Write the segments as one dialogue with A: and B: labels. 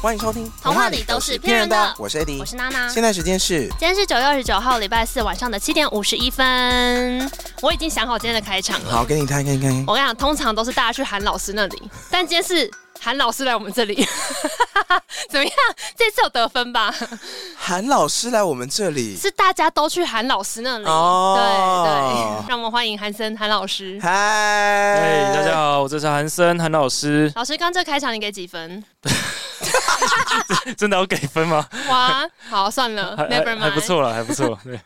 A: 欢迎收听《
B: 童话里都是骗人的
A: 我是 AD，
B: 我是娜娜。
A: 现在时间是
B: 今天是九月二十九号，礼拜四晚上的七点五十一分。我已经想好今天的开场了。
A: 好，给你看看看。
B: 我跟你讲，通常都是大家去韩老师那里，但今天是韩老师来我们这里， 怎么样？这次有得分吧？
A: 韩老师来我们这里，
B: 是大家都去韩老师那里。
A: 哦
B: 对对，让我们欢迎韩森韩老 师。
A: 嗨哎
B: 呃
C: 嗨，哎大家好，我这是韩森，韩 老师，
B: 老师，刚这开场你给几分？
C: 真的要给分 吗？
B: 哇，好，算了
C: 还
B: 哦，never
C: 还
B: mind。
C: 还不。错了，还不 错。对，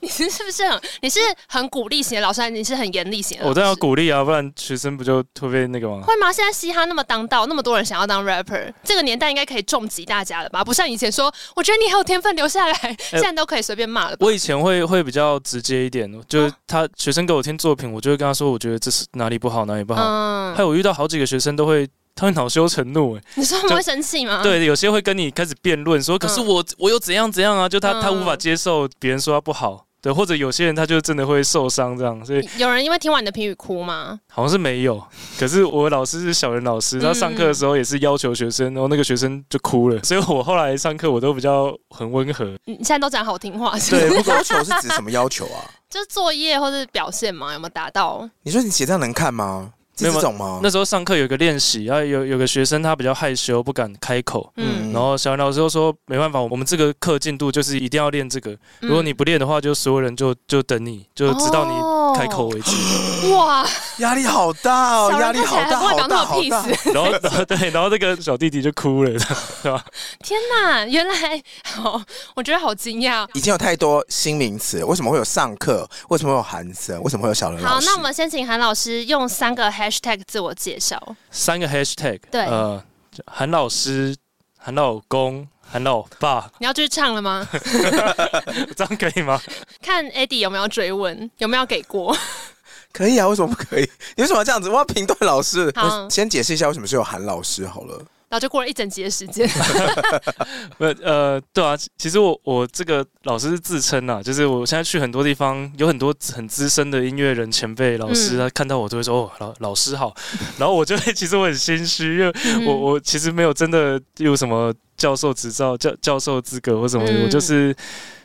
B: 你是是不是很？你是很鼓励型的老师，还是你是很严厉型的老师？
C: 我当然要鼓励啊，不然学生不就会被那个吗？
B: 会吗？现在嘻哈那么当道，那么多人想要当 rapper，这个年代应该可以重击大家了吧？不像以前说，我觉得你很有天分，留下来， 现在都可以随便骂了吧？
C: 我以前会会比较直接一点，就是他学生给我听作品，我就会跟他说，我觉得这是哪里不好，哪里不好。还
B: 嗯，
C: 有我遇到好几个学生都会。他会恼羞成怒，哎
B: 你说他们会生气吗？，
C: 对，有些会跟你开始辩论，说可是我我又怎样怎样啊，就他他
B: 嗯
C: 无法接受别人说他不好，对，或者有些人他就真的会受伤这样，所以
B: 有人因为听完你的评语哭吗？
C: 好像是没有，可是我老师是小人老 师，他上课的时候也是要求学生，然后那个学生就哭了，所以我后来上课我都比较很温和，
B: 你现在都讲好听话，是不
A: 对，
B: 是？
A: 不要求是指什么要求啊？
B: 就是作业或是表现嘛，有没有达到？
A: 你说你写这样能看吗？
C: 没
A: 是
C: 有
A: 这种吗
C: 那？时候上课有个练习，啊有有个学生他比较害羞，不敢开口。
B: 嗯，
C: 然后小人老师就说：“没办法，我们这个课进度就是一定要练这个。
B: 嗯
C: 如果你不练的话，就所有人就就等你，就直到你开口为止。
B: 哦哇，
A: 压力好大哦，
B: 小
A: 压
B: 人
A: 力
B: 看起来
A: 好
B: 还
A: 大，
B: 不会
A: 好
B: 表
A: 大，
B: 那
A: 好大。
B: 么 peace。
C: 然后，然后 对，然后那个小弟弟就哭了，对吧？
B: 天哪，原来好，我觉得好惊讶。哦
A: 已经有太多新名词，为什么会有上课？为什么会有韩森？为什么会有小人
B: 好
A: 老，师？
B: 那我们先请韩老师用三个 hashtag 自我介绍。
C: 三个 hashtag，
B: 对
C: 呃，韩老师、韩老公、韩老爸，
B: 你要继续唱了 吗？
C: 这样可以吗？
B: 看 Eddie 有没有追问，有没有给过？
A: 可以啊，为什么不可以？你为什么要这样子？我要评断老师。
B: 好
A: 我先解释一下为什么是有韩老师好了。
B: 然后就过了一整集的时间。
C: 不，呃，对啊，其其实我我这个老师是自称啊，就是我现在去很多地方，有很多很资深的音乐人前辈老师，
B: 嗯
C: 他看到我都会说哦老老师好，然后我就会其实我很心虚，因为 我、我其实没有真的有什么教授执照、教教授资格或什么的，
B: 嗯
C: 我就是。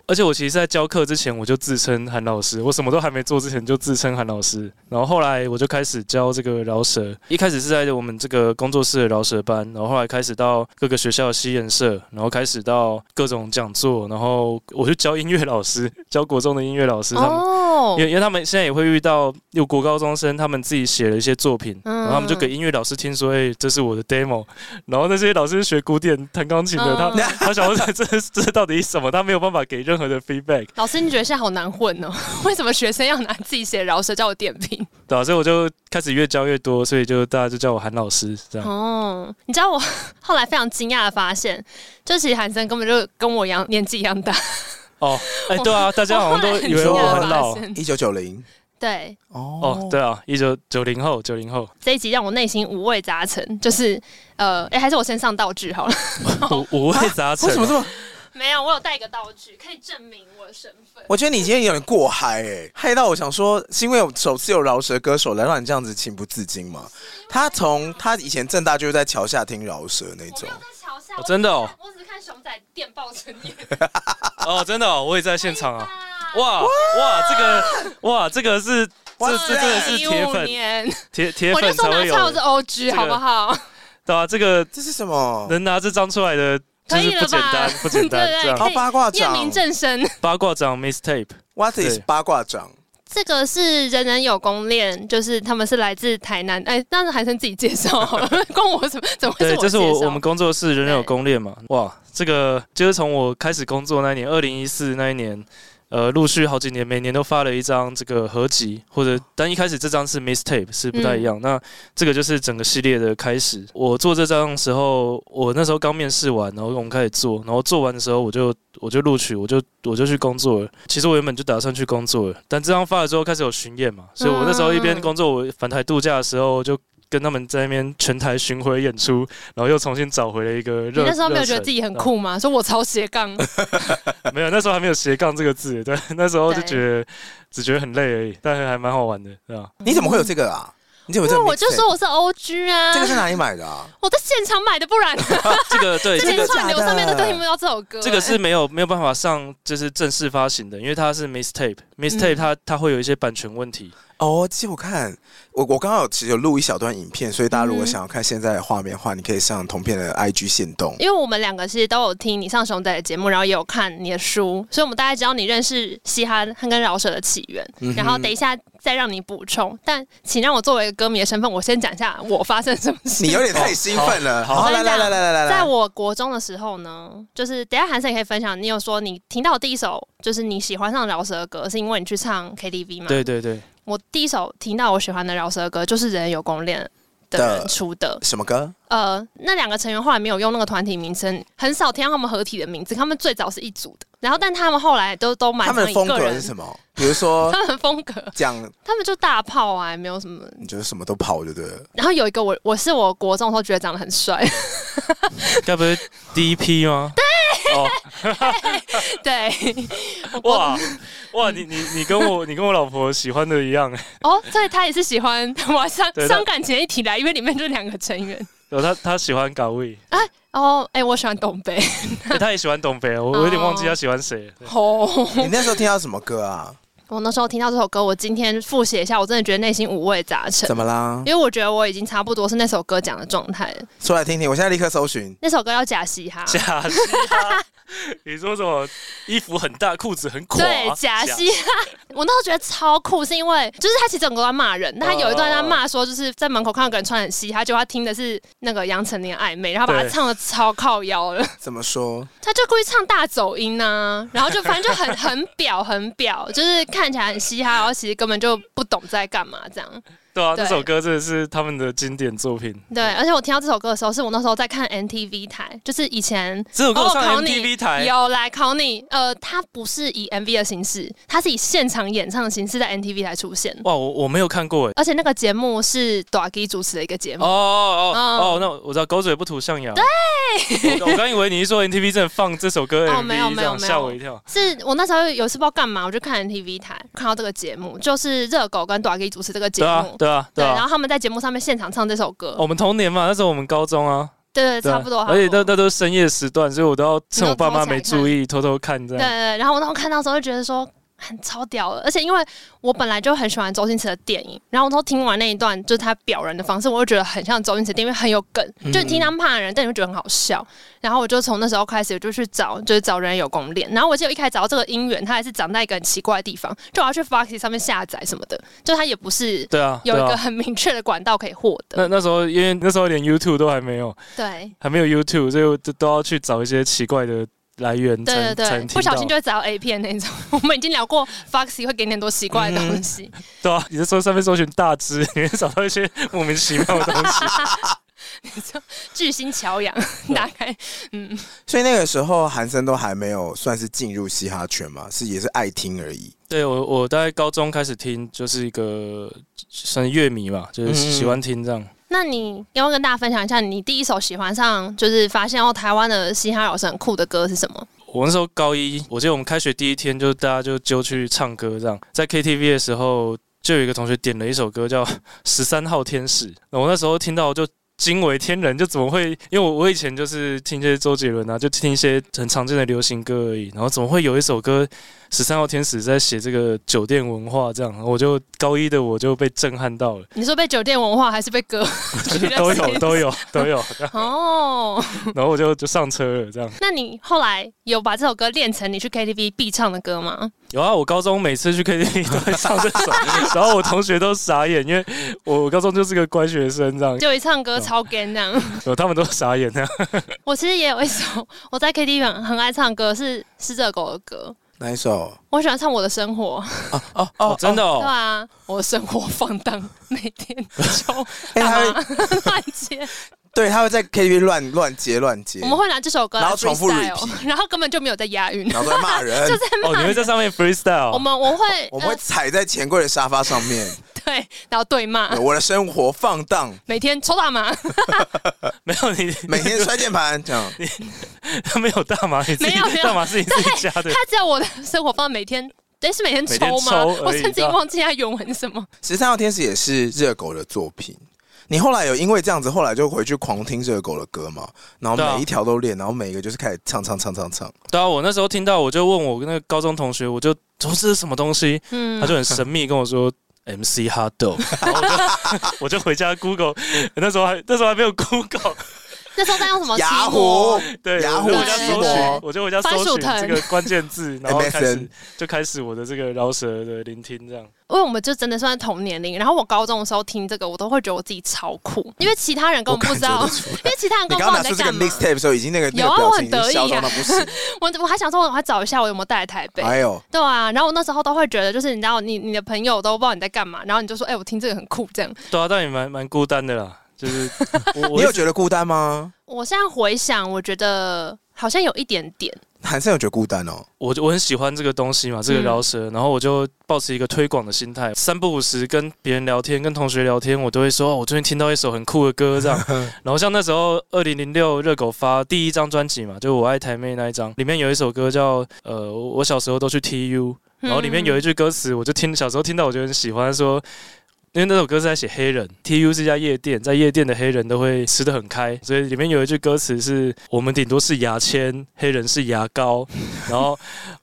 C: 而且我其实，在教课之前，我就自称韩老师，我什么都还没做之前就自称韩老师。然后后来我就开始教这个饶舌，一开始是在我们这个工作室的饶舌班，然后后来开始到各个学校的西研社，然后开始到各种讲座，然后我就教音乐老师， 教国中的音乐老师他们。
B: 哦
C: 因为因为他们现在也会遇到有国高中生，他们自己写了一些作品，
B: 嗯
C: 然后他们就给音乐老师听说，哎、这是我的 demo。然后那些老师是学古典弹钢琴的，
B: 嗯
C: 他他想说这这这到底是什么？他没有办法给任何的 feedback，
B: 老师，你觉得现在好难混哦？ 为什么学生要拿自己写的饶舌叫我点 评？
C: 对啊，所以我就开始越教越多，所以就大家就叫我韩老师这样。
B: 哦，你知道我后来非常惊讶的发现，就其实韩森根本就跟我一样年纪一样大。
C: 哦，哎、对啊，大家好像都以为
A: 我
C: 我
A: 后来
C: 很老
B: 我。很
A: 一九九零
B: 对，
A: 哦
C: 哦，对啊，一九九零后，九零后，
B: 这一集让我内心五味杂陈，就是呃，哎、还是我先上道具好了。哦
C: 五五味杂陈
A: 为什么
C: 啊。
A: 这么？
B: 没有，我有带一个道具，可以证明我的身份。
A: 我觉得你今天有点过嗨哎、嗨到我想说，是因为我首次有饶舌歌手来让你这样子情不自禁吗？他从他以前正大就是在桥下听饶舌那
B: 我
A: 种
B: 没有，在桥下，
C: 哦真的哦
B: 我只是看，我只是看熊仔电报成瘾。
C: 哦，真的、哦，我也在现场啊。
B: 哇
C: 哇哇，这个哇，这个是
A: 哇
C: 这这真的是铁
B: 15
C: 粉，
B: 年
C: 铁铁
B: 我就
C: 粉才
B: 说拿
C: 会
B: 出来
C: 有
B: 我是，OG
C: 个
B: 好不好？
C: 对啊，这个
A: 这是什么？
C: 能拿这张出来的，就
B: 可
C: 是
B: 以了
C: 不简
B: 吧
C: 单，不简 单
B: 对对。
C: 这样
B: 可
A: 好
B: 以
A: 八卦
B: 验
A: 掌
B: 明正身，
C: 八卦掌 mistape，
A: ，What is
C: 对
A: 八卦掌？
B: 这个是人人有功练，就是他们是来自台南，哎，那是韩生自己介绍 好了，关我什么？怎 么会
C: 对，
B: 我
C: 这
B: 介
C: 是我
B: 绍
C: 我们工作室人人有
B: 对
C: 攻略嘛。哇，这个就是从我开始工作那一年，二零一四那一年。呃，陆续好几年，每年都发了一张这个合集，或者但一开始这张是 mistape 是不太一
B: 嗯
C: 样。那这个就是整个系列的开始。我做这张的时候，我那时候刚面试完，然后我们开始做，然后做完的时候我就我就录取，我就我就去工作了。其实我原本就打算去工作了，但这张发了之后开始有巡演嘛，所以我那时候一
B: 嗯
C: 边工作，我返台度假的时候就。跟他们在那边全台巡回演出，然后又重新找回了一个热。
B: 你那时候没有觉得自己很
C: 热忱
B: 酷吗？说我超斜杠，
C: 没有，那时候还没有斜杠这个字，对， 那时候就觉得只觉得很累而已，但是还蛮好玩的，对吧？
A: 你怎么会有这个啊？你怎么
B: 因
A: 会
B: 为
A: 有这个？
B: 我就说我是 OG 啊，
A: 这个是哪里买的啊？
B: 我在现场买的，不然
C: 这个对，
B: 这
C: 这
B: 连
C: 个
B: 串流上面都听不到这首歌。
C: 这个是没有没有办法上就是正式发行的，因为它是
B: 嗯
C: mistape，mistape 它它会有一些版权问题。
A: 哦，其实我看我我刚好其实有录一小段影片，所以大家如果
B: 嗯
A: 想要看现在的画面的话，你可以上同片的 IG 线动。
B: 因为我们两个其实都有听你上熊仔的节目，然后也有看你的书，所以我们大概知道你认识嘻哈和跟饶舌的起源。
A: 嗯哼
B: 然后等一下再让你补充，但请让我作为一个歌迷的身份，我先讲一下我发生什么事。
A: 你有点太兴奋了，
C: 好
A: 哦好，
B: 好
A: 来来来来来来，
B: 啊在我国中的时候呢，就是等一下韩森也可以分享，你有说你听到第一首就是你喜欢上饶舌的歌，是因为你去唱 KTV 吗？
C: 对对对，
B: 我第一首听到我喜欢的饶舌的歌就是《人人有功练》的人出的。
A: 什么歌？
B: 呃，那两个成员后来没有用那个团体名称，很少听到他们合体的名字。他们最早是一组的，然后但他们后来都都蛮
A: 他们
B: 成
A: 的
B: 一
A: 风
B: 个
A: 格
B: 人
A: 是什么？比如说
B: 他们的风格，
A: 讲，
B: 他们就大炮啊，也没有什么。
A: 你就是什么都跑就对了。
B: 然后有一个我，我是我国中的时候觉得长得很帅，
C: 该不会第一批吗？对，
B: 对，
C: 哦，哇哇，你你你跟我你跟我老婆喜欢的一样，
B: 哦，所以他也是喜欢 我伤
C: 对他
B: 伤感情一提来，因为里面就两个成员。
C: 有她她哦喜欢 嘎卫，
B: 哦，哎、我喜欢东北
C: 欸她也喜欢董肥，我我有点忘记她喜欢谁了。
B: 哦。
A: 你那时候听到什么歌 啊？
B: 我那时候听到这首歌，我今天复写一下，我真的觉得内心五味杂陈，
A: 怎么啦？
B: 因为我觉得我已经差不多是那首歌讲的状态了。
A: 说来听听，我现在立刻搜寻。
B: 那首歌叫《假嘻哈》，
C: 假嘻哈，你说什么？衣服很大，裤子很垮。啊
B: 对，假嘻哈， 我那时候觉得超酷，是因为就是他其实整个都在骂人，但他有一段在骂说，就是在门口看到有个人穿得很嘻哈，结果他听的是那个杨丞琳的暧昧，然后把他
C: 对
B: 唱的超靠腰了，
A: 怎么说？
B: 他就故意唱大走音呐、然后就反正就很很表很表，就是看起来很嘻哈，然后其实根本就不懂在干嘛这样。
C: 对啊，
B: 对
C: 这首歌真的是他们的经典作品。
B: 对，而且我听到这首歌的时候，是我那时候在看 NTV 台，就是以前
C: 这首歌
B: 哦
C: 我
B: 我考
C: 上
B: 你
C: MTV 台，
B: 有来考你，呃，它不是以 MV 的形式，它是以现场演唱的形式在 NTV 台出现。
C: 哇，我我没有看过哎。
B: 而且那个节目是 d a g 主持的一个节目。
C: 哦哦
B: 嗯
C: 哦哦，那我知道，狗嘴不吐象牙。对，我我刚以为你一说 NTV 正放这首歌
B: 哦
C: MV，
B: 没有
C: 这
B: 没有
C: 样
B: 没有
C: 吓我一跳。
B: 是我那时候有一次不知道干嘛，我就看 NTV 台看到这个节目，就是热狗跟 d a g 主持这个节
C: 对
B: 目。
C: 啊对啊
B: 对
C: 对
B: 然
C: 啊。
B: 后他们在节目上面现场唱这首歌，
C: 我们童年嘛，那时候我们高中啊，
B: 对对，
C: 对啊
B: 差不多。
C: 而且那
B: 差不多
C: 那都是深夜时段，所以我都要趁我爸妈没
B: 你都偷起来看
C: 注意，偷偷看
B: 对
C: 这
B: 对
C: 样。
B: 对，然后我那时候看到的时候就觉得说，很超屌了。而且因为我本来就很喜欢周星驰的电影，然后我都听完那一段，就是他表人的方式，我就觉得很像周星驰的电影，因为很有梗，
C: 嗯
B: 就你听他骂人，但你会觉得很好笑。然后我就从那时候开始，我就去找，就是找人有功练。然后我记得我一开始找到这个音源，它还是长在一个很奇怪的地方，就我要去
C: 嗯
B: Foxy 上面下载什么的，就它也不是
C: 对啊，
B: 有一
C: 对啊
B: 个很明确的管道可以获得。
C: 那那时候，因为那时候连 YouTube 都还没有，
B: 对
C: 还没有 YouTube，所以我都都要去找一些奇怪的来源才
B: 对对
C: 才
B: 对
C: 能，听
B: 不小
C: 到
B: 心就会找到 A 片那种。 我们已经聊过 Foxy 会给你很多奇怪的东西。
C: 对啊，你是说上面搜寻大只， 你会找到一些莫名其妙的东 西？
B: 巨星乔 洋，大概嗯，
A: 所以那个时候韩森都还没有算是进入嘻哈圈嘛，是也是爱听而已。
C: 对我，我大概高中开始听，就是一个算是乐迷吧，就是
B: 嗯
C: 喜欢听这样。
B: 那你要不要跟大家分享一下，你第一首喜欢上就是发现哦，台湾的嘻哈老师很酷的歌是什么？
C: 我那时候高一，我记得我们开学第一天就大家就揪去唱歌这样，在 KTV 的时候，就有一个同学点了一首歌叫《十三号天使》，我那时候听到就。惊为天人，就怎么会？因为我我以前就是听一些周杰伦啊，就听一些很常见的流行歌而已。然后怎么会有一首歌《十三号天使》在写这个酒店文化这样？我就高一的我就被震撼到了，
B: 你说被酒店文化还是被歌
C: 都有都有都有。
B: 哦？
C: 然后我就就上车了，这样。
B: 那你后来有把这首歌练成你去 KTV 必唱的歌吗？
C: 有啊，我高中每次去 KTV 都会唱这首，然后我同学都傻眼，因为我我高中就是个乖学生这样，
B: 就一唱歌超 gay 那样。
C: 有他们都傻眼那样。
B: 我其实也有一首我在 KTV 很很爱唱歌，是是热狗的歌。
A: 哪一首？
B: 我喜欢唱《我的生活》
A: 哦
C: 哦，真的
B: 对
C: 哦，
B: 啊，我的生活放荡， 每 天就
A: 哎
B: 干
A: 他
B: 嘛乱接，
A: 对，他会在 KTV 乱乱接乱接，
B: 我们会拿这首歌来
A: 然后重复
B: freestyle，
A: repeat 哦
B: 然后根本就没有在押韵，
A: 然后在骂人，
B: 就在骂
C: 哦，你会在上面 freestyle，
B: 我们我会
A: 我们会
B: 呃
A: 踩在钱柜的沙发上面，
B: 对，然后对骂
A: 对，我的生活放 荡，
B: 每天抽大 麻，
C: 没有你
A: 每 天摔键盘这样。
C: 没有大麻，你自己
B: 没有没有
C: 大麻是你自己加的
B: 他只要我的生活放每天。诶，是每天
C: 每天
B: 抽吗？
C: 抽而
B: 我
C: 已
B: 甚至已经忘记他原文是什 么。
A: 十三号天使也是热狗的作品。你后来有因为这样子，后来就回去狂听热狗的歌嘛，然后
C: 对啊
A: 每一条都练，然后每一个就是开始唱唱唱唱唱。
C: 对啊，我那时候听到，我就问我那个高中同学，我就说这是什么东西，
B: 嗯，
C: 他就很神秘跟我说。MC Hot Dog，然后我就 我就回家 Google，那时候还那时候还没有 Google，
B: 那时候在用什么？
A: 雅
B: 奇
A: 虎
B: 摩，
C: 对，
A: 雅
C: 我
A: 虎
C: 就回家
B: 奇
C: 搜寻
A: 摩，
C: 我就回家搜
B: 番薯
C: 寻
B: 藤
C: 这个关 键字，然后开
A: MSN
C: 始就开始我的这个饶舌的聆听，这样
B: 因为我们就真的算同年龄。然后我高中的时候听这个，我都会觉得我自己超酷，因为其他人根
A: 我
B: 本不
A: 感
B: 知
A: 觉
B: 道
A: 得，出来。
B: 因为其他人
A: 你
B: 根本
A: 刚
B: 不
A: 拿
B: 知
A: 出
B: 道我
A: 这个
B: 在干嘛。
A: mixtape 的时候，已经那个那
B: 有
A: 个
B: 啊
A: 表
B: 我
A: 情
B: 很
A: 已经
B: 得意
A: 嚣
B: 啊
A: 张到不行。
B: 我我还想说，我还找一下我有没有带来台北。
A: 哎呦，
B: 对啊，然后我那时候都会觉得，就是你知道，你你的朋友都不知道你在干嘛，然后你就说，哎、我听这个很酷，这样。
C: 对啊，但也蛮蛮孤单的啦，就是 我
A: 你
C: 我
A: 有觉得孤单吗？
B: 我现在回想，我觉得好像有一点点，
A: 韩胜有觉得孤单哦？
C: 我我很喜欢这个东西嘛，这个饶舌，
A: 嗯
C: 然后我就抱持一个推广的心态，三不五时跟别人聊天，跟同学聊天，我都会说，哦我最近听到一首很酷的歌这样。 然后像那时候二零零六热狗发第一张专辑嘛，就我爱台妹那一张，里面有一首歌叫呃，我我小时候都去 TU，然后里面有一
B: 一
C: 句歌词，我就听小时候听到我就很喜欢说。因为那首歌是在写黑人，TU 是一家夜店，在夜店的黑人都会吃的很开，所以里面有一句歌词是“我们顶多是牙签，黑人是牙膏”。然后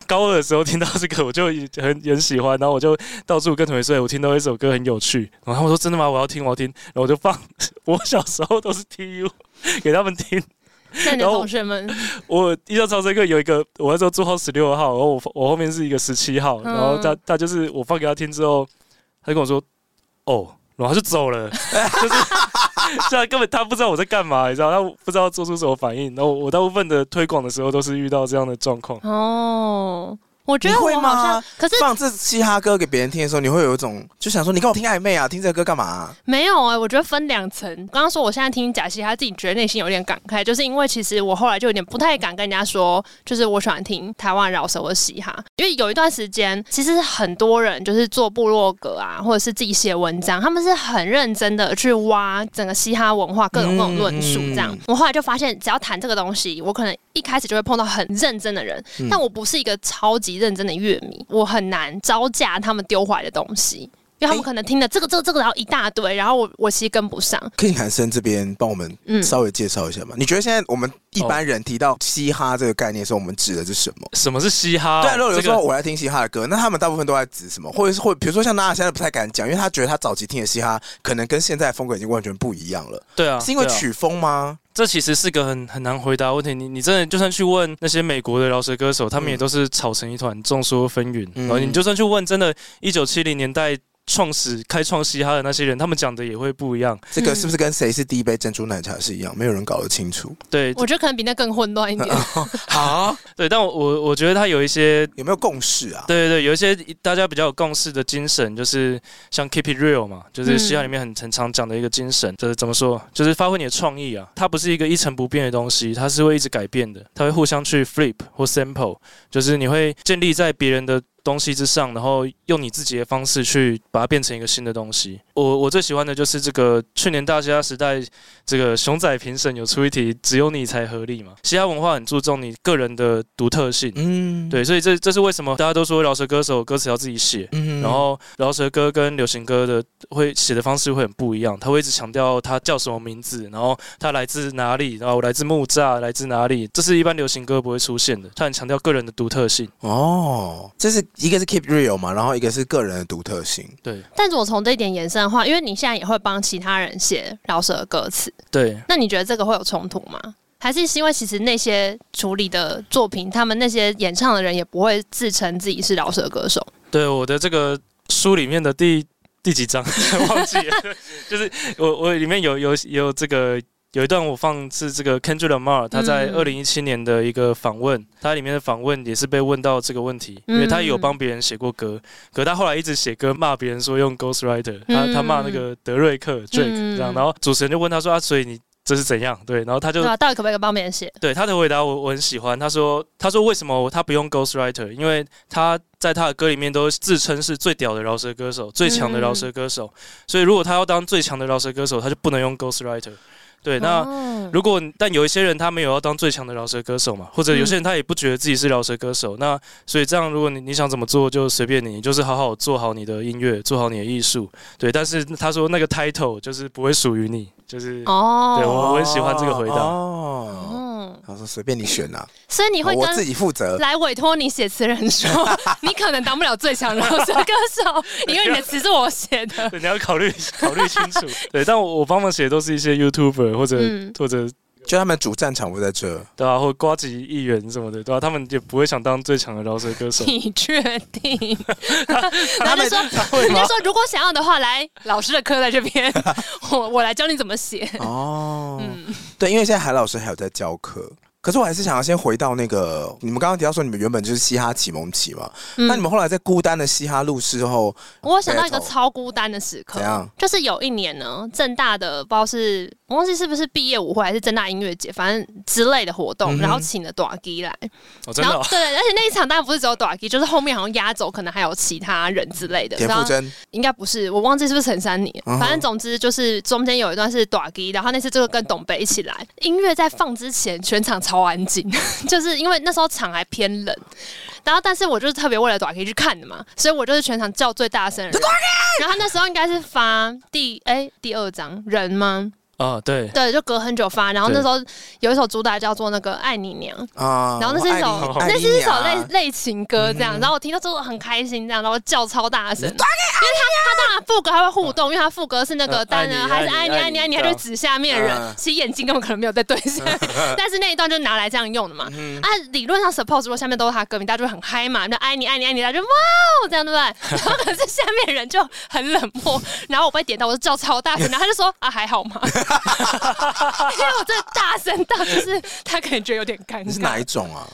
C: 高二的时候听到这个，我就很很喜欢，然后我就到处跟同学说哎：“我听到一首歌很有趣。”然后他们说：“真的吗？我要听，我要听。”然后我就放 我小时候都是 TU 给他们听。
B: 那你的
C: 然后
B: 同学们，
C: 我印象超深刻，有一个我那时候住号十六号，然后我我后面是一个十七号，
B: 嗯
C: 然后他他就是我放给他听之后，他就跟我说哦，然后他就走了， 就是虽然根本他不知道我在干嘛，你知道，他不知道做出什么反应。然后我大部分的推广的时候都是遇到这样的状
A: 嗯
C: 况，
B: 哦，我觉
A: 你
B: 得
A: 会
B: 我好像
A: 吗，
B: 可是
A: 放这嘻哈歌给别人听的时候，你会有一种就想说，你跟我听暧昧啊，听这个歌干嘛啊、
B: 没有哎、我觉得分两层。刚刚说我现在听贾西，他自己觉得内心有点感慨，就是因为其实我后来就有点不太敢跟人家说，就是我喜欢听台湾饶舌或嘻哈，因为有一段时间，其实很多人就是做部落格啊，或者是自己写文章，他们是很认真的去挖整个嘻哈文化各种各种论述这样。
A: 嗯嗯
B: 我后来就发现，只要谈这个东西，我可能一开始就会碰到很认真的人，
A: 嗯
B: 但我不是一个超级认真的乐迷，我很难招架他们丢怀的东西。因为他们
A: 哎
B: 可能听了这个、这个、这个，然后一大堆，然后我我其实跟不上。
A: 可以韩生这边帮我们
B: 嗯
A: 稍微介绍一下吗？你觉得现在我们一般人提到嘻哈这个概念的时候，我们指的是什么？
C: 什么是嘻哈？
A: 对啊，如果有
C: 这
A: 时候
C: 个
A: 我来听嘻哈的歌，那他们大部分都在指什么？或者是或比如说像娜娜现在不太敢讲，因为她觉得她早期听的嘻哈可能跟现在的风格已经完全不一样了，
C: 对啊，
A: 是因为
C: 对啊
A: 曲风 吗？
C: 这其实是个很很难回答的问题。你你真的就算去问那些美国的饶舌歌手，他们也都是吵成一团，众说纷纭。
A: 嗯
C: 然后你就算去问真的，一九七零年代创始开创嘻哈的那些人，他们讲的也会不一样。
A: 这个是不是跟谁是第一杯珍珠奶茶是一样？没有人搞得清楚。
C: 对
B: 我觉得可能比那更混乱一点。
C: 嗯
A: 好，
C: 对，但我我我觉得他有一些。
A: 有没有共识啊？
C: 对对对，有一些大家比较有共识的精神，就是像 keep it real 嘛，就是嘻哈里面很很常讲的一个精神，就是怎么说，就是发挥你的创意啊。它不是一个一成不变的东西，它是会一直改变的，它会互相去 flip 或 sample，就是你会建立在别人的东西之上，然后用你自己的方式去把它变成一个新的东西。我我最喜欢的就是这个去年大嘻哈时代，这个熊仔评审有出一题，只有你才合理嘛。嘻哈文化很注重你个人的独特性，
A: 嗯，
C: 对，所以这这是为什么大家都说饶舌歌手歌词要自己写，
A: 嗯
C: 然后饶舌歌跟流行歌的会写的方式会很不一样，他会一直强调他叫什么名字，然后他来自哪里，然后来自木栅，来自哪里，这是一般流行歌不会出现的，他很强调个人的独特性。
A: 哦，这是一个是 keep real 嘛，然后一个是个人的独特性。
C: 对
B: 但是我从这一点延伸的话，因为你现在也会帮其他人写饶舌的歌词，
C: 对，
B: 那你觉得这个会有冲突吗？还是是因为其实那些处理的作品，他们那些演唱的人也不会自称自己是饶舌歌手？
C: 对，我的这个书里面的 第第几章忘记了，就是我我里面有有有这个有一段我放是这个 Kendrick Lamar，他在
B: 嗯
C: 二零一七年的一个访问，他里面的访问也是被问到这个问题，因为他
B: 嗯
C: 也有帮别人写过歌，可他后来一直写歌骂别人说用 Ghost Rider，他
B: 嗯
C: 他骂那个德瑞克 Drake 这
B: 嗯
C: 样，然后主持人就问他说啊，所以你这是怎样？对，然后他就
B: 对啊，到底可不可以帮别人写？
C: 对他的回答我我很喜欢。他说他说为什么他不用 Ghostwriter？因为他在他的歌里面都自称是最屌的饶舌歌手，最强的饶舌歌手，所以如果他要当最强的饶舌歌手，他就不能用 Ghostwriter。对，那。
B: 哦
C: 如果但有一些人他没有要当最强的饶舌歌手嘛，或者有些人他也不觉得自己是饶舌歌手，那所以这样，如果你你想怎么做就随便你，你就是好好做好你的音乐，做好你的艺术，对。但是他说那个 title 就是不会属于你，就是对
B: 哦，
C: 我我很喜欢这个回答
A: 哦，
B: 嗯，
A: 他说随便你选啊，
B: 所以你会
A: 我自
B: 跟
A: 己负责。
B: 来委托你写词人 说，你可能当不了最强饶舌歌手，因为你的词是我写的。
C: 对，你要考虑考虑清 楚。对，但我我帮忙写的都是一些 YouTuber 或者、
B: 嗯
C: 或者
A: 就他们主战场不在 这，
C: 对啊，或瓜吉议员什么的，对啊，他们也不会想当最强的饶舌 歌手。
B: 你确 定？
A: 他
B: 他
A: 们
B: 就说，
A: 他会
B: 人
A: 吗
B: 家？说如果想要的话，来老师的课在这 边，我我来教你怎么写。
A: 哦，
B: 嗯，
A: 对，因为现在韩老师还有在教课。可是我还是想要先回到那个，你们刚刚提到说你们原本就是嘻哈启蒙期嘛，
B: 嗯
A: 那你们后来在孤单的嘻哈路之后，
B: 我有想到一个
A: battle
B: 超孤单的时刻
A: 怎样，
B: 就是有一年呢，正大的不知道是我忘记是不是毕业舞会还是正大音乐节，反正之类的活动，
A: 嗯哼
B: 然后请了短基来，
C: 哦，真
B: 然
C: 的、
B: 后
C: 哦，
B: 对，而且那一场当然不是只有短基，就是后面好像压轴可能还有其他人之类的，
A: 田
B: 然
A: 馥
B: 后
A: 甄
B: 应该不是，我忘记是不是陈珊妮了
A: 嗯哼
B: 反正总之就是中间有一段是短笛，然后那次就是跟董北一起来，音乐在放之前全场超安静， 就是因为那时候场还偏冷，然后但是我就是特别为了短笛去看的嘛，所以我就是全场叫最大声的人。然后他那时候应该是发第哎、第二张人吗？
C: 啊，对，
B: 对，就隔很久发。然后那
C: 对
B: 时候有一首主打叫做那个爱你娘，
A: 啊，
B: 然后那是一首
A: 我爱你
B: 那是一首
A: 爱你
B: 类
A: 啊
B: 类情歌这样，然后我听到之后很开心这样，然后我叫超大声，因为他
A: 啊
B: 他当然副歌还会互动，因为他副歌是那个
C: 嗯
B: 单人还是爱
C: 爱
B: 你
C: 你
B: 爱你爱
C: 爱
B: 你，
C: 你
B: 他
C: 对
B: 就
C: 啊
B: 指下面
A: 嗯
B: 的人，其实眼睛根本可能没有在对 下面，但是那一段就拿来这样用的嘛。
A: 嗯
B: 啊，理论上 suppose 如果下面都是他歌迷，大家就会很嗨嘛，那爱你爱你爱你，大家就哇哦这样对 不对？然后可是下面人就很冷漠，然后我被点到，我就叫超大声，然后他就说啊还好吗？ 因为我真的大声到就是他可能觉得有点尴
A: 你是
B: 尬。
A: 哪一种啊？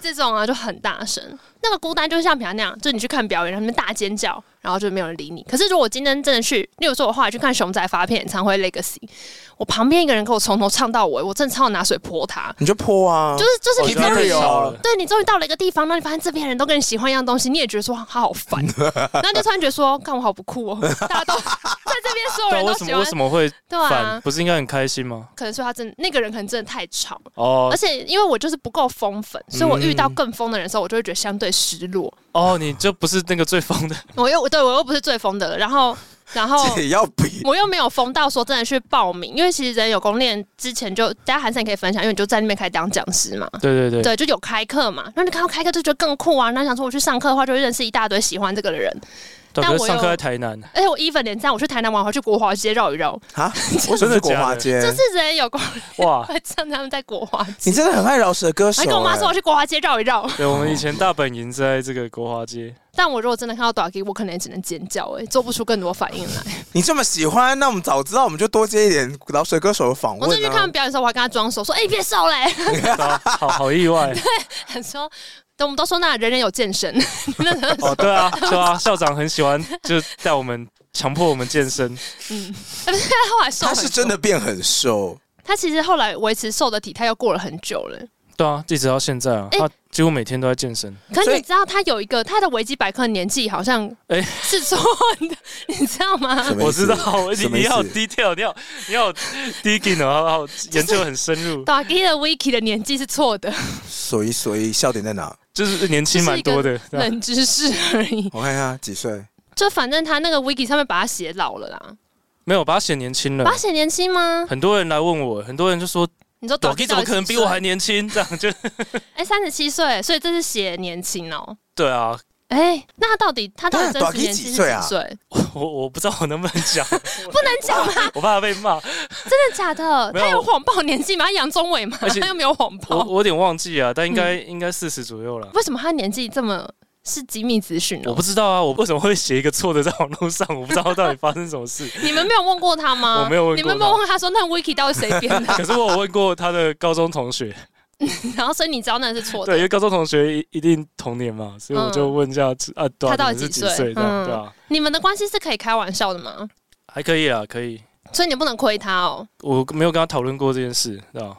B: 这种啊就很大声，那个孤单就是像平常那样，就是你去看表演，然后他们大尖叫，然后就没有人理你。可是如果我今天真的去，例如说我后来去看熊仔发片演唱会 Legacy，我旁边一个人给我从头唱到尾，我真的超想拿水泼他，
A: 你就泼啊，
B: 就是就是你
A: 哦
C: 我
B: 终
C: 觉得
A: 真
C: 太
A: 的
B: 于
A: 有。
C: 少了
B: 对你终于到了一个地方，那你发现这边人都跟你喜欢一样东西，你也觉得说哇他好 烦，然后你就突然觉得说，看我好不酷哦， 大家都在这边所有
C: 但
B: 人
C: 啊为
B: 都
C: 什
B: 喜
C: 么为什
B: 欢，
C: 么会
B: 对
C: 反？
B: 啊，
C: 不是应该很开心吗？
B: 可能说他真的那个人可能真的太吵了。
C: 哦
B: 而且因为我就是不够疯粉，所以我遇到更疯的人的时候，我就会觉得相对失落。
C: 哦，你就不是那个最疯 的，
B: 我又对我又不是最疯的了，然后然后
A: 也要比
B: 我又没有疯到说真的去报名，因为其实人有功练之前就大家韩散可以分享，因为你就在那边开始当讲师嘛。
C: 对对对，
B: 对，就有开课嘛，然后你看到开课就觉得更酷啊。那想说我去上课的话，就会认识一大堆喜欢这个的人。
C: 对，
B: 但
C: 可
B: 我
C: 是上
B: 有
C: 课在台南，
B: 而且我 even 连这样，我去台南玩，我还去国华街绕一绕，
A: 啊，我真的国华街，
B: 就是人有功
C: 哇，
B: 会唱他们在国华街。
A: 你真的很爱饶舌歌手、
B: 还跟我妈说我
A: 哎
B: 去国华街绕一绕，
C: 对，我们以前大本营是在这个国 华街，
B: 但我如果真的看到短 K，我可能也只能尖叫、欸，哎，做不出更多反应来。
A: 你这么喜欢，那我们早知道我们就多接一点饶舌歌手的访
B: 我最
A: 问
B: 近看
A: 啊
B: 完。表演的时候，我还跟他装熟，说：“哎、你变瘦嘞、
C: 好好意 外
B: 说，等我们都说那人人有健身，
C: 哦，对啊，对啊，校长很喜欢，就带我们强迫我们健 身，
B: 他啊后来瘦
A: 他
B: 很
A: 是真
B: 多，
A: 的变很瘦，
B: 他其实后来维持瘦的体态又过了很久了。
C: 对啊，一直到现在啊，
B: 哎
C: 他几乎每天都在健身。
B: 可
A: 所
B: 是
A: 以
B: 你知道他有一个他的维基百科年纪好像
C: 哎
B: 是错的， 你知道吗？
A: 什么意思
C: 我知道，你
A: 什么意
C: 你
A: 思
C: 要有 detail，你要你要 digging，然后然后研究很深入，
B: 打 K 的 Wiki 的年纪是错的，
A: 所以所以笑点在哪？
C: 就是年轻蛮多的。对啊
B: 冷知识而已。
A: 我看一下几岁，
B: 就反正他那个 Wiki 上面把他写老了啦，
C: 没有把他写年
A: 嗯
C: 轻了
B: 把他，写年轻吗？
C: 很多人来问我，很多人就说
B: 你说
C: 短
B: 基
C: K 怎么可能比我还
B: 年？
C: 年轻？这样就
B: 哎，三十七岁，所以这是写年轻哦。
C: 对啊，
B: 哎、那他到底他到
A: 对啊
B: 底真
A: 短
B: 实
A: K
B: 年纪是
A: 几
B: 几
A: 岁啊
B: 岁？
C: 我我不知道我能不能讲，
B: 不能讲吗？
C: 我怕被 骂。
B: 真的假的？
C: 啊没有
B: 他有谎报年纪吗？他杨宗纬吗？
C: 而且
B: 他又没有谎
C: 我
B: 报，嗯
C: 我有点忘记啊，但应该应该四十左右了。
B: 为什么他年纪这么是机密资讯
C: 我
B: 哦
C: 不。知道啊，我为什么会写一个错的在网络上？我不知道到底发生什么 事。
B: 你们没有问过他吗？
C: 我没有问过他
B: 你们没有问他说那 wiki 到底谁编的？
C: 可是我有问过他的高中同学，
B: 然后所以你知道那是错
C: 对，因
B: 的。
C: 为高中同学一一定童年嘛，所以我就问一下啊，对啊
B: 嗯他到底
C: 你们是几
B: 几岁
C: 岁？这样
B: 嗯
C: 对啊，
B: 你们的关系是可以开玩笑的吗？
C: 还可以啊，可以。
B: 所以你不能亏他哦，
C: 我没有跟他讨论过这件事，对吧？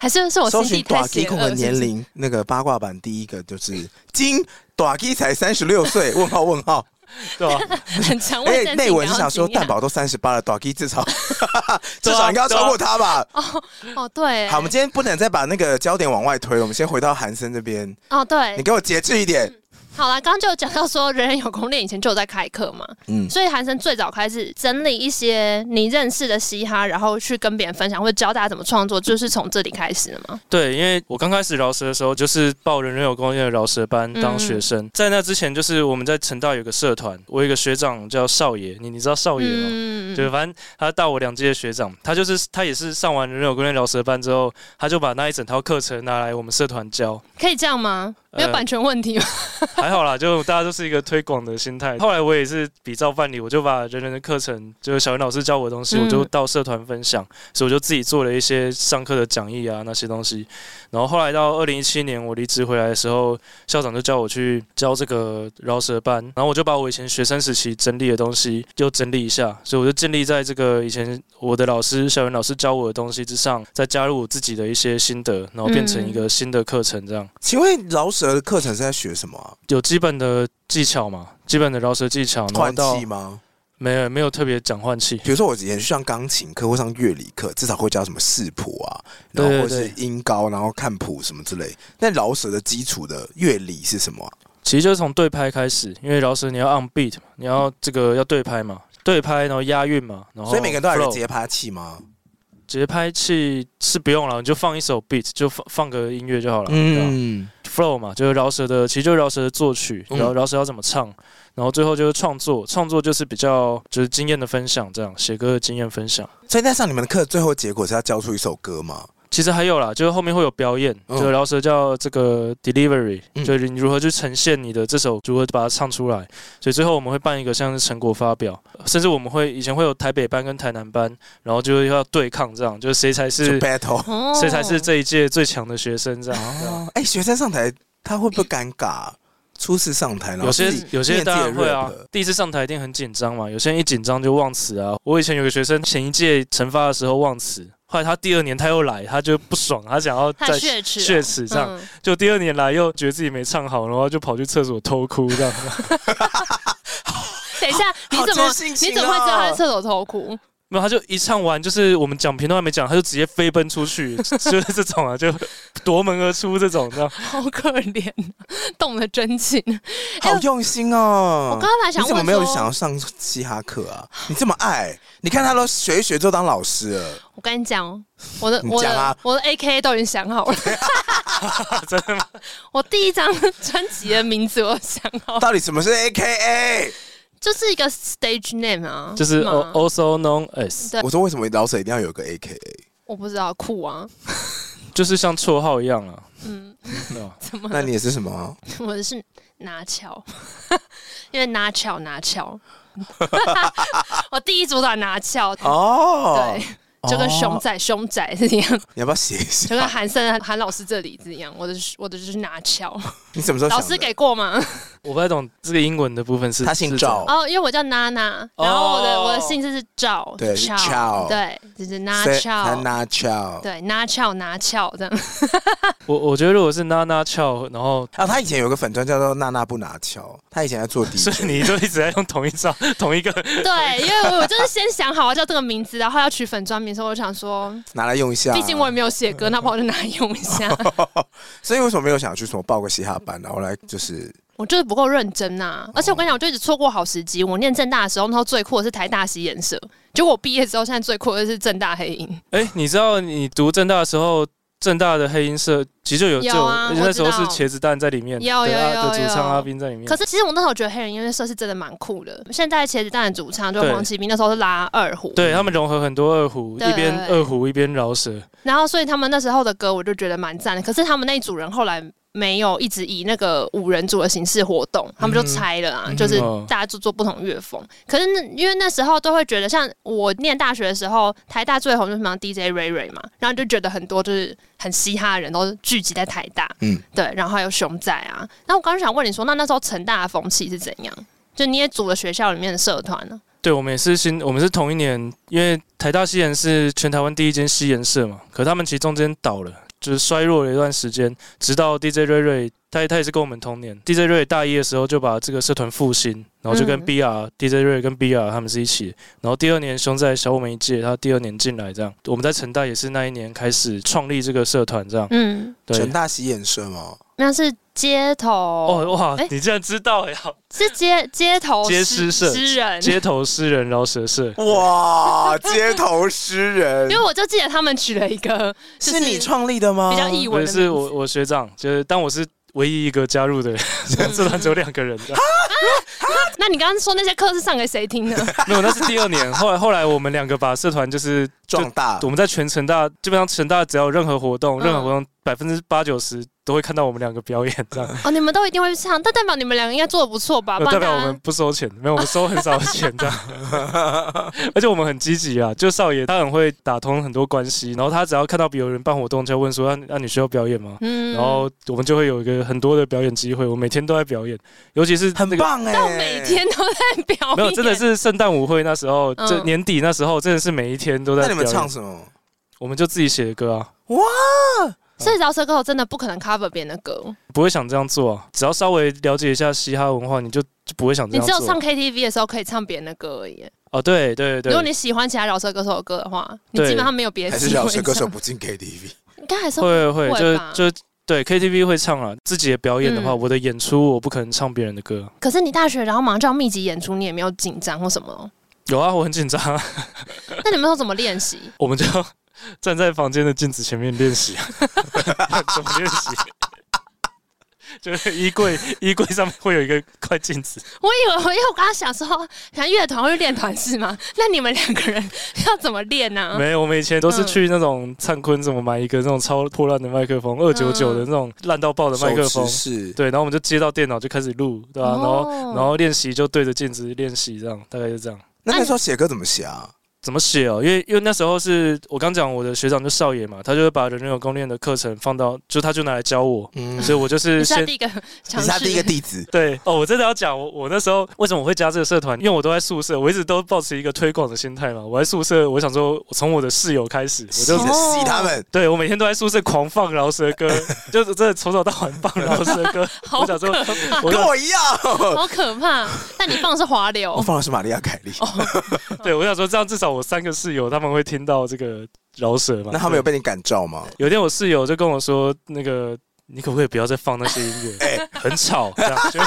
B: 还是是我心
A: 搜
B: 地
A: 寻
B: 太
A: 短
B: 邪
A: K 控
B: 恶了？
A: 的
B: 是不
A: 年
B: 是
A: 龄，那个八卦版第一个就是金短 K 才三十六岁，问号问 号。
C: 对啊吧？
B: 很强
A: 哎、
B: 卫生
A: 内
B: 巾
A: 文
B: 感
A: 是
B: 到
A: 想说
B: 惊讶
A: 蛋宝都三十八了，短 K 至 少至
C: 对啊
A: 少应该要超过他吧。
B: 哦，对，
A: 好，我们今天不能再把那个焦点往外推，我们先回到韩森这边。
B: 哦
A: 你
B: 对，
A: 给我节制一点。
B: 好啦，刚刚就有讲到说，人人有功练以前就有在开课嘛，
A: 嗯，
B: 所以韩生最早开始整理一些你认识的嘻哈，然后去跟别人分享，或者教大家怎么创作，就是从这里开始的嘛。
C: 对，因为我刚开始饶舌的时候，就是报人人有功业的饶舌班当学生。在那之前，就是我们在成大有个社团，我有一个学长叫少爷，你你知道少爷吗？
B: 嗯
C: 对，反正他大我两届的学长，他就是他也是上完人人有功业饶舌班之后，他就把那一整套课程拿来我们社团教，
B: 可以这样吗？没有
C: 呃
B: 版权问题吗？
C: 还好啦，就大家都是一个推广的心态。后来我也是比照办理，我就把人人的课程，就是小云老师教我的东西，
B: 嗯
C: 我就到社团分享，所以我就自己做了一些上课的讲义啊那些东西。然后后来到二零一七年我离职回来的时候，校长就叫我去教这个饶舌班，然后我就把我以前学生时期整理的东西又整理一下，所以我就建立在这个以前我的老师小云老师教我的东西之上，再加入我自己的一些心得，然后变成一个新的课程这样。
A: 请问饶舌的课程是在学什么、啊？
C: 有基本的技巧嘛，基本的饶舌技巧，然后
A: 换
C: 到
A: 气吗？
C: 没有没有特别讲换气，
A: 比如说我以前去上钢琴课或上乐理课，至少会教什么视谱啊，然
C: 对
A: 后或
C: 对
A: 是音高，然后看谱什么之类。那饶舌的基础的乐理是什么啊、
C: 其实就是从对拍开始，因为饶舌你要 on beat 嘛，你要这个要对拍嘛，对拍然后押韵嘛，然后
A: 所以每个人都有一个
C: 哦 flow
A: 节拍器吗？
C: 节拍器是不用了，你就放一首 beat 就放放个音乐就好了，嗯
A: 嗯，
C: ，flow 嘛，就是饶舌的，其实就是饶舌的作曲，
A: 嗯
C: 然后饶舌要怎么唱，然后最后就是创作，创作就是比较就是经验的分享，这样写歌的经验分享。
A: 所以在上你们的课，最后结果是要教出一首歌吗？
C: 其实还有啦，就是后面会有表演，
A: 嗯
C: 就饶舌叫这个 delivery，、
A: 嗯
C: 就是你如何去呈现你的这首，如何把它唱出来。所以最后我们会办一个像是成果发表，甚至我们会以前会有台北班跟台南班，然后就是要对抗这样，就是谁才
A: 就是 battle
B: 哦
C: 谁才是这一届最强的学生这样。对啊
A: 哦，哎、学生上台他会不会尴尬啊？初次上台，然后
C: 有些
A: 自己
C: 有些
A: 念自己
C: 当
A: 的
C: 然会啊
A: rap，
C: 第一次上台一定很紧张嘛。有些人一紧张就忘词啊。我以前有个学生前一届惩罚的时候忘词，后来他第二年他又来，他就不爽，他想要
B: 太
C: 再
B: 血池
C: 血池这样，
B: 嗯
C: 就第二年来又觉得自己没唱好，然后就跑去厕所偷哭 这样。
B: 等一下，你
A: 好
B: 怎么
A: 自信
B: 你
A: 心
B: 怎么会知道他在
A: 哦
B: 厕所偷哭？
C: 没有，他就一唱完，就是我们讲评都还没讲，他就直接飞奔出去， 就是这种啊，就夺门而出这 种，这样
B: 好可怜，啊动了真情。啊
A: 好用心哦！
B: 哎我刚刚还想
A: 你怎么
B: 问
A: 没有
B: 说
A: 想要上嘻哈课啊？你这么爱，你看他都学一学就当老师了，
B: 我跟你讲，哦我的
A: 你
B: 我
A: 讲啊
B: 的我的 A K A 都已经想好了，
C: 真的吗？
B: 我第一张 专辑的名字我想 好，
A: 到底什么是 A K A？
B: 就是一个 stage name 啊，
C: 就是哦
B: 吗
C: al- also known as，
B: 对
A: 我说为什么老舍一定要有个 A K A？
B: 我不知道酷啊，
C: 就是像绰号一样啊。
B: 嗯，
C: 没有
B: 怎么了？
A: 那你也是什 么？
B: 我的是拿翘， 因为拿翘拿翘， 我第一主打拿翘，
A: 哦，
B: 对，就跟熊仔熊仔是一样，
A: 你要不要写一
B: 就跟
A: 下？
B: 韩森韩老师这里是一样，我的是我的就是拿翘，
A: 你什么时候想
B: 老
A: 的
B: 师给过吗？
C: 我不太懂这个英文的部分是。
A: 他姓
C: 是怎样
A: 赵
B: 哦，因为我叫娜娜，
C: 哦
B: 然后我的、我的姓氏是赵，
A: 对是
B: 赵，
A: Chao
B: 对，就是娜
A: 所以他
B: 俏，
A: 拿翘。
B: 对，娜俏娜俏这样。
C: 我我觉得如果是娜娜俏，然后
A: 啊，他以前有个粉专叫做娜娜不拿翘，他以前在 做 DJ，
C: 所以你就一直在用同一招、同一个
B: 对，因为我就是先想好要叫这个名字，然后要取粉专名的时候，我就想说，
A: 拿来用一下。啊
B: 毕竟我也没有写歌，那不然我就拿来用一下。
A: 所以为什么没有想去什么报个嘻哈班，然后来就是
B: 我就是不够认真呐、而且我跟你讲，我就一直错过好时机。我念正大的时候，那时候最酷的是台大西研社，结果我毕业之后，现在最酷的是正大黑鹰。
C: 哎、你知道你读正大的时候，正大的黑音社其实就有
B: 有
C: 就有
B: 啊
C: 而且那
B: 我
C: 时
B: 知
C: 候
B: 道
C: 是茄子蛋在里面，
B: 有
C: 对
B: 有
C: 啊
B: 有
C: 的主唱
B: 有
C: 阿斌在里面
B: 可。是其实我那时候觉得黑人音乐社是真的蛮酷的。现在茄子蛋的主唱就是
C: 对
B: 黄启斌，那时候是拉二胡，
C: 对他们融合很多二胡，
B: 对
C: 一边二胡一边饶舌，
B: 然后所以他们那时候的歌我就觉得蛮赞的，可是他们那一组人后来没有一直以那个五人组的形式活动，他们就拆了啊，就是
C: 哦
B: 大家就做不同乐
C: 嗯
B: 风。可是那因为那时候都会觉得，像我念大学的时候，台大最红就是什么 DJ Ray Ray 嘛，然后就觉得很多就是很嘻哈的人都聚集在台大，
A: 嗯
B: 嗯，对，然后还有熊仔啊。那我刚刚想问你说，那那时候成大的风气是怎样？就你也组了学校里面的社团啊呢、
C: 对，我们也是新，我们是同一年，因为台大西研是全台湾第一间西研社嘛，可他们其实中间倒了，就是衰弱了一段时间，直到 DJ 瑞瑞，他他也是跟我们同年，DJ 瑞瑞大一的时候就把这个社团复兴，然后就跟
B: 嗯
C: BR、DJ 瑞瑞跟 BR 他们是一起，然后第二年熊仔小我们一届，他第二年进来这样，我们在成大也是那一年开始创立这个社团这样，
B: 嗯，
C: 对
A: 成。大洗眼社 吗？
B: 那是街头
C: 哦哇
B: 哎，
C: 你竟然知道呀！
B: 是街街头
C: 街
B: 诗
C: 诗社
B: 诗人，
C: 街头诗人饶舌社，
A: 哇，街头诗人
B: 因为我就记得他们取了一 个，就是
A: 你创立的吗？
B: 比较意
C: 我
B: 文
C: 也
B: 的
C: 哦是
B: 名
C: 我
B: 字。
C: 我学长，就是但我是唯一一个加入的人，社团只有两个人 的。
B: 那你刚刚说那些课是上给谁听的？
C: 没有，那是第二年。后来后来我们两个把社团就是就
A: 壮大
C: 我们在全成大基本上成大只要有任何活动，
B: 嗯
C: 任何活动百分之八九十都会看到我们两个表演这样。
B: 哦，你们都一定会唱，但代表你们两个应该做的不错吧？
C: 呃
B: 不然
C: 代表
B: 大
C: 我
B: 家
C: 们不收钱，没有，我们收很少的钱这样。 而且我们很积极啊，就少爷他很会打通很多关系，然后他只要看到有人办活动，就会问说：“啊那、那你需要表演吗？”
B: 嗯
C: 然后我们就会有一个很多的表演机会，我每天都在表演，尤其是
A: 很
C: 那个
A: 棒哎、
B: 到每天都在表演，
C: 没有，真的是圣诞舞会那时候，
B: 嗯
C: 这、年底那时候真的是每一天都在
A: 那你
C: 表演。
A: 们唱什么？
C: 我们就自己写的歌啊，
A: 哇，
B: 所以饶舌歌手真的不可能 cover 别人的歌，
C: 不会想这样做啊。只要稍微了解一下嘻哈文化，你就就不会想这
B: 你
C: 样
B: 只
C: 做。
B: 有唱 KTV 的时候可以唱别人的歌而已。
C: 哦，对对
B: 如
C: 对
B: 果，你喜欢其他饶舌歌手的歌的话，你
C: 对
B: 基本上没有别的
A: 还是
B: 机
A: 饶
B: 会
A: 舌
B: 唱。
A: 歌手不进 KTV？
B: 应该还是
C: 会会
B: 会
C: 就
B: 吧
C: 就对 KTV 会唱啊。自己的表演的话，
B: 嗯
C: 我的演出我不可能唱别人的歌。
B: 可是你大学然后马上就要密集演出，你也没有紧张或什么，
C: 有啊，我很紧张啊，
B: 那你们都怎么练习？
C: 我们就 站在房间的镜子前面练习啊， 怎么练习？ 就是衣柜，衣柜上面会有一个块镜子，
B: 我以为，因为我刚刚想说，像乐团会练团式嘛， 那你们两个人要怎么练啊呢、
C: 没有，我们以前都是
B: 嗯
C: 去那种灿坤怎么买一个那种超破烂的麦克风，二九九的
B: 嗯
C: 那种烂到爆的麦克风
A: 手持，式
C: 对，然后我们就接到电脑就开始录，对吧、啊然后
B: 哦
C: 然后练习就对着镜子练习，这样大概就这样。
A: 那那时候写歌怎么写啊？
C: 怎么写哦？因为因为那时候是我刚讲我的学长就少爷嘛，他就会把人人有功练的课程放到，就他就拿来教 我，
A: 嗯，
C: 所以我就
B: 你
C: 是
B: 是他
C: 先
B: 第一个
A: 你
B: 尝
A: 是他
B: 试，
A: 第一个弟子，
C: 对哦，我真的要讲，我我那时候为什么我会加这个社团？因为我都在宿舍，我一直都保持一个推广的心态嘛。我在宿舍，我想说，我从我的室友开始，我
A: 我
C: 就
A: 就
B: 哦
A: 洗他们。
C: 对，我每天都在宿舍狂放饶舌 歌，就是真的从早到晚放饶舌 歌。
B: 好
C: 我
B: 可
C: 想说
B: 怕，
C: 我
A: 跟
C: 想，
A: 我一样，
B: 好可怕。但你放的是滑
A: 我
B: 流，
A: 放的是玛利亚凯莉。
C: 对我想说，这样至少我三个室友他们会听到这个饶舌嘛。
A: 那他们有
C: 对
A: 被你感召吗？
C: 有一天我室友就跟我说，那个你可不可以不要再放那些音 乐，很吵这样。就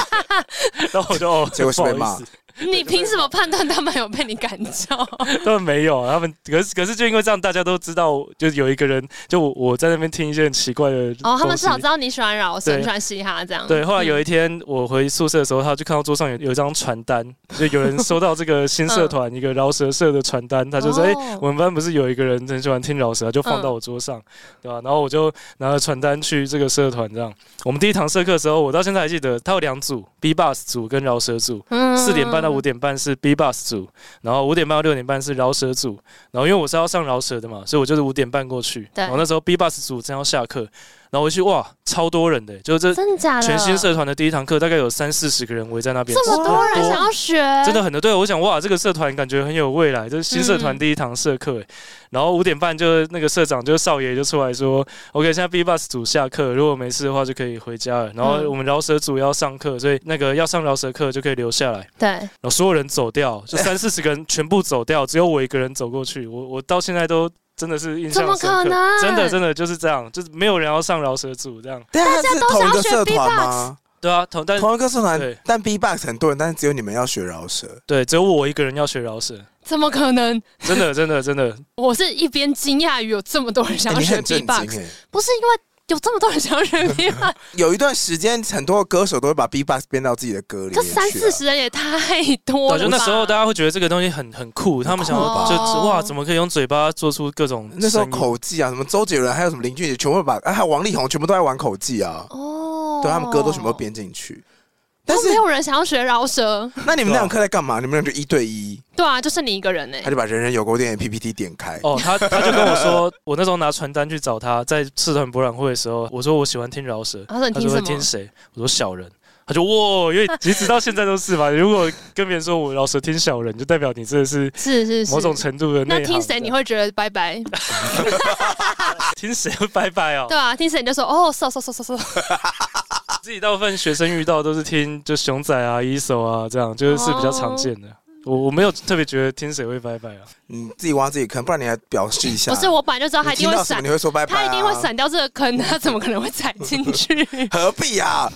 C: 然后我就哦，
A: 结哎果是被
C: 不好意思
B: 你凭什么判断他们有被你感 召？
C: 他们没有，啊他们可是可是就因为这样，大家都知道，就有一个人，就我我在那边听一些很奇怪的
B: 哦，他们
C: 东
B: 至
C: 西
B: 少知道你喜欢饶舌，
C: 对
B: 你喜欢嘻哈这样。
C: 对，后来有
B: 嗯
C: 一天我回宿舍的时候，他就看到桌上有有一张传单，就有人收到这个新社团一个饶舌社的传单，他就说：“
B: 哦
C: 哎、我们班不是有一个人很喜欢听饶舌，他就放到我桌
B: 嗯
C: 上，对吧、然后我就拿了传单去这个社团，这样。我们第一堂社课的时候，我到现在还记得，他有两组 B bus 组跟饶舌组，
B: 嗯
C: 四点半到五点半是 B bus 组，然后五点半到六点半是饶舌组，然后因为我是要上饶舌的嘛，所以我就是五点半过去。
B: 对
C: 然后那时候 B bus 组正要下课，然后我一去哇，超多人的、就是这
B: 真的假的？
C: 全新社团的第一堂课，大概有三四十个人围在那边，
B: 这么多人想要学，
C: 真的很多。对我想，哇，这个社团感觉很有未
B: 嗯
C: 来，这是新社团第一堂社课、欸。然后五点半就那个社长就是少爷就出来说，OK，现在 B bus 组下课，如果没事的话就可以回家了。然后
B: 嗯
C: 我们饶舌组要上课，所以那个要上饶舌课就可以留下来。
B: 对，
C: 然后所有人走掉，就三四十个人全部走掉，只有我一个人走过去。我我到现在都。真的是印
B: 怎
C: 象
B: 么
C: 深刻
B: 可能
C: 真的真的就是这样，就是没有人要上饶舌组这样，
A: 大家是
B: 都想
A: 同一个
B: 学
A: 社团
B: B-box
A: 吗？
C: 对啊，同但
A: 同一个社团
C: 对，
A: 但 B-box 很多人，但是只有你们要学饶舌。
C: 对只有我一个人要学饶舌，
B: 怎么可能？
C: 真的，真的，真的，
B: 我是一边惊讶于有这么多人想
A: 哎
B: 要
A: 你
B: 学
A: 很震
B: B-box，
A: 惊哎！
B: 不是因为有这么多人想要学 B box，
A: 有一段时间，很多歌手都会把 B-box 编到自己的歌里
B: 这
A: 面去啊。
B: 三四十人也太多了吧。
C: 对，就那时候大家会觉得这个东西很很酷，他们想
A: 酷吧
C: 就
B: 哦
C: 哇，怎么可以用嘴巴做出各种
A: 那时候
C: 声音
A: 口技啊，什么周杰伦，还有什么林俊杰，全部把，啊、还有王力宏，全部都在玩口技啊。
B: 哦，
A: 对他们歌都全部都，编进去。但
B: 都
A: 是
B: 没，有人想要学饶舌。
A: 那你们那堂课在干嘛？你们俩就一对一，
B: 对啊，就是你一个人哎、
A: 他就把人人有沟店的 PPT 点开。
C: 哦，他他就跟我说，我那时候拿传单去找他，在社团博览会的时候，我说我喜欢听饶舌，
B: 他说你
C: 他
B: 听
C: 说
B: 什
C: 听
B: 么？
C: 谁？我说小人。他就哇，因为其实到现在都是吧。如果跟别人说我饶舌听小人，就代表你真的是
B: 是是是，
C: 某种程度的内
B: 那
C: 行
B: 听谁你会觉得拜拜？
C: 听谁会拜拜哦？
B: 对啊，听谁你就说哦，嗖嗖嗖嗖嗖，
C: 自己大部分学生遇到都是听就熊仔啊、一手啊这样，就是是比较常见的。我我没有特别觉得听谁会拜拜啊。
A: 你自己挖自己坑，不然你还表示一下。
B: 不是，我本来就知道他
A: 你
B: 一定
A: 听到
B: 会
A: 什么
B: 闪
A: 你，会说啊拜拜、？
B: 他一定会，闪掉这个坑，他怎么可能会踩进去
A: 何必啊？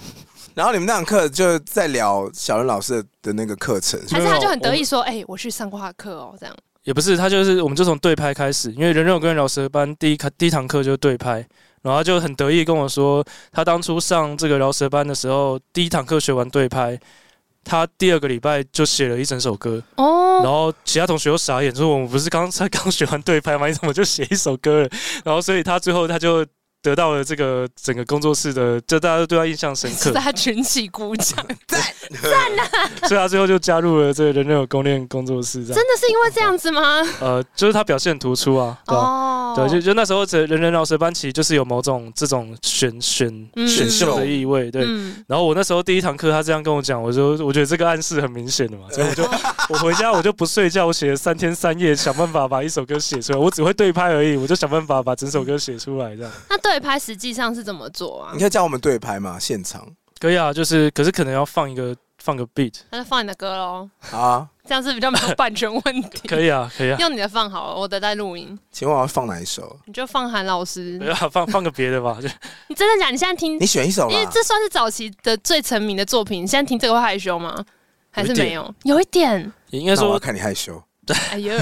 A: 然后你们那堂课就在聊小伦老师的那个课程，
B: 还是他就很得意说：“哎、我去上过他的课哦，这样。
C: 也不是，他就是我们就从对拍开始，因为人人有跟饶舌班第一课第一堂课就是对拍，然后他就很得意跟我说，他当初上这个饶舌班的时候，第一堂课学完对拍，他第二个礼拜就写了一整首歌，”然
B: 哦，
C: 后其他同学又傻眼，说我们不是刚才刚学完对拍吗？你怎么就写一首歌了？然后所以他最后他就得到了这个整个工作室的，就大家都对他印象深
B: 是
C: 刻
B: 在，他群起鼓掌，
C: 所以他最后就加入了这个人人有公链工作室，这样
B: 真的是因为这样子吗？
C: 呃，就是他表现很突出啊，对吧、
B: 哦，
C: 对，就就那时候，这人人老师班其实就是有某种这种选选
B: 嗯
C: 选秀的意味，对。
B: 嗯，
C: 然后我那时候第一堂课，他这样跟我讲，我说我觉得这个暗示很明显的嘛，所以我就 我回家我就不睡觉，我写了三天三夜，想办法把一首歌写出来。我只会对拍而已，我就想办法把整首歌写出来，这样
B: 那对拍实际上是怎么做啊
A: 你？可以教我们对拍吗？现场
C: 可以啊。就是可是可能要放一个放个 beat，
B: 那就放你的歌喽，
A: 好啊？
B: 这样是比较没有版权问题。
C: 可以啊，可以啊，
B: 用你的放好了，我的在录音，
A: 请问我要放哪一首？
B: 你就放韩老师
C: 可以。啊，放放个别的吧。就
B: 你真的假？你现在听
A: 你选一首
B: 因
C: 啊
B: 为
A: 啦。
B: 这算是早期的最成名的作品，你现在听这个会害羞吗？还是没有？有一 点，
C: 应该
A: 那我要
C: 说
A: 看你害羞。
B: 哎呦，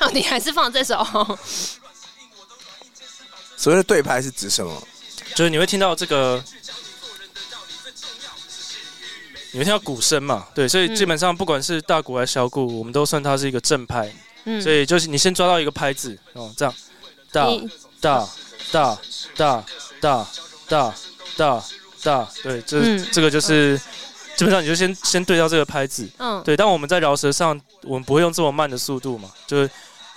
B: 哦，你还是放这首，
A: 所谓的对拍是指什么？
C: 就是你会听到这个，你会听到鼓声嘛？对，所以基本上不管是大鼓还是小鼓，我们都算它是一个正拍。
B: 嗯
C: 所，以就是你先抓到一个拍子，哦，这样，大
B: 你
C: 大大大大大大大，对，这、
B: 嗯
C: 这个就是基本上你就先先对到这个拍子。
B: 嗯，
C: 对，但我们在饶舌上，我们不会用这么慢的速度嘛，就是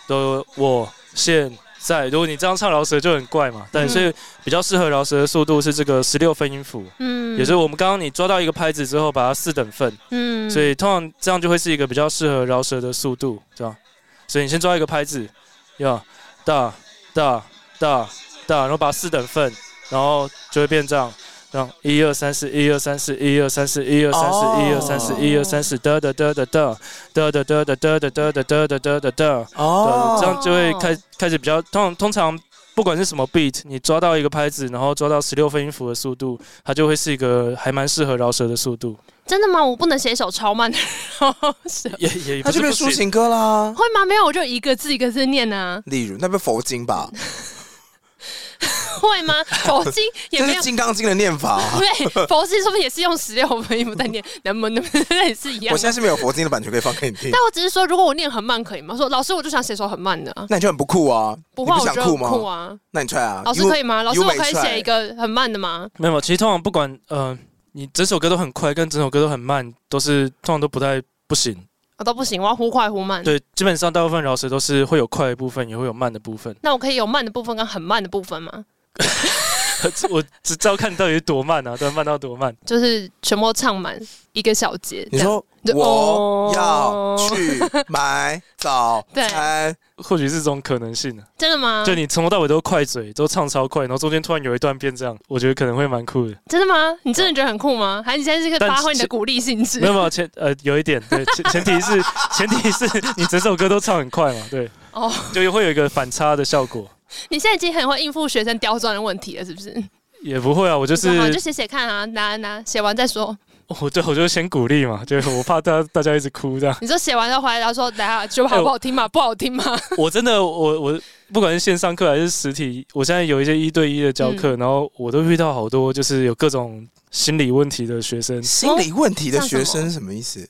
C: 都我现在，如果你这样唱饶舌就很怪嘛，对，
B: 嗯
C: 所以比较适合饶舌的速度是这个十六分音符，
B: 嗯，
C: 也就是我们刚刚你抓到一个拍子之后，把它四等份，
B: 嗯
C: 所以通常这样就会是一个比较适合饶舌的速度，这样，所以你先抓一个拍子，要大大大大，然后把它四等份，然后就会变这样。这样一二三四，一二三四，一二三四，一二三四，一二三四，一二三四，得得得得得得得得得得得得得得得得得，
A: 哦
C: 对，这样就会开
B: 哦
C: 开始比较通通常不管是什么 beat，你抓到一个拍子，然后抓到十六分音符的速度，它就会是一个还蛮适合饶舌的速度，
B: 真的吗？我不能写一首超慢的饶舌，
C: 也也也
A: 那就
C: 不
A: 是变
C: 不
A: 抒
C: 行。
A: 情歌啦。
B: 会吗？没有，我就一个字一个字念啊，
A: 例如，那不是佛经吧？会
B: 会吗？佛经也
A: 这
B: 没
A: 是《
B: 有。
A: 金刚经》的念法、啊。
B: 对，佛经说不定也是用十六分音符 在念，能不能那也是一样
A: 我。现在是没有佛经的版权可以放给你听
B: 但，我只是说，如果我念很慢可以吗？说老师，我就想写首很慢的啊，
A: 那你就很不酷啊！
B: 不会
A: 你
B: 我
A: 不
B: 觉
A: 想
B: 得很
A: 酷吗？
B: 酷啊。
A: 那你 try 啊，
B: 老师
A: You-
B: 可以吗？老师，
A: you
B: 我
A: may
B: 可以
A: try
B: 写一个很慢的吗？
C: 没有，其实通常不管呃，你整首歌都很快，跟整首歌都很慢，都是通常都不太不行。
B: 我、啊都不行，我要忽快忽慢。
C: 对，基本上大部分饶舌都是会有快的部分，也会有慢的部 分。
B: 那我可以有慢的部分跟很慢的部分吗？
C: 我只知道看到底是多慢啊，对，慢到多慢。
B: 就是全部唱满一个小节。
A: 你
B: 这样
A: 说
B: 就
A: 我要
B: 哦
A: 去买早餐，
C: 或许是这种可能性呢、
B: 真的吗？
C: 就你从头到尾都快嘴，都唱超快，然后中间突然有一段变这样，我觉得可能会蛮酷的。
B: 真的吗？你真的觉得很酷吗？还是你现在是可以
C: 但
B: 发挥你
C: 是
B: 的鼓励性质
C: 没？有没有前呃有一点对前前提 是前提是你整首歌都唱很快嘛，对，
B: 哦，
C: 就会有一个反差的效果。
B: 你现在已经很会应付学生刁钻的问题了，是不是？
C: 也不会啊，我就
B: 你说好
C: 是
B: 就写写看啊，拿拿写完再说。
C: 我就我就先鼓励嘛，就是我怕大家大家一直哭这样。
B: 你说写完之后回来，然后说，等下觉
C: 哎
B: 得好不好听嘛？不好听嘛？
C: 我真的我我不管是线上课还是实体，我现在有一些一对一的教
B: 嗯
C: 课，然后我都遇到好多就是有各种心理问题的学生，
A: 心理问题的
B: 像什么
A: 学生什么意思？
B: 哦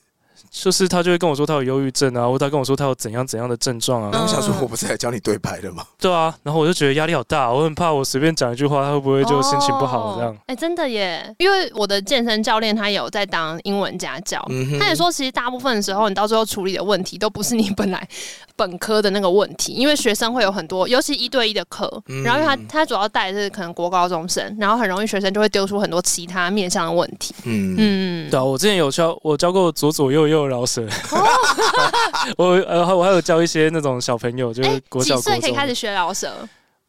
C: 就是他就会跟我说他有忧郁症啊，或他跟我说他有怎样怎样的症状啊，
A: 然后我想说
B: 嗯，
A: 我不是来教你对白的吗？
C: 对啊，然后我就觉得压力好大，我很怕我随便讲一句话，他会不会就心情不好这样
B: 哦？哎、真的耶，因为我的健身教练他有在当英文家教，
A: 嗯哼
B: 哦他也说，其实大部分的时候，你到最后处理的问题都不是你本来本科的那个问题，因为学生会有很多，尤其一对一的课，
A: 嗯
B: 然后因为他他主要带的是可能国高中生，然后很容易学生就会丢出很多其他面向的问题。
A: 嗯，
B: 嗯，
C: 对啊，我之前有教，我教过左左右右饶舌，
B: 哦
C: 我呃我还有教一些那种小朋友，就
B: 哎、
C: 是国
B: 几
C: 小国
B: 岁可以
C: 中
B: 开，始学饶舌？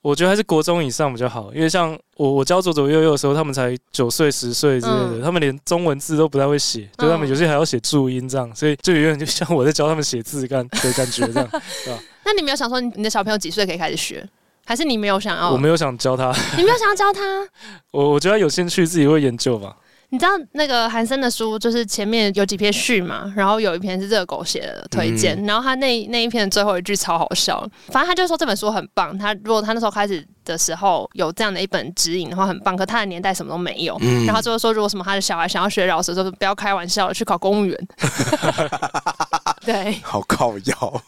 C: 我觉得还是国中以上比较好，因为像我我教左左右右的时候，他们才九岁十岁之类的，
B: 嗯
C: 他们连中文字都不太会写，就他们
B: 嗯
C: 有些还要写注音这样，所以就有点就像我在教他们写字干的感觉 这样。
B: 那你没有想说你你的小朋友几岁可以开始学？还是你没有想要？
C: 我没有想教他，
B: 你没有想要教他？
C: 我我觉得有兴趣自己会研究吧。
B: 你知道那个韩森的书，就是前面有几篇序嘛，然后有一篇是热狗写的推荐，
C: 嗯
B: 然后他那那一篇的最后一句超好笑，反正他就说这本书很棒，他如果他那时候开始的时候有这样的一本指引的话很棒，可他的年代什么都没有，
A: 嗯
B: 然后就是说如果什么他的小孩想要学饶舌，就是不要开玩笑了，去考公务 员。对，
A: 好靠腰，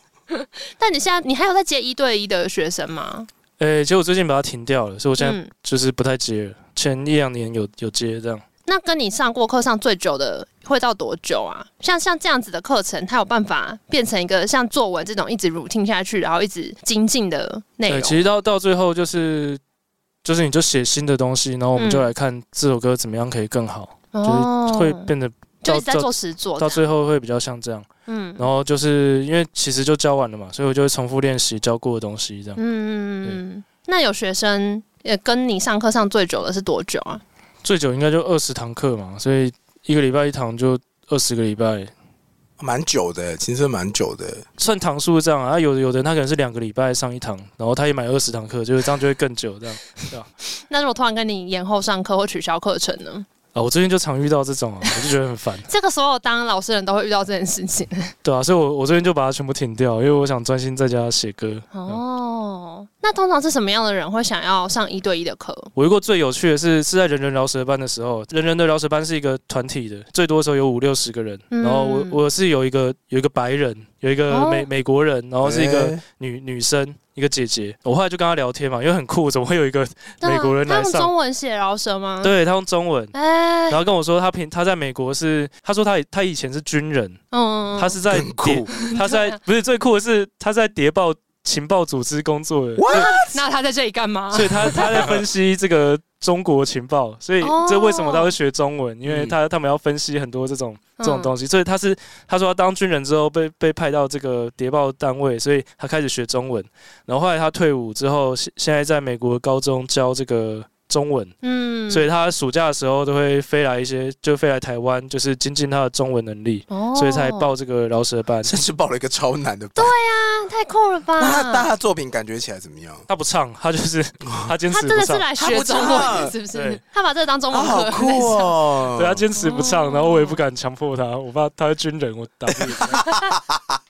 B: 但你现在你还有在接一对一的学生吗？
C: 诶、结果最近把它停掉了，所以我现在
B: 嗯，
C: 就是不太接了。前一两年有有接这样。
B: 那跟你上过课上最久的会到多久啊？像像这样子的课程，它有办法变成一个像作文这种一直 routine 下去，然后一直精进的内容？
C: 对，其实到到最后就是就是你就写新的东西，然后我们就
B: 嗯
C: 来看这首歌怎么样可以更好，
B: 哦
C: 就是会变得
B: 就
C: 到
B: 一直在
C: 到
B: 做实作这
C: 到
B: 样，
C: 最后会比较像这样。
B: 嗯
C: 然后就是因为其实就教完了嘛，所以我就会重复练习教过的东西这样。
B: 嗯嗯，那有学生也跟你上课上最久的是多久啊？
C: 最久应该就二十堂课嘛，所以一个礼拜一堂就二十个礼拜，
A: 蛮久的，其实蛮久的。
C: 算堂数是这样啊。啊有的有的人他可能是两个礼拜上一堂，然后他也买二十堂课，就是这样就会更久这样。
B: 那如果突然跟你延后上课或取消课程呢？
C: 啊，我最近就常遇到这种啊，我就觉得很烦。
B: 这个所有当老师的人都会遇到这件事 情。
C: 对啊，所以我我最近就把它全部停掉，因为我想专心在家写歌。
B: 哦，那通常是什么样的人会想要上一对一的课？
C: 我遇过最有趣的是是在人人饶舌班的时候，人人的饶舌班是一个团体的，最多的时候有五六十个人。
B: 嗯
C: 然后我我是有一个有一个白人，有一个
B: 哦哎
C: 美、美国人，然后是一个
A: 诶
C: 女、女生，一个姐姐。我后来就跟她聊天嘛，因为很酷，怎么会有一个
B: 对啊
C: 美国人
B: 他
C: 来
B: 用
C: 上
B: 中文写饶舌吗？，
C: 对她用中文，
B: 哎、
C: 然后跟我说她平她在美国是，她说她以她以前是军人，
B: 嗯，
C: 她是在
A: 更
C: 谍
A: 哎酷，
C: 她是在不是最酷的是她是在谍报情报组织工作的。
A: What？
B: 那他在这里干嘛？
C: 所以他他在分析这个中国情报，所以
B: 哦
C: 这为什么他会学中文？因为他他们要分析很多这种这种
B: 嗯
C: 东西，所以他是他说他当军人之后被被派到这个谍报单位，所以他开始学中文。然后后来他退伍之后，现现在在美国高中教这个中文，
B: 嗯
C: 所以他暑假的时候都会飞来一些，就飞来台湾，就是精进他的中文能力，
B: 哦
C: 所以才报这个饶舌班。
A: 甚至报了一个超难的班。
B: 那太酷了吧？
A: 那他那他作品感觉起来怎么样？
C: 他不唱，他就是他坚
B: 哦他
C: 持
B: 真
C: 不
B: 的是
C: 唱。
B: 来学中
A: 他不
B: 文，
A: 唱
B: 是不是
C: 对？
B: 他把这个当中
A: 啊，
B: 文
A: 好
B: 课
A: 酷
B: 在上。
A: 哦！
C: 对他坚持不唱，然后我也不
B: 哦
C: 敢强迫他，我怕他是军人，我打不赢。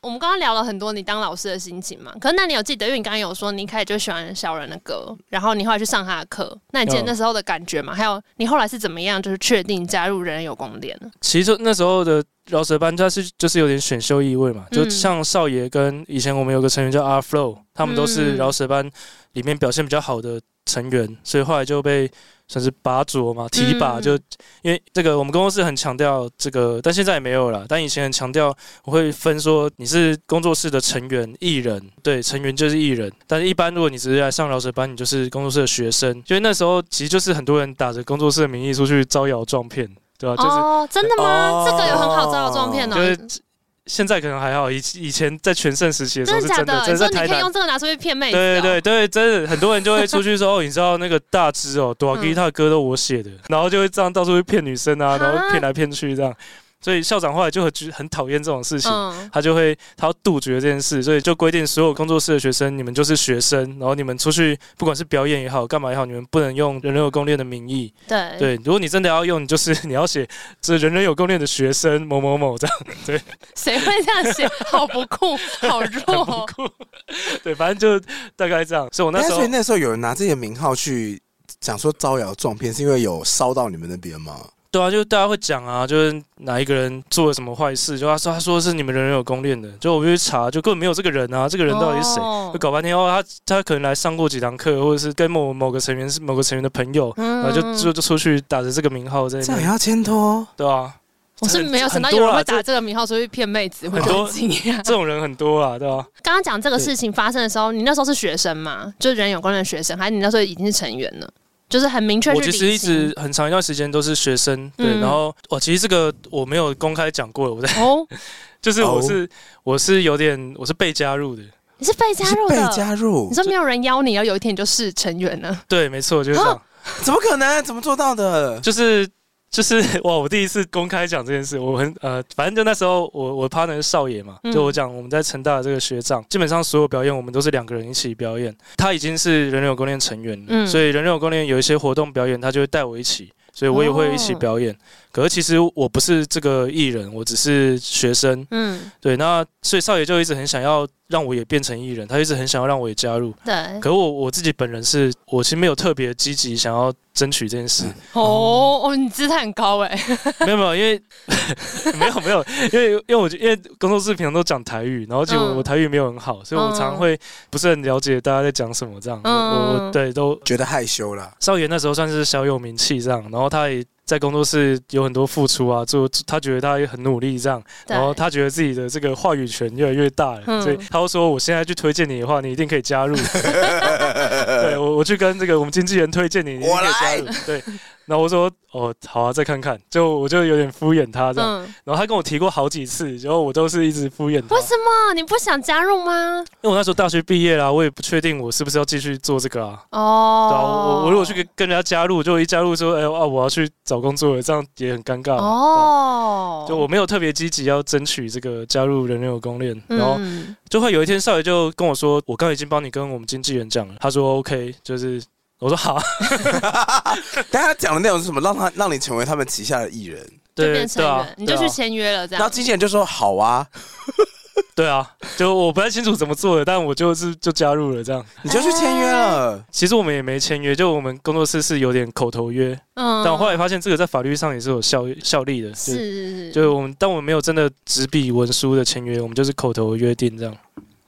B: 我们刚刚聊了很多你当老师的心情嘛，可是那你有记得，因为你刚刚有说你一开始就喜欢小人的歌，然后你后来去上他的课，那你记得
C: 嗯
B: 那时候的感觉吗？还有你后来是怎么样，就是确定加入人人有功练呢？
C: 其实就那时候的饶舌班，它是就是有点选秀意味嘛，就
B: 嗯
C: 像少爷跟以前我们有个成员叫 R Flow，他们都是
B: 嗯
C: 饶舌班里面表现比较好的成员，所以后来就被算是拔擢嘛，提拔
B: 嗯
C: 就因为这个我们公司很强调这个，但现在也没有了，但以前很强调我会分说你是工作室的成员、艺人，对，成员就是艺人。但是一般如果你只是来上饶舌班，你就是工作室的学生。因为那时候其实就是很多人打着工作室的名义出去招摇撞骗，对吧、就是
B: 哦，真的吗？
A: 哦
B: 这个有很好招摇撞骗哦，
C: 就是现在可能还好，以以前在全盛时期的时
B: 真
C: 候
B: 的
C: 是
B: 假
C: 真的，
B: 的？
C: 真
B: 你
C: 的
B: 说
C: 在
B: 你
C: 台
B: 可以
C: 南
B: 用。这个拿出去骗妹子、
C: 对
B: 哦？
C: 对对，真的很多人就会出去说，哦，你知道那个大只哦，多阿基
B: 嗯
C: 他的歌都我写的，然后就会这样到处去骗女生啊，然后
B: 哈
C: 骗来骗去这样。所以校长后来就很很讨厌这种事情。
B: 嗯，
C: 他就会他要杜绝这件事，所以就规定所有工作室的学生，你们就是学生，然后你们出去不管是表演也好，干嘛也好，你们不能用人人有功练的名义。
B: 对，
C: 对，如果你真的要用，你就是你要写这人人有功练的学生某某某这样，
B: 谁会这样写？好不酷，好弱哦，
C: 对，反正就大概这样。所以我那
A: 哎
C: 时候
A: 所以那时候有人拿自己的名号去讲说招摇撞骗，是因为有烧到你们那边吗？
C: 对啊，就是大家会讲啊，就是哪一个人做了什么坏事，就他说他说是你们人人有功练的，就我就去查，就根本没有这个人啊，这个人到底是谁？就
B: 谁
C: 搞半天哦，他他可能来上过几堂课，或者是跟某某个成员是某个成员的朋友，
B: 嗯
C: 然后就就就出去打着这个名号在
A: 这
C: 那
A: 样也
C: 边，
A: 要牵拖？
C: 对啊，
B: 我是
C: 很
B: 没有想到
C: 很
B: 有
C: 多
B: 人
C: 啦
B: 会打这个名号出去骗妹子，我
C: 很
B: 就
C: 多
B: 很惊讶。
C: 这种人很多啊，对吧、
B: 刚刚讲这个事情发生的时候，你那时候是学生吗？就是人有关的学生，还是你那时候已经是成员了？就是很明确去
C: 我其实
B: 理
C: 一
B: 清
C: 直很长一段时间都是学生，对，
B: 嗯
C: 然后我其实这个我没有公开讲过，我在
B: 哦，
C: 就是
A: 哦
C: 我是、我是有点我是被加入的，
B: 你是被加
A: 是
B: 入
A: 被
B: 的，
A: 加入
B: 你？说没有人邀你，然后有一天你就是成员了，
C: 对，没错，就是这样，
A: 怎么可能？怎么做到的？
C: 就是。就是哇！我第一次公开讲这件事，我很呃，反正就那时候我我 partner 是少爷嘛，
B: 嗯
C: 就我讲我们在成大的这个学长，基本上所有表演我们都是两个人一起表演，他已经是人人有功练成员了，
B: 嗯
C: 所以人人有功练有一些活动表演，他就会带我一起，所以我也会一起
B: 哦
C: 表演。可是其实我不是这个艺人，我只是学生，
B: 嗯，
C: 对，那所以少爷就一直很想要让我也变成艺人，他一直很想要让我也加入。
B: 对，
C: 可我我自己本人是我其实没有特别积极想要争取这件事，
B: 哦哦，你姿态很高哎，
C: 没有没有，因为没有没有，因为因为我觉因为工作室平常都讲台语，然后结果
B: 嗯
C: 我台语没有很好，所以我常会不是很了解大家在讲什么这样。我我
B: 嗯
C: 我对都
A: 觉得害羞了？
C: 少爷那时候算是小有名气这样，然后他也在工作室有很多付出啊，做他觉得他也很努力这样。
B: 对
C: 然后他觉得自己的这个话语权越来越大了，
B: 嗯
C: 所以他会说：“我现在去推荐你的话，你一定可以加 入。对我，我去跟这个我们经纪人推荐你，你一定可以加入。对，然后我说：“哦，好啊，再看看。”就我就有点敷衍他这样。
B: 嗯，
C: 然后他跟我提过好几次，然后我都是一直敷衍他
B: 为。什么你不想加入吗？
C: 因为我那时候大学毕业啦，我也不确定我是不是要继续做这个啊。
B: 哦，
C: 对啊，我我我如果去跟跟人家加入，就一加入说：“哎、啊，我要去找工作了，这样也很尴尬。”哦。
B: 哦，
C: 就我没有特别积极要争取这个加入人人有公链，然后
B: 嗯，
C: 就会有一天少爷就跟我说，我刚已经帮你跟我们经纪人讲了，他说 OK，就是我说好啊，
A: 但他讲的内容是什么？让他让你成为他们旗下的艺人，
B: 就
C: 对
B: 变成
C: 对啊
B: 员，，你就
C: 对
B: 去
C: 啊
B: 签约了这
A: 然后
B: 样。
A: 经纪人就说好啊，
C: 对啊，就我不太清楚怎么做的，但我就是就加入了这
B: 嗯
C: 样。
A: 你就去签约了。
C: 其实我们也没签约，就我们工作室是有点口头约，
B: 嗯
C: 但我后来发现这个在法律上也是有效效力的，就是就是我们，但我们没有真的纸笔文书的签约，我们就是口头约定这样。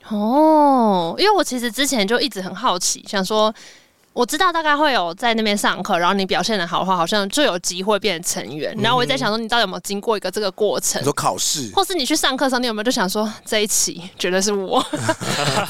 B: 哦，因为我其实之前就一直很好奇，想说我知道大概会有在那边上课，然后你表现的好的话，好像就有机会变成成员。然后我一直
C: 嗯
B: 在想说，你到底有没有经过一个这个过程
A: 你？说考试，
B: 或是你去上课的时候，你有没有就想说这一期绝对是 我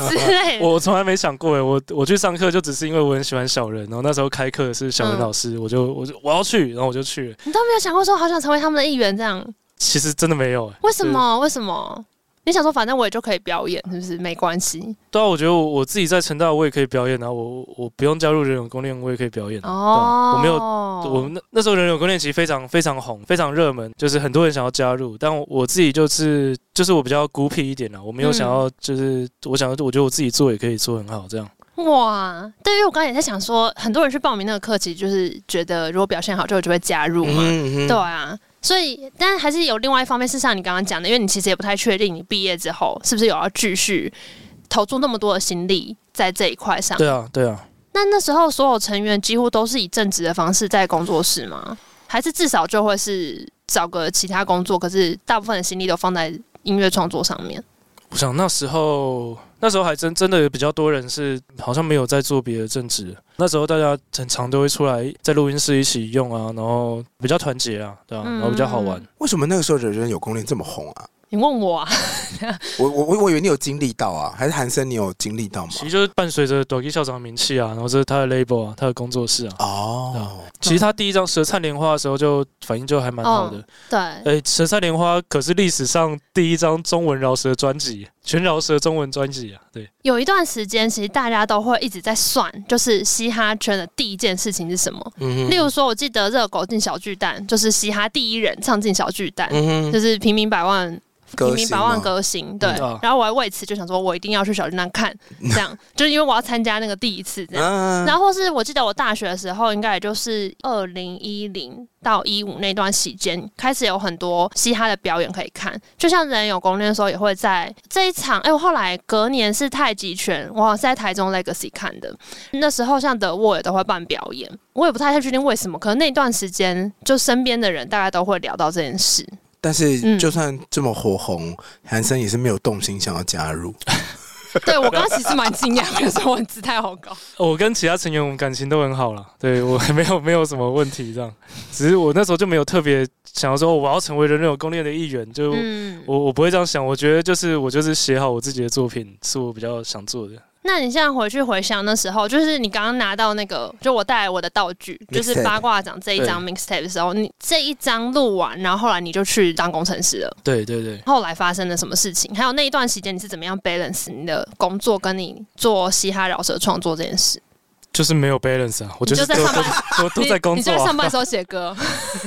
B: 之类的？
C: 我从来没想过诶，欸我我去上课就只是因为我很喜欢小人，然后那时候开课是小人
B: 嗯
C: 老师，我就我就我要去，然后我就去了。
B: 你都没有想过说好想成为他们的一员这样？
C: 其实真的没有诶，欸
B: 为什
C: 对
B: 么？为什么？你想说反正我也就可以表演，是不是？没关系
C: 对啊，我觉得我我自己在成大我也可以表演啊，我我我不用加入人有功练，我也可以表演啊、
B: 哦。
C: 对啊我没有，我那那时候人有功练其实非常非常红，非常热门，就是很多人想要加入，但我我自己就是就是我比较孤僻一点啦，我没有
B: 嗯
C: 想要就是、我想要我觉得我自己做也可以做很好这样。
B: 哇，对，因为我刚才也在想说，很多人去报名那个课，其实就是觉得如果表现好就就会加入嘛，
A: 嗯
B: 对啊。所以，但还是有另外一方面，是像你刚刚讲的，因为你其实也不太确定你毕业之后是不是有要继续投注那么多的心力在这一块上。
C: 对啊，对啊。
B: 那那时候所有成员几乎都是以正职的方式在工作室吗？还是至少就会是找个其他工作，可是大部分的心力都放在音乐创作上面？
C: 我想那时候，那时候还真真的比较多人是好像没有在做别的正职。那时候大家很常都会出来在录音室一起用啊，然后比较团结啊，对啊，
B: 嗯
C: 然后比较好玩。
A: 为什么那个时候人人有功练这么红啊？
B: 你问我啊？
A: 我我我我以为你有经历到啊，还是韩森你有经历到吗？
C: 其实就是伴随着 Doki 校长的名气啊，然后这是他的 label 啊，他的工作室啊。
A: 哦，
C: 其实他第一张《舌灿莲花》的时候就反应就还蛮好的。
B: 对，
C: 哎、舌灿莲花》可是历史上第一张中文饶舌专辑，全饶舌中文专辑啊。对，
B: 有一段时间，其实大家都会一直在算，就是嘻哈圈的第一件事情是什么。
A: 嗯
B: 例如说，我记得热狗进小巨蛋，就是嘻哈第一人唱进小巨蛋，
A: 嗯
B: 就
A: 哼，
B: 是平民百万平
A: 歌
B: 民
A: 星啊哦
B: 百万
A: 嘛，
B: 歌星，对。
C: 嗯
B: 然后我还为此就想说，我一定要去小巨蛋看，这样就是因为我要参加那个第一次这样。
A: 嗯
B: 然后或是我记得我大学的时候，应该也就是二零一零到一五那段时间，开始有很多嘻哈的表演可以看。就像人有攻略的时候，也会在这一场。哎、我后来隔年是太极拳，我好像是在台中 Legacy 看的。那时候像德沃也都会办表演，我也不太确定为什么，可能那段时间就身边的人大概都会聊到这件事。
A: 但是
B: 嗯
A: 就算这么火红，韩森也是没有动心想要加入。
B: 对我刚刚其实蛮惊讶的，说我姿态好高。
C: 我跟其他成员我们感情都很好了，对我没有没有什么问题这样。只是我那时候就没有特别想要说哦我要成为人人有攻略的一员，就、
B: 嗯，
C: 我我不会这样想。我觉得就是我就是写好我自己的作品是我比较想做的。
B: 那你现在回去回想那时候，就是你刚刚拿到那个，就我带来我的道具，就是
A: Mixtape
B: 八卦掌这一张 mixtape 的时候，你这一张录完，然后后来你就去当工程师了。
C: 对对对。
B: 后来发生了什么事情？还有那一段时间你是怎么样 balance 你的工作跟你做嘻哈饶舌创作这件事？
C: 就是没有 balance 啊，我就是
B: 你就在
C: 都
B: 上
C: 都都都
B: 你
C: 在工
B: 你
C: 作、
B: 就在上
C: 啊。
B: 班的时候写歌，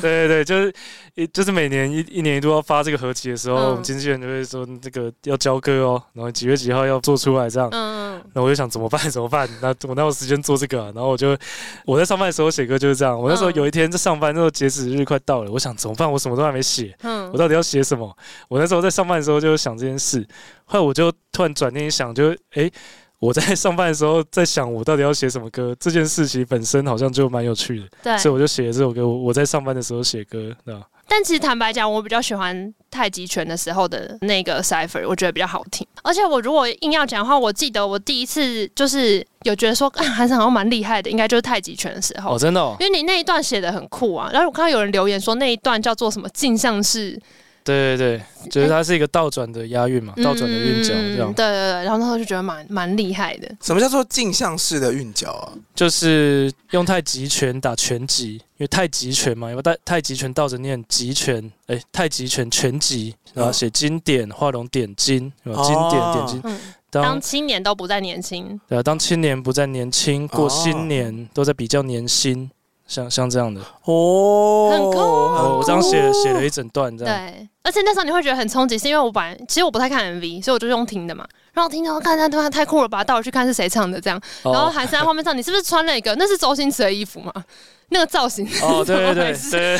C: 对对对，就是一就是每年一一年一度要发这个合集的时候，
B: 嗯
C: 我们经纪人就会说这个要交歌哦，然后几月几号要做出来这样。
B: 嗯，
C: 然后我就想怎么办？怎 么办？那我哪有时间做这个、啊？然后我就我在上班的时候写歌就是这样。我那时候
B: 嗯
C: 有一天在上班，那时候截止日快到了，我想怎么办？我什么都还没写，
B: 嗯
C: 我到底要写什么？我那时候在上班的时候就想这件事，后来我就突然转念一想，就是诶，我在上班的时候在想我到底要写什么歌，这件事情本身好像就蛮有趣的，
B: 对。
C: 所以我就写了这首歌。我我在上班的时候写歌，对吧？
B: 但其实坦白讲，我比较喜欢太极拳的时候的那个 cipher，我觉得比较好听。而且我如果硬要讲的话，我记得我第一次就是有觉得说，啊，韩森好像蛮厉害的，应该就是太极拳的时候。
C: 哦，真的、哦，
B: 因为你那一段写的很酷啊，然后我看到有人留言说那一段叫做什么镜像式
C: 对对对，就是它是一个倒转的押韵嘛，倒转的韵脚
B: 嗯
C: 这样
B: 对对，对，然后那时候就觉得蛮蛮厉害的，
A: 什么叫做镜像式的韵脚啊？
C: 就是用太极拳打拳击，因为太极拳嘛，因为太太极拳倒着念极拳，诶，太极拳拳击，然后写经典画龙点睛，有没有经典
A: 哦
C: 点睛，
B: 嗯，
C: 当
B: 当青年都不再年轻，
C: 对啊，当青年不再年轻，过
A: 哦
C: 新年、都在比较年薪，像像这样的，
A: 哦，
B: 很啊酷
C: 我我这样写写了一整段这样，
B: 对，而且那时候你会觉得很冲击，是因为我本来其实我不太看 MV，所以我就用听的嘛，然后我听到看看他太酷了吧，带我去看是谁唱的这样。然后
C: 哦
B: 韩山在画面上，你是不是穿了一个？那是周星驰的衣服吗？那个造型，
C: 哦，对 对对
B: 怎么回事
C: 对，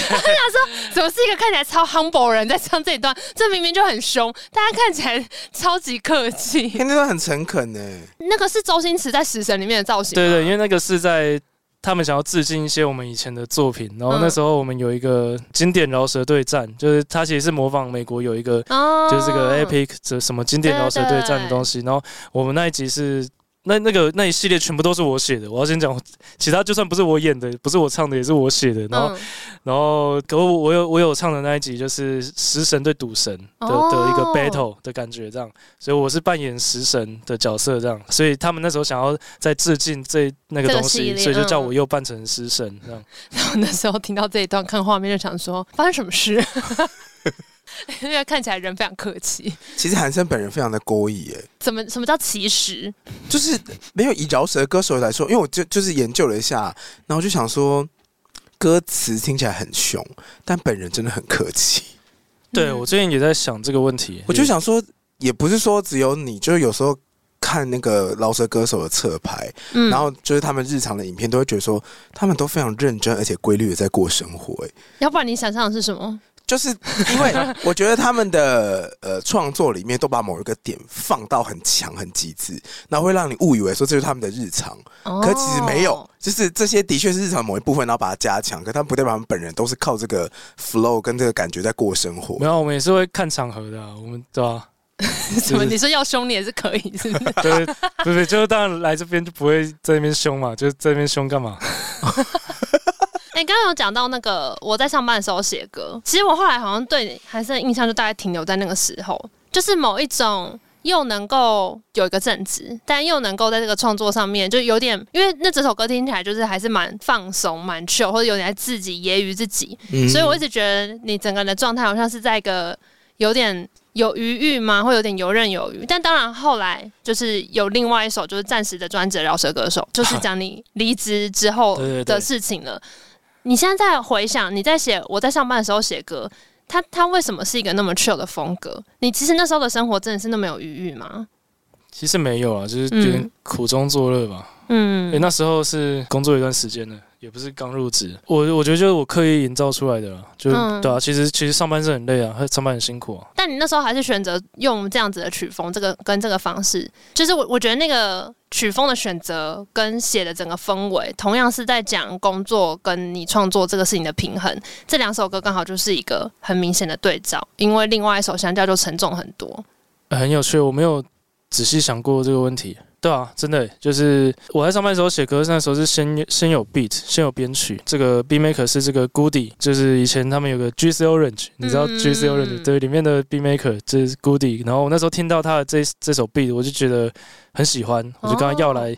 B: 怎么是一个看起来超 humble 的人在唱这一段？这明明就很凶，大家看起来超级客气。
A: 天那段很诚恳呢、
B: 那个是周星驰在《食神》里面的造型吗，
C: 对对，因为那个是在他们想要致敬一些我们以前的作品，然后那
B: 嗯
C: 时候我们有一个经典饶舌对战，就是它其实是模仿美国有一个
B: 哦
C: 就是这个 epic 这什么经典饶舌嗯对战的东西，然后我们那一集是。那那个那一系列全部都是我写的，我要先讲，其他就算不是我演的，不是我唱的，也是我写的。然后，
B: 嗯
C: 然后，可我我有我有唱的那一集就是食神对赌神的、
B: 哦
C: 的一个 battle 的感觉，这样，所以我是扮演食神的角色，这样，所以他们那时候想要再致敬这那个
B: 这个
C: 东
B: 系
C: 西，
B: 列
C: 所以就叫
B: 嗯
C: 我又扮成食神这样。
B: 然 后那时候听到这一段，看画面就想说，发生什么事？ 因为看起来人非常客气，
A: 其实韩森本人非常的勾引耶、
B: 怎么什么叫其实？
A: 就是没有以饶舌歌手来说，因为我就就是研究了一下，然后就想说，歌词听起来很凶，但本人真的很客 气。
C: 对
B: 嗯
C: 我最近也在想这个问题，
A: 我就想说，也不是说只有你，就是有时候看那个饶舌歌手的侧拍，
B: 嗯
A: 然后就是他们日常的影片，都会觉得说他们都非常认真而且规律的在过生活、欸。
B: 要不然你想象的是什么？
A: 就是因 为我觉得他们的呃创作里面都把某一个点放到很强很极致，然后会让你误以为说这就是他们的日常，可其实没有
B: 哦，，
A: 就是这些的确是日常某一部分，然后把它加强，可他们不代表他们本人都是靠这个 flow 跟这个感觉在过生活
C: 没。有，我们也是会看场合的啊、我们对吧、
B: 什么？你说要凶你也是可以，是不是？
C: 对， 不是，就是当然来这边就不会在那边凶嘛，就是在那边凶干嘛？
B: 哎、刚刚刚有讲到那个我在上班的时候写歌，其实我后来好像对韩森的印象就大概停留在那个时候，就是某一种。又能够有一个正直，但又能够在这个创作上面就有点，因为那整首歌听起来就是还是蛮放松、蛮 chill，或者有点在自己揶揄自己，
A: 嗯
B: 所以我一直觉得你整个人的状态好像是在一个有点有余裕吗？会有点游刃有余。但当然后来就是有另外一首就是暂时的专辑《饶舌歌手》，就是 讲你离职之后
C: 对对对
B: 的事情了。你现在在回想你在写我在上班的时候写歌，它它为什么是一个那么 chill 的风格？你其实那时候的生活真的是那么有余裕吗？
C: 其实没有啊，就是有点苦中作乐吧。
B: 嗯
C: 诶，那时候是工作一段时间了，也不是刚入职。我我觉得就是我刻意营造出来的啦，就、
B: 嗯
C: 对啊。其实其实上班是很累啊，上班很辛苦啊。
B: 但你那时候还是选择用这样子的曲风，这个跟这个方式，就是我我觉得那个曲风的选择跟写的整个氛围，同样是在讲工作跟你创作这个事情的平衡。这两首歌刚好就是一个很明显的对照，因为另外一首相较就沉重很多。
C: 呃很有趣，我没有仔细想过这个问题。对啊，真的就是我在上班的时候写歌，那时候是先先有 beat，先有编曲。这个 beat maker 是这个 Goody，就是以前他们有个 GC Orange，你知道
B: 嗯
C: GC Orange、对里面的 beat maker 就是 Goody。然后我那时候听到他的这这首 beat，我就觉得很喜欢，我就跟他要来。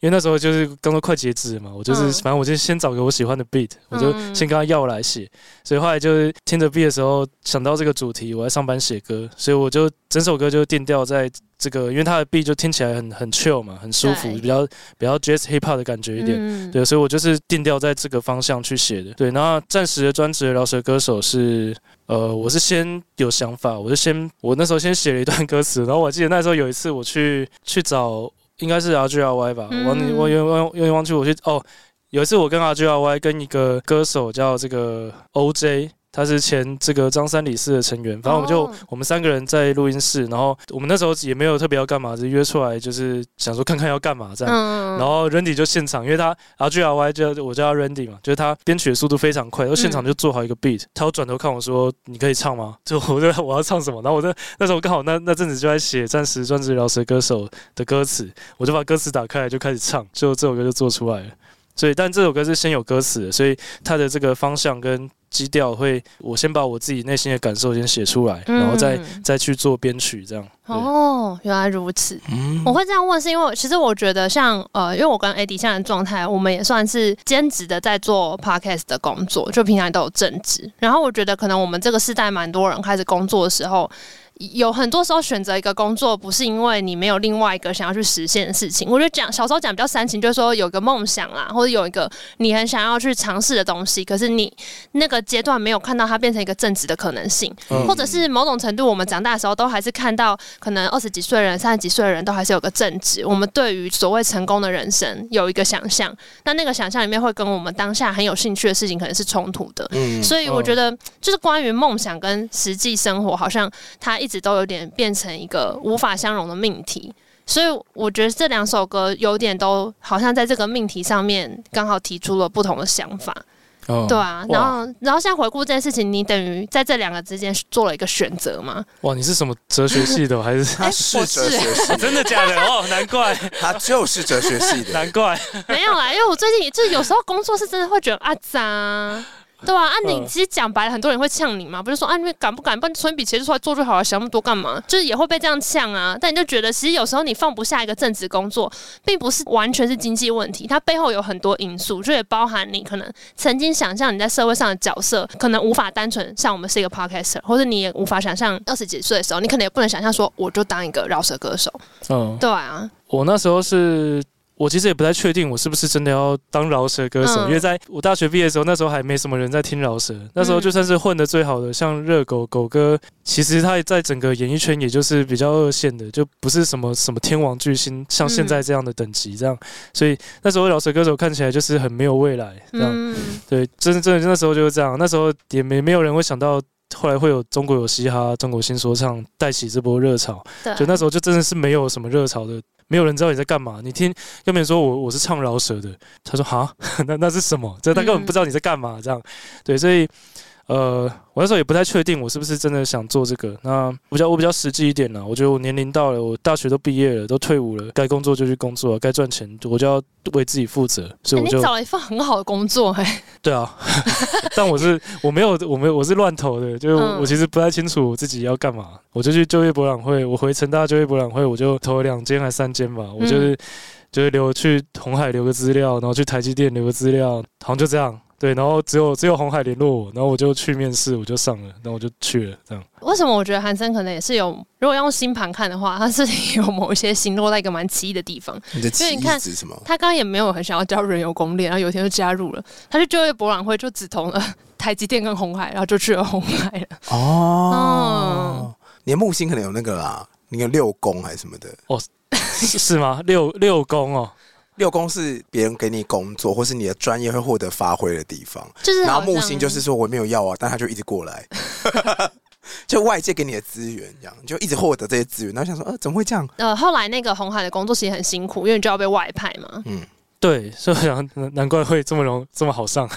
C: 因为那时候就是刚刚快截止了嘛，我就是、
B: 嗯
C: 反正我就先找个我喜欢的 beat，我就
B: 嗯
C: 先跟他要来写，所以后来就是听着 beat 的时候想到这个主题，我在上班写歌，所以我就整首歌就定调在这个，因为它的 beat 就听起来很很 chill 嘛，很舒服，
B: 对
C: 比较比较 jazz hip hop 的感觉一点，
B: 嗯
C: 对，所以我就是定调在这个方向去写的。对，那暂时的专职的饶舌歌手是，呃，我是先有想法，我就先我那时候先写了一段歌词，然 后我记得那时候有一次我去去找，应该是 R G R Y 吧，
B: 嗯
C: 我忘记我有忘有点忘记我去哦，有一次我跟 R G R Y 跟一个歌手叫这个 O J。他是前这个张三李四的成员，反正我们就、
B: 哦
C: 我们三个人在录音室，然后我们那时候也没有特别要干嘛，只是约出来就是想说看看要干嘛这样。
B: 嗯
C: 然后 Randy 就现场，因为他 R G R Y 就我叫他 Randy 嘛，就是他编曲的速度非常快，然
B: 嗯
C: 后现场就做好一个 beat，、他就转头看我说：“你可以唱吗？”就我就我要唱什么，然后我就那时候刚好那那阵子就在写暂时专职饶舌歌手的歌词，我就把歌词打开来就开始唱，就这首歌就做出来了。所以，但这首歌是先有歌词的，所以它的这个方向跟基调会，我先把我自己内心的感受先写出来，然后再、
B: 嗯
C: 再去做编曲，这样。对
B: 哦，原来如此。我会这样问，是因为其实我觉得像呃，因为我跟 AD 现在的状态，我们也算是兼职的在做 podcast 的工作，就平常都有正职。然后我觉得可能我们这个世代蛮多人开始工作的时候。有很多时候选择一个工作，不是因为你没有另外一个想要去实现的事情。我觉得讲小时候讲比较煽情，就是说有个梦想啦，或者有一个你很想要去尝试的东西，可是你那个阶段没有看到它变成一个正职的可能性。
C: 嗯
B: 或者是某种程度，我们长大的时候都还是看到，可能二十几岁的人、三十几岁的人都还是有个正直，我们对于所谓成功的人生有一个想象，那那个想象里面会跟我们当下很有兴趣的事情可能是冲突的。
A: 嗯
B: 所以我
C: 嗯
B: 觉得，就是关于梦想跟实际生活，好像它一直都有点变成一个无法相容的命题。所以我觉得这两首歌有点都好像在这个命题上面刚好提出了不同的想法。
C: 哦
B: 对啊，
C: 哇
B: 然后然后现在回顾这件事情，你等于在这两个之间做了一个选择嘛？
C: 哇，你是什么哲学系的？还是
A: 他是
B: 哎我
A: 哲
B: 是
A: 学系，
C: 真的假的？哦，难 怪，
A: 他就是哲学系的。
C: 难怪。
B: 没有啦，因为我最近就是有时候工作是真的会觉得啊咋。对啊，啊你
C: 嗯
B: 其实讲白了，很多人会呛你嘛，不是说啊你敢不敢，不然存笔钱就出来做就好了，想那么多干嘛？就是也会被这样呛啊。但你就觉得，其实有时候你放不下一个正职工作，并不是完全是经济问题，它背后有很多因素，就也包含你可能曾经想象你在社会上的角色，可能无法单纯像我们是一个 podcaster，或者你也无法想象二十几岁的时候，你可能也不能想象说我就当一个饶舌歌手。
C: 嗯，
B: 对啊，
C: 我那时候是。我其实也不太确定，我是不是真的要当饶舌歌手，
B: 嗯
C: 因为在我大学毕业的时候，那时候还没什么人在听饶舌。那时候就算是混的最好的，像热狗、狗哥，其实他在整个演艺圈也就是比较二线的，就不是什么什么天王巨星，像现在这样的等级这样。
B: 嗯
C: 所以那时候饶舌歌手看起来就是很没有未来这样。
B: 嗯，
C: 对，真的真的那时候就是这样，那时候也没没有人会想到后来会有中国有嘻哈、中国新说唱带起这波热潮，
B: 对啊，
C: 就那时候就真的是没有什么热潮的。没有人知道你在干嘛。你听，要不然说我我是唱 饶舌的，他说哈，那那是什么？这他根本
B: 嗯
C: 不知道你在干嘛。这样，对，所以呃，我那时候也不太确定我是不是真的想做这个。那我比较我比较实际一点啦，我觉得我年龄到了，我大学都毕业了，都退伍了，该工作就去工作，该赚钱我就要为自己负责，所以我
B: 哎你
C: 就
B: 找了一份很好的工作、哎，
C: 对啊， 但我是我没有我没有我是乱投的，就是
B: 嗯
C: 我其实不太清楚我自己要干嘛，我就去就业博览会，我回成大就业博览会，我就投了两间还三间吧，我就是、就是留去红海留个资料，然后去台积电留个资料，好像就这样。对，然后只有只有红海联络我，然后我就去面试，我就上了，然后我就去了，这样。
B: 为什么我觉得韩森可能也是有，如果用星盘看的话，他是有某一些星落在一个蛮奇异的地方。
A: 你的记
B: 你
A: 忆
B: 看
A: 指什么？
B: 他刚刚也没有很想要加入人油公链，然后有一天就加入了，他去就业博览会就只投了台积电跟红海，然后就去了红海了。
A: 哦，你的木星可能有那个啦，你有六宫还是什么的？
C: 是是吗？六六宫哦，
A: 六宫是别人给你工作，或是你的专业会获得发挥的地方。
B: 就是啊
A: 然
B: 好
A: 后
B: 像
A: 木星就是说我没有要啊，但他就一直过来， 就外界给你的资源这样，你就一直获得这些资源。然后想说，呃，怎么会这样？
B: 呃，后来那个红海的工作其实很辛苦，因为你就要被外派嘛。
C: 对，所以我想难难怪会这么容这么好上。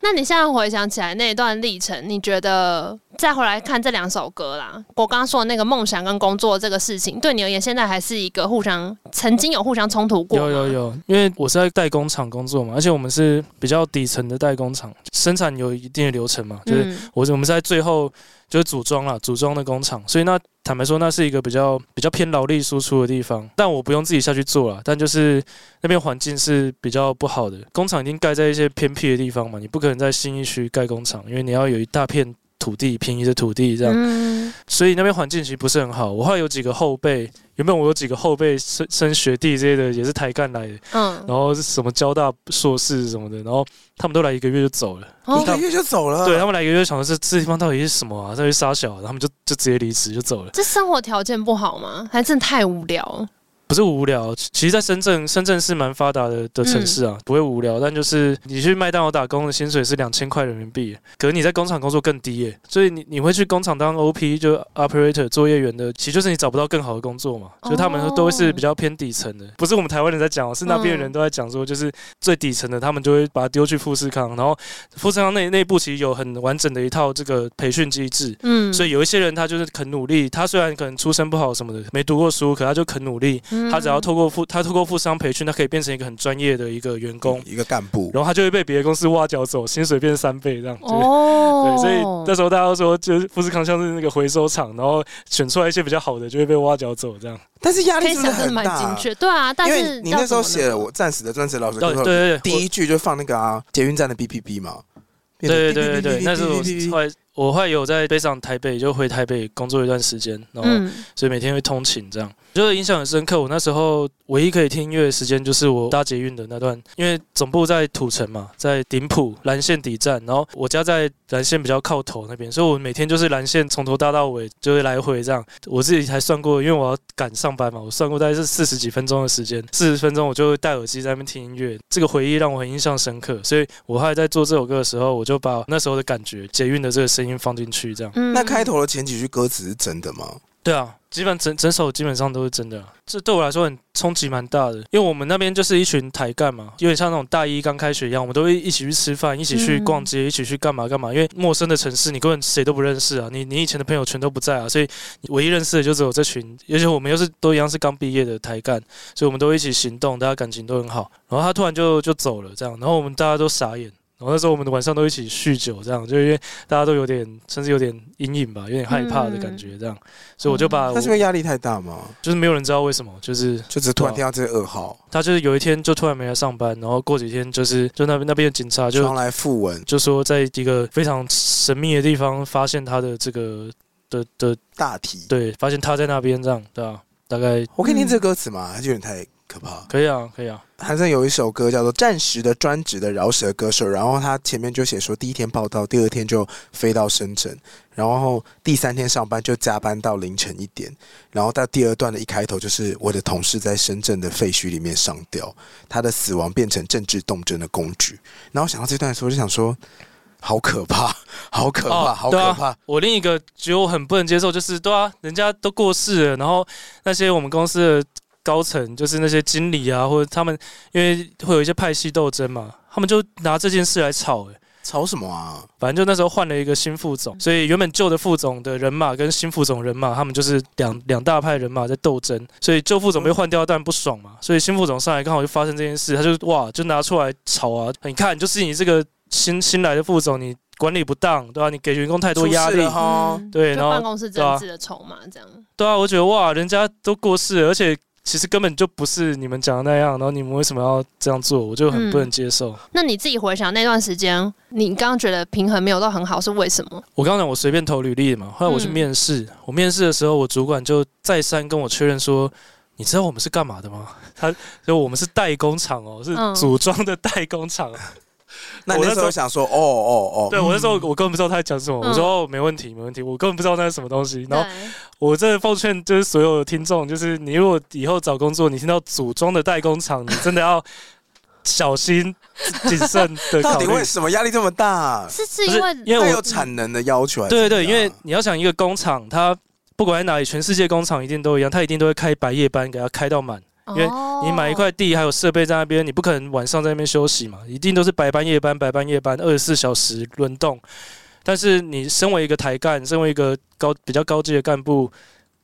B: 那你现在回想起来那一段历程，你觉得再回来看这两首歌啦，我刚刚说的那个梦想跟工作这个事情，对你而言现在还是一个互相曾经有互相冲突过？
C: 有有。有，因为我是在代工厂工作嘛，而且我们是比较底层的代工厂，生产有一定的流程嘛，就是
B: 嗯，
C: 我我们是在最后就是组装啦，组装的工厂，所以那坦白说，那是一个比较比较偏劳力输出的地方，但我不用自己下去做啦，但就是那边环境是比较不好的，工厂已经盖在一些偏僻的地方嘛，你不可能在新一区盖工厂，因为你要有一大片土地，便宜的土地这样，
B: 嗯，
C: 所以那边环境其实不是很好。我后来有几个后辈，原本我有几个后辈升升学弟这些的，也是台干来的，
B: 嗯，
C: 然后是什么交大硕士什么的，然后他们都来一个月就走了。
B: 哦
A: 一个月就走了。
C: 对他们来一个月，想说这这地方到底是什么啊？到底是啥小啊、然后他们就就直接离职就走了，
B: 这生活条件不好吗？还真的太无聊了。
C: 不是无聊。其其实，在深圳，深圳是蛮发达的的城市啊，
B: 嗯
C: 不会无聊。但就是你去麦当劳打工的薪水是两千块人民币，可是你在工厂工作更低耶、所以你你会去工厂当 OP 就 operator 作业员的，其实就是你找不到更好的工作嘛。
B: 哦
C: 就他们都会是比较偏底层的，不是我们台湾人在讲哦，是那边的人
B: 嗯
C: 都在讲说，就是最底层的，他们就会把它丢去富士康，然后富士康内内部其实有很完整的一套这个培训机制，
B: 嗯，
C: 所以有一些人他就是肯努力，他虽然可能出身不好什么的，没读过书，可他就肯努力，
B: 嗯
C: 他只要透过富他透过富商培训，他可以变成一个很专业的一个员工，
A: 一个干部，
C: 然后他就会被别的公司挖角走，薪水变三倍这样。就是
B: 哦
C: 对，，所以那时候大家都说，就是富士康像是那个回收厂，然后选出来一些比较好的就会被挖角走 这样。
A: 但是压
B: 可
A: 力
B: 以
A: 是不
B: 想
A: 是
B: 的
A: 很
B: 蛮
A: 大
B: 精？确，对啊，但
A: 因
B: 是
A: 为你
B: 要
A: 那时候
B: 怎么
A: 写了
B: 弄
A: 我暂时的专职老师
C: 对
A: 工
C: 对
A: 作，
C: 对，
A: 第
C: 我
A: 一句就放那个啊，捷运站的 B P B 嘛。
C: 对对对对，那是我后
A: 我
C: 来我后来有在飞上台北，就回台北工作一段时间，然后
B: 嗯
C: 所以每天会通勤这样，就是印象很深刻。我那时候唯一可以听音乐的时间就是我搭捷运的那段，因为总部在土城嘛，在顶埔蓝线底站，然后我家在蓝线比较靠头那边，所以我每天就是蓝线从头搭到尾，就是来回这样。我自己还算过，因为我要赶上班嘛，我算过大概是四十几分钟的时间，四十分钟我就会戴耳机在那边听音乐，这个回忆让我很印象深刻。所以我还在做这首歌的时候，我就把那时候的感觉捷运的这个声音放进去，这样。
B: 嗯
A: 那开头的前几句歌词是真的吗？
C: 对啊，基本整整首基本上都是真的、啊，这对我来说很冲击蛮大的，因为我们那边就是一群台干嘛，有点像那种大一刚开学一样，我们都会一起去吃饭，一起去逛街，一起去干嘛干嘛。因为陌生的城市，你根本谁都不认识啊，你你以前的朋友全都不在啊，所以你唯一认识的就只有这群，而且我们又是都一样是刚毕业的台干，所以我们都一起行动，大家感情都很好。然后他突然就就走了，这样，然后我们大家都傻眼。然后那时候我们的晚上都一起酗酒，这样，就因为大家都有点，甚至有点阴影吧，有点害怕的感觉，这样。所以我就把我
A: 哦那是因为压力太大吗？
C: 就是没有人知道为什么，就是
A: 就只是突然听到这个噩耗，
C: 他就是有一天就突然没来上班，然后过几天就是就那边那边的警察
A: 传
C: 啊就
A: 来复文，
C: 就说在一个非常神秘的地方发现他的这个的的
A: 大题。
C: 对，发现他在那边这样，对啊，大概
A: 我可以听这歌词吗？还是有点太可怕。
C: 可以啊，可以啊，
A: 韩森有一首歌叫做《暂时的专职的饶舌歌手》，然后他前面就写说，第一天报道，第二天就飞到深圳，然后第三天上班就加班到凌晨一点，然后到第二段的一开头就是我的同事在深圳的废墟里面上吊，他的死亡变成政治斗争的工具。然后想到这段的时候，就想说，好可怕，好可怕，
C: 哦
A: 好
C: 对啊
A: 可怕。
C: 我另一个觉得我很不能接受，就是对啊，人家都过世了，然后那些我们公司的高层，就是那些经理啊，或者他们，因为会有一些派系斗争嘛，他们就拿这件事来吵、欸，
A: 吵什么啊？
C: 反正就那时候换了一个新副总，所以原本旧的副总的人马跟新副总人马，他们就是两两大派人马在斗争，所以旧副总被换掉，当然不爽嘛。所以新副总上来刚好就发生这件事，他就哇就拿出来吵啊，你看就是你这个新新来的副总，你管理不当，对吧、你给员工太多压
A: 出事
C: 力
A: 了，哈
B: 嗯
C: 对啊
B: 就
C: 然后
B: 办公室政治的筹码这样。
C: 对啊，我觉得哇，人家都过世了，而且。其实根本就不是你们讲的那样，然后你们为什么要这样做？我就很
A: 嗯
C: 不能接受。
B: 那你自己回想那段时间，你刚刚觉得平衡没有到很好，是为什么？
C: 我刚刚讲我随便投履历嘛，后来我去
B: 嗯
C: 面试，我面试的时候，我主管就再三跟我确认说。你知道我们是干嘛的吗？ 他就我们是代工厂哦，是
B: 嗯
C: 组装的代工厂。
A: 那你
C: 我
A: 那
C: 那
A: 时
C: 时
A: 候
C: 候
A: 想说，哦哦哦，
C: 对我那时候我根本不知道他在讲什么，
B: 嗯
C: 我说哦没问题没问题，我根本不知道那是什么东西。然后
B: 对
C: 我这奉劝就是所有的听众，就是你如果以后找工作，你听到组装的代工厂，你真的要小心谨慎的
A: 到
C: 考
A: 底
C: 虑。
A: 为什么压力这么大？
B: 是是
C: 不
B: 因
C: 是
B: 为
C: 因为
A: 它
C: 哎我
A: 有产能的要求还是怎么
C: 对
A: 样，
C: 对，因为你要想一个工厂，它不管在哪里，全世界工厂一定都一样，它一定都会开白夜班，给它开到满。因为
B: 哦
C: 你买一，块地，还有设备在那边，你不可能晚上在那边休息嘛，一定都是白班夜班，白班夜班，二十四小时轮动。但是你身为一个台干，身为一个高比较高级的干部，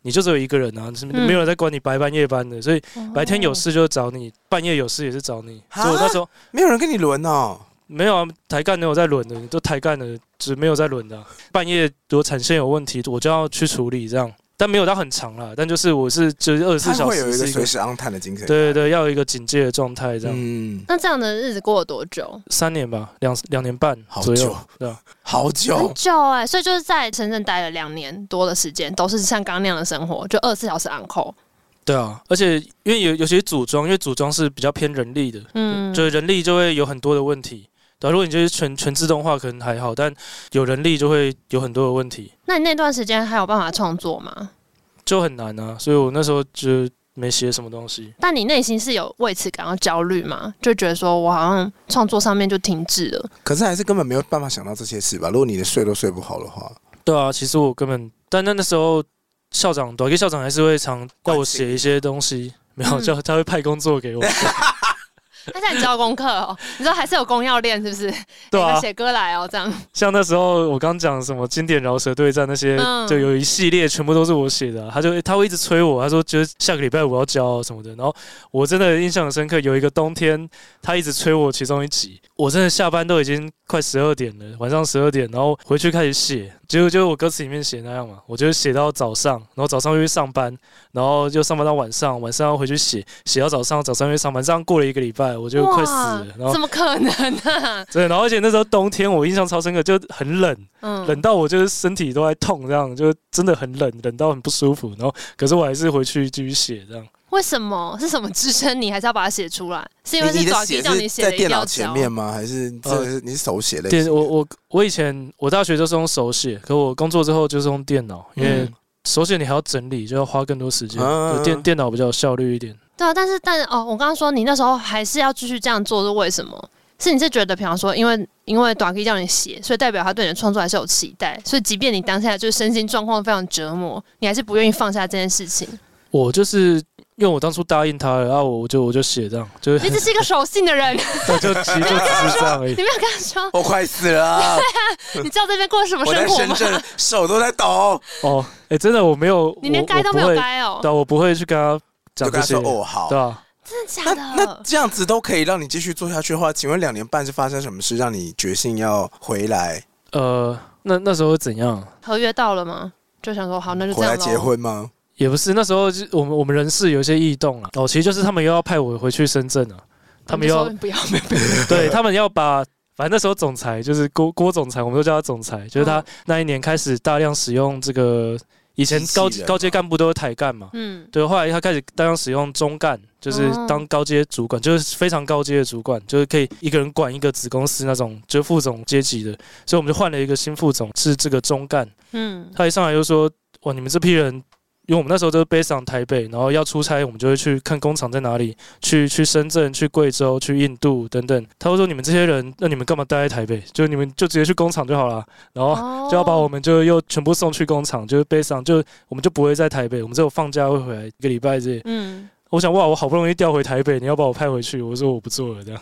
C: 你就只有一个人啊，是
B: 嗯
C: 没有人在管你白班夜班的，所以
B: 哦
C: 白天有，事就找你，半夜有事也是找你。
A: 哈
C: 所以我那时候
A: 没有人跟你轮哦。
C: 没有啊，台干没有在轮的，你都台干的，只没有在轮的啊、半夜如果产线有问题，我就要去处理这样，但没有到很长啦，但就是我是就是二十
A: 他
C: 四小
A: 会有一
C: 时
A: 个
C: 是一个
A: 随，时 on 探的精神。
C: 对对对，要有一个警戒的状态这样。
A: 嗯，
B: 那这样的日子过了多久？
C: 三年吧，两两年半
A: 好
C: 左右
A: 久，
C: 对啊，
A: 好久
B: 很，久哎、所以就是在深圳待了两年多的时间，都是像刚刚那样的生活，就二十四小时 on call。
C: 对啊，而且因为有有些组装，因为组装是比较偏人力的，
B: 嗯，
C: 就是人力就会有很多的问题。对啊、如果你就是全全自动化可能还好，但有人力就会有很多的问题，
B: 那你那段时间还有办法创作吗？
C: 就很难啊。所以我那时候就没写什么东西。
B: 但你内心是有为此感到焦虑吗？就觉得说我好像创作上面就停滞 了。
A: 可是还是根本没有办法想到这些事吧？如果你的睡都睡不好的话，
C: 对啊，其实我根本，但那那时候校长短给校长还是会常要我写一些东西，没
B: 嗯
C: 有叫他会派工作给我，
B: 他在你教功课哦，你知道还是有功要练是不是？
C: 对
B: 你
C: 啊
B: 们，写歌来哦，这样。
C: 像那时候我刚讲什么经典饶舌对战那些，
B: 嗯
C: 就有一系列全部都是我写的啊、他就他会一直催我，他说觉得下个礼拜五要交什么的，然后我真的印象很深刻，有一个冬天他一直催我其中一集，我真的下班都已经快十二点了，晚上十二点，然后回去开始写，结果就是我歌词里面写那样嘛，我就写到早上，然后早上又去上班，然后就上班到晚上，晚上要回去写，写到早上，早上又去上班，这样过了一个礼拜，我就快死了，
B: 哇
C: 然后
B: 怎。么可能呢、
C: 对，然后而且那时候冬天，我印象超深刻，就很冷，
B: 嗯
C: 冷到我就是身体都在痛，这样就真的很冷，冷到很不舒服。然后可是我还是回去继续写这样。
B: 为什么是什么支撑你还是要把它写出来？是因为
A: 你
B: 是
A: 你
B: 早
A: 的
B: 期
A: 写
B: 叫你
A: 是
B: 写
A: 在
B: 的一定
A: 电
B: 要
A: 脑前
B: 交。
A: 面吗？还是这个是你是手写类
C: 呃电
A: 型？
C: 我我我以前我大学都是用手写，可我工作之后就是用电脑，因为
A: 嗯
C: 手写你还要整理，就要花更多时间。
A: 嗯
C: 就电电脑比较有效率一点。
B: 对啊，但是但哦，我刚刚说你那时候还是要继续这样做，是为什么？是你是觉得，比方说，因为因为短 K 叫你写，所以代表他对你的创作还是有期待，所以即便你当下就是身心状况非常折磨，你还是不愿意放下这件 事情。
C: 我就是因为我当初答应他了，然、后我就我就写这样，就是
B: 你只 是一个守信的人，你
C: 就就其实就只是这样而已
B: 没。有跟他说，
A: 我哦快死 了，啊
B: 你知道这边过什么
A: 我
B: 生
A: 在
B: 活
A: 深
B: 吗？
A: 圳手都在抖，
C: 哦，哎、真的我没有，
B: 你连
C: 我
B: 该都没
C: 我
B: 有
C: 不会
B: 该哦，
C: 对啊，我不会去跟他
A: 就
C: 讲
A: 跟
C: 这
A: 他
C: 些
A: 说，哦好
C: 对。啊。
B: 真的假
A: 那那
B: 的？
A: 这样子都可以让你继续做下去的话，请问两年半是发生什么事让你决心要回来
C: 呃，那那时候怎样？
B: 合约到了吗？就想说好，那就这
A: 回
B: 样
A: 来
B: 咯
A: 结。婚吗？
C: 也不是，那时候就我们我们人事有一些异动了。哦，其实就是他们又要派我回去深圳了，他们
B: 就
C: 又
B: 说
C: 要
B: 不要，
C: 对他们要把，反正那时候总裁就是郭郭总裁，我们都叫他总裁，就是他
B: 嗯
C: 那一年开始大量使用这个以前
A: 机器
C: 高
A: 人嘛
C: 高阶干部都是台干嘛，
B: 嗯，
C: 对，后来他开始大量使用中干，就是
B: 哦
C: 当高阶主管，就是非常高阶的主管，就是可以一个人管一个子公司那种，就是副总阶级的，所以我们就换了一个新副总，是这个中干。
B: 嗯，
C: 他一上来就说：“哇，你们这批人，因为我们那时候都是背上台北，然后要出差，我们就会去看工厂在哪里，去去深圳、去贵州、去印度等等。”他会说：“你们这些人，那你们干嘛待在台北？就你们就直接去工厂就好了。”然后
B: 哦
C: 就要把我们就又全部送去工厂，就是背上，就我们就不会在台北，我们只有放假会回来一个礼拜这。
B: 嗯，
C: 我想哇，我好不容易调回台北，你要把我派回去，我说我不做了这样。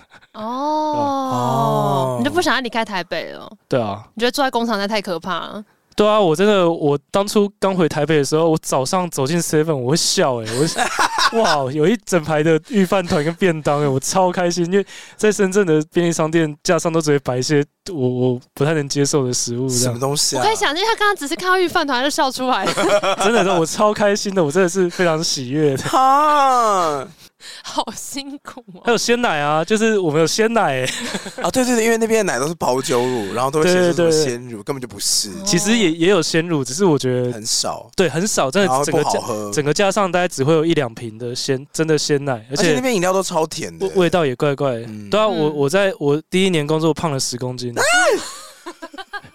B: 哦，你就不想要离开台北了？
C: 对啊，
B: 你觉得住在工厂那太可怕了？
C: 对啊，我真的，我当初刚回台北的时候，我早上走进 Seven，我会笑哎、 我哇，有一整排的预饭团跟便当哎、我超开心，因为在深圳的便利商店架上都只会摆一些我我不太能接受的食物，这
A: 什么
C: 样
A: 东西
B: 我
A: 啊？
B: 可以想象，他刚刚只是看到玉饭团就笑 出来了，
C: 真的，我超开心的，我真的是非常喜 悦的。
A: 啊
B: 好辛苦哦。
C: 还有鲜奶啊，就是我们有鲜奶、欸，
A: 啊，对对对，因为那边的奶都是保酒乳，然后都会写
C: 对
A: 出什么
C: 对对
A: 鲜乳，根本就不是，
B: 哦
C: 其实也也有鲜乳，只是我觉得
A: 很少，
C: 对很少，真
A: 然后
C: 的整
A: 不
C: 个
A: 好
C: 架
A: 喝，
C: 整个架上大概只会有一两瓶的鲜真的鲜奶，而
A: 而且那
C: 且
A: 边饮料都超甜的
C: 味，味道也怪怪的。
A: 嗯
C: 对啊，我
B: 嗯哎
C: 我在我第一年工作胖了十公 斤，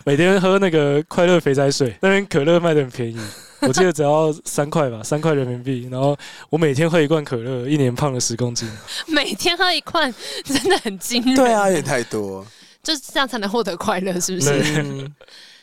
C: 每天喝那个快乐肥仔水，那边可乐卖的很便宜，我记得只要三块吧，三块人民币。然后我每天喝一罐可乐，一年胖了十公斤。
B: 每天喝一罐，真的很惊人。
A: 对啊，有点太多，
B: 就是这样才能获得快乐，是不是？
C: 对
A: 嗯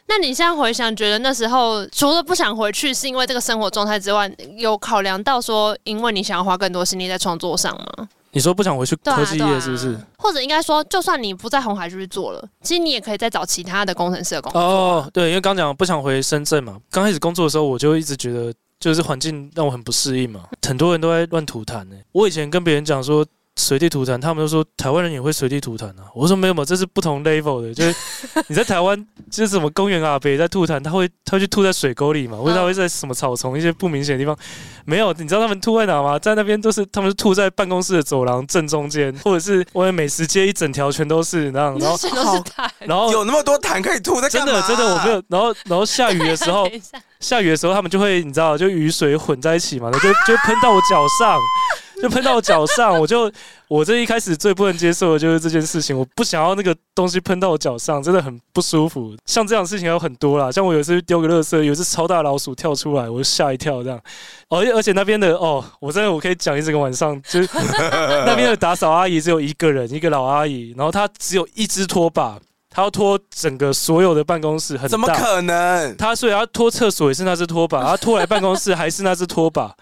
B: 那你现在回想，觉得那时候除了不想回去，是因为这个生活状态之外，有考量到说，因为你想要花更多心力在创作上吗？
C: 你说不想回去
B: 对啊，
C: 科技
B: 对啊
C: 业是不是？
B: 或者应该说，就算你不在红海继续做了，其实你也可以再找其他的工程师的工作。
C: 哦，对，因为刚讲不想回深圳嘛，刚开始工作的时候，我就一直觉得就是环境让我很不适应嘛，很多人都在乱吐痰呢、我以前跟别人讲说。随地吐痰，他们都说台湾人也会随地吐痰啊。我说没有嘛，这是不同 level 的，就是你在台湾， 就是什么公园啊，北在吐痰，他会他会去吐在水沟里嘛，或者他会在什么草丛一些不明显的地方。没有，你知道他们吐在哪吗？在那边都是他们是吐在办公室的走廊正中间，或者是外面美食街一整条全都是那哦样。然
B: 那
C: 后
B: 全都是他。
C: 然后
A: 有那么多痰可以吐，在
C: 哦真
A: 干嘛啊
C: 的真的，我没有。然后然后下雨的 时候
B: 等，一下
C: 下雨的时候他们就会你知道，就雨水混在一起嘛，就就喷到我脚上， 就喷到我脚上。我就我这一开始最不能接受的就是这件事情，我不想要那个东西喷到我脚上，真的很不舒服。像这样的事情还有很多啦，像我有一次丢个垃圾，有一只超大老鼠跳出来，我就吓一跳这样。哦，而且而且那边的哦，我真的我可以讲一整个晚上，就是 那边的打扫阿姨只有一个人，一个老阿姨，然后她只有一只拖把，她要拖整个所有的办公室，很大。
A: 怎么可能？
C: 他所以他拖厕所也是那只拖把，他拖来办公室还是那只拖把，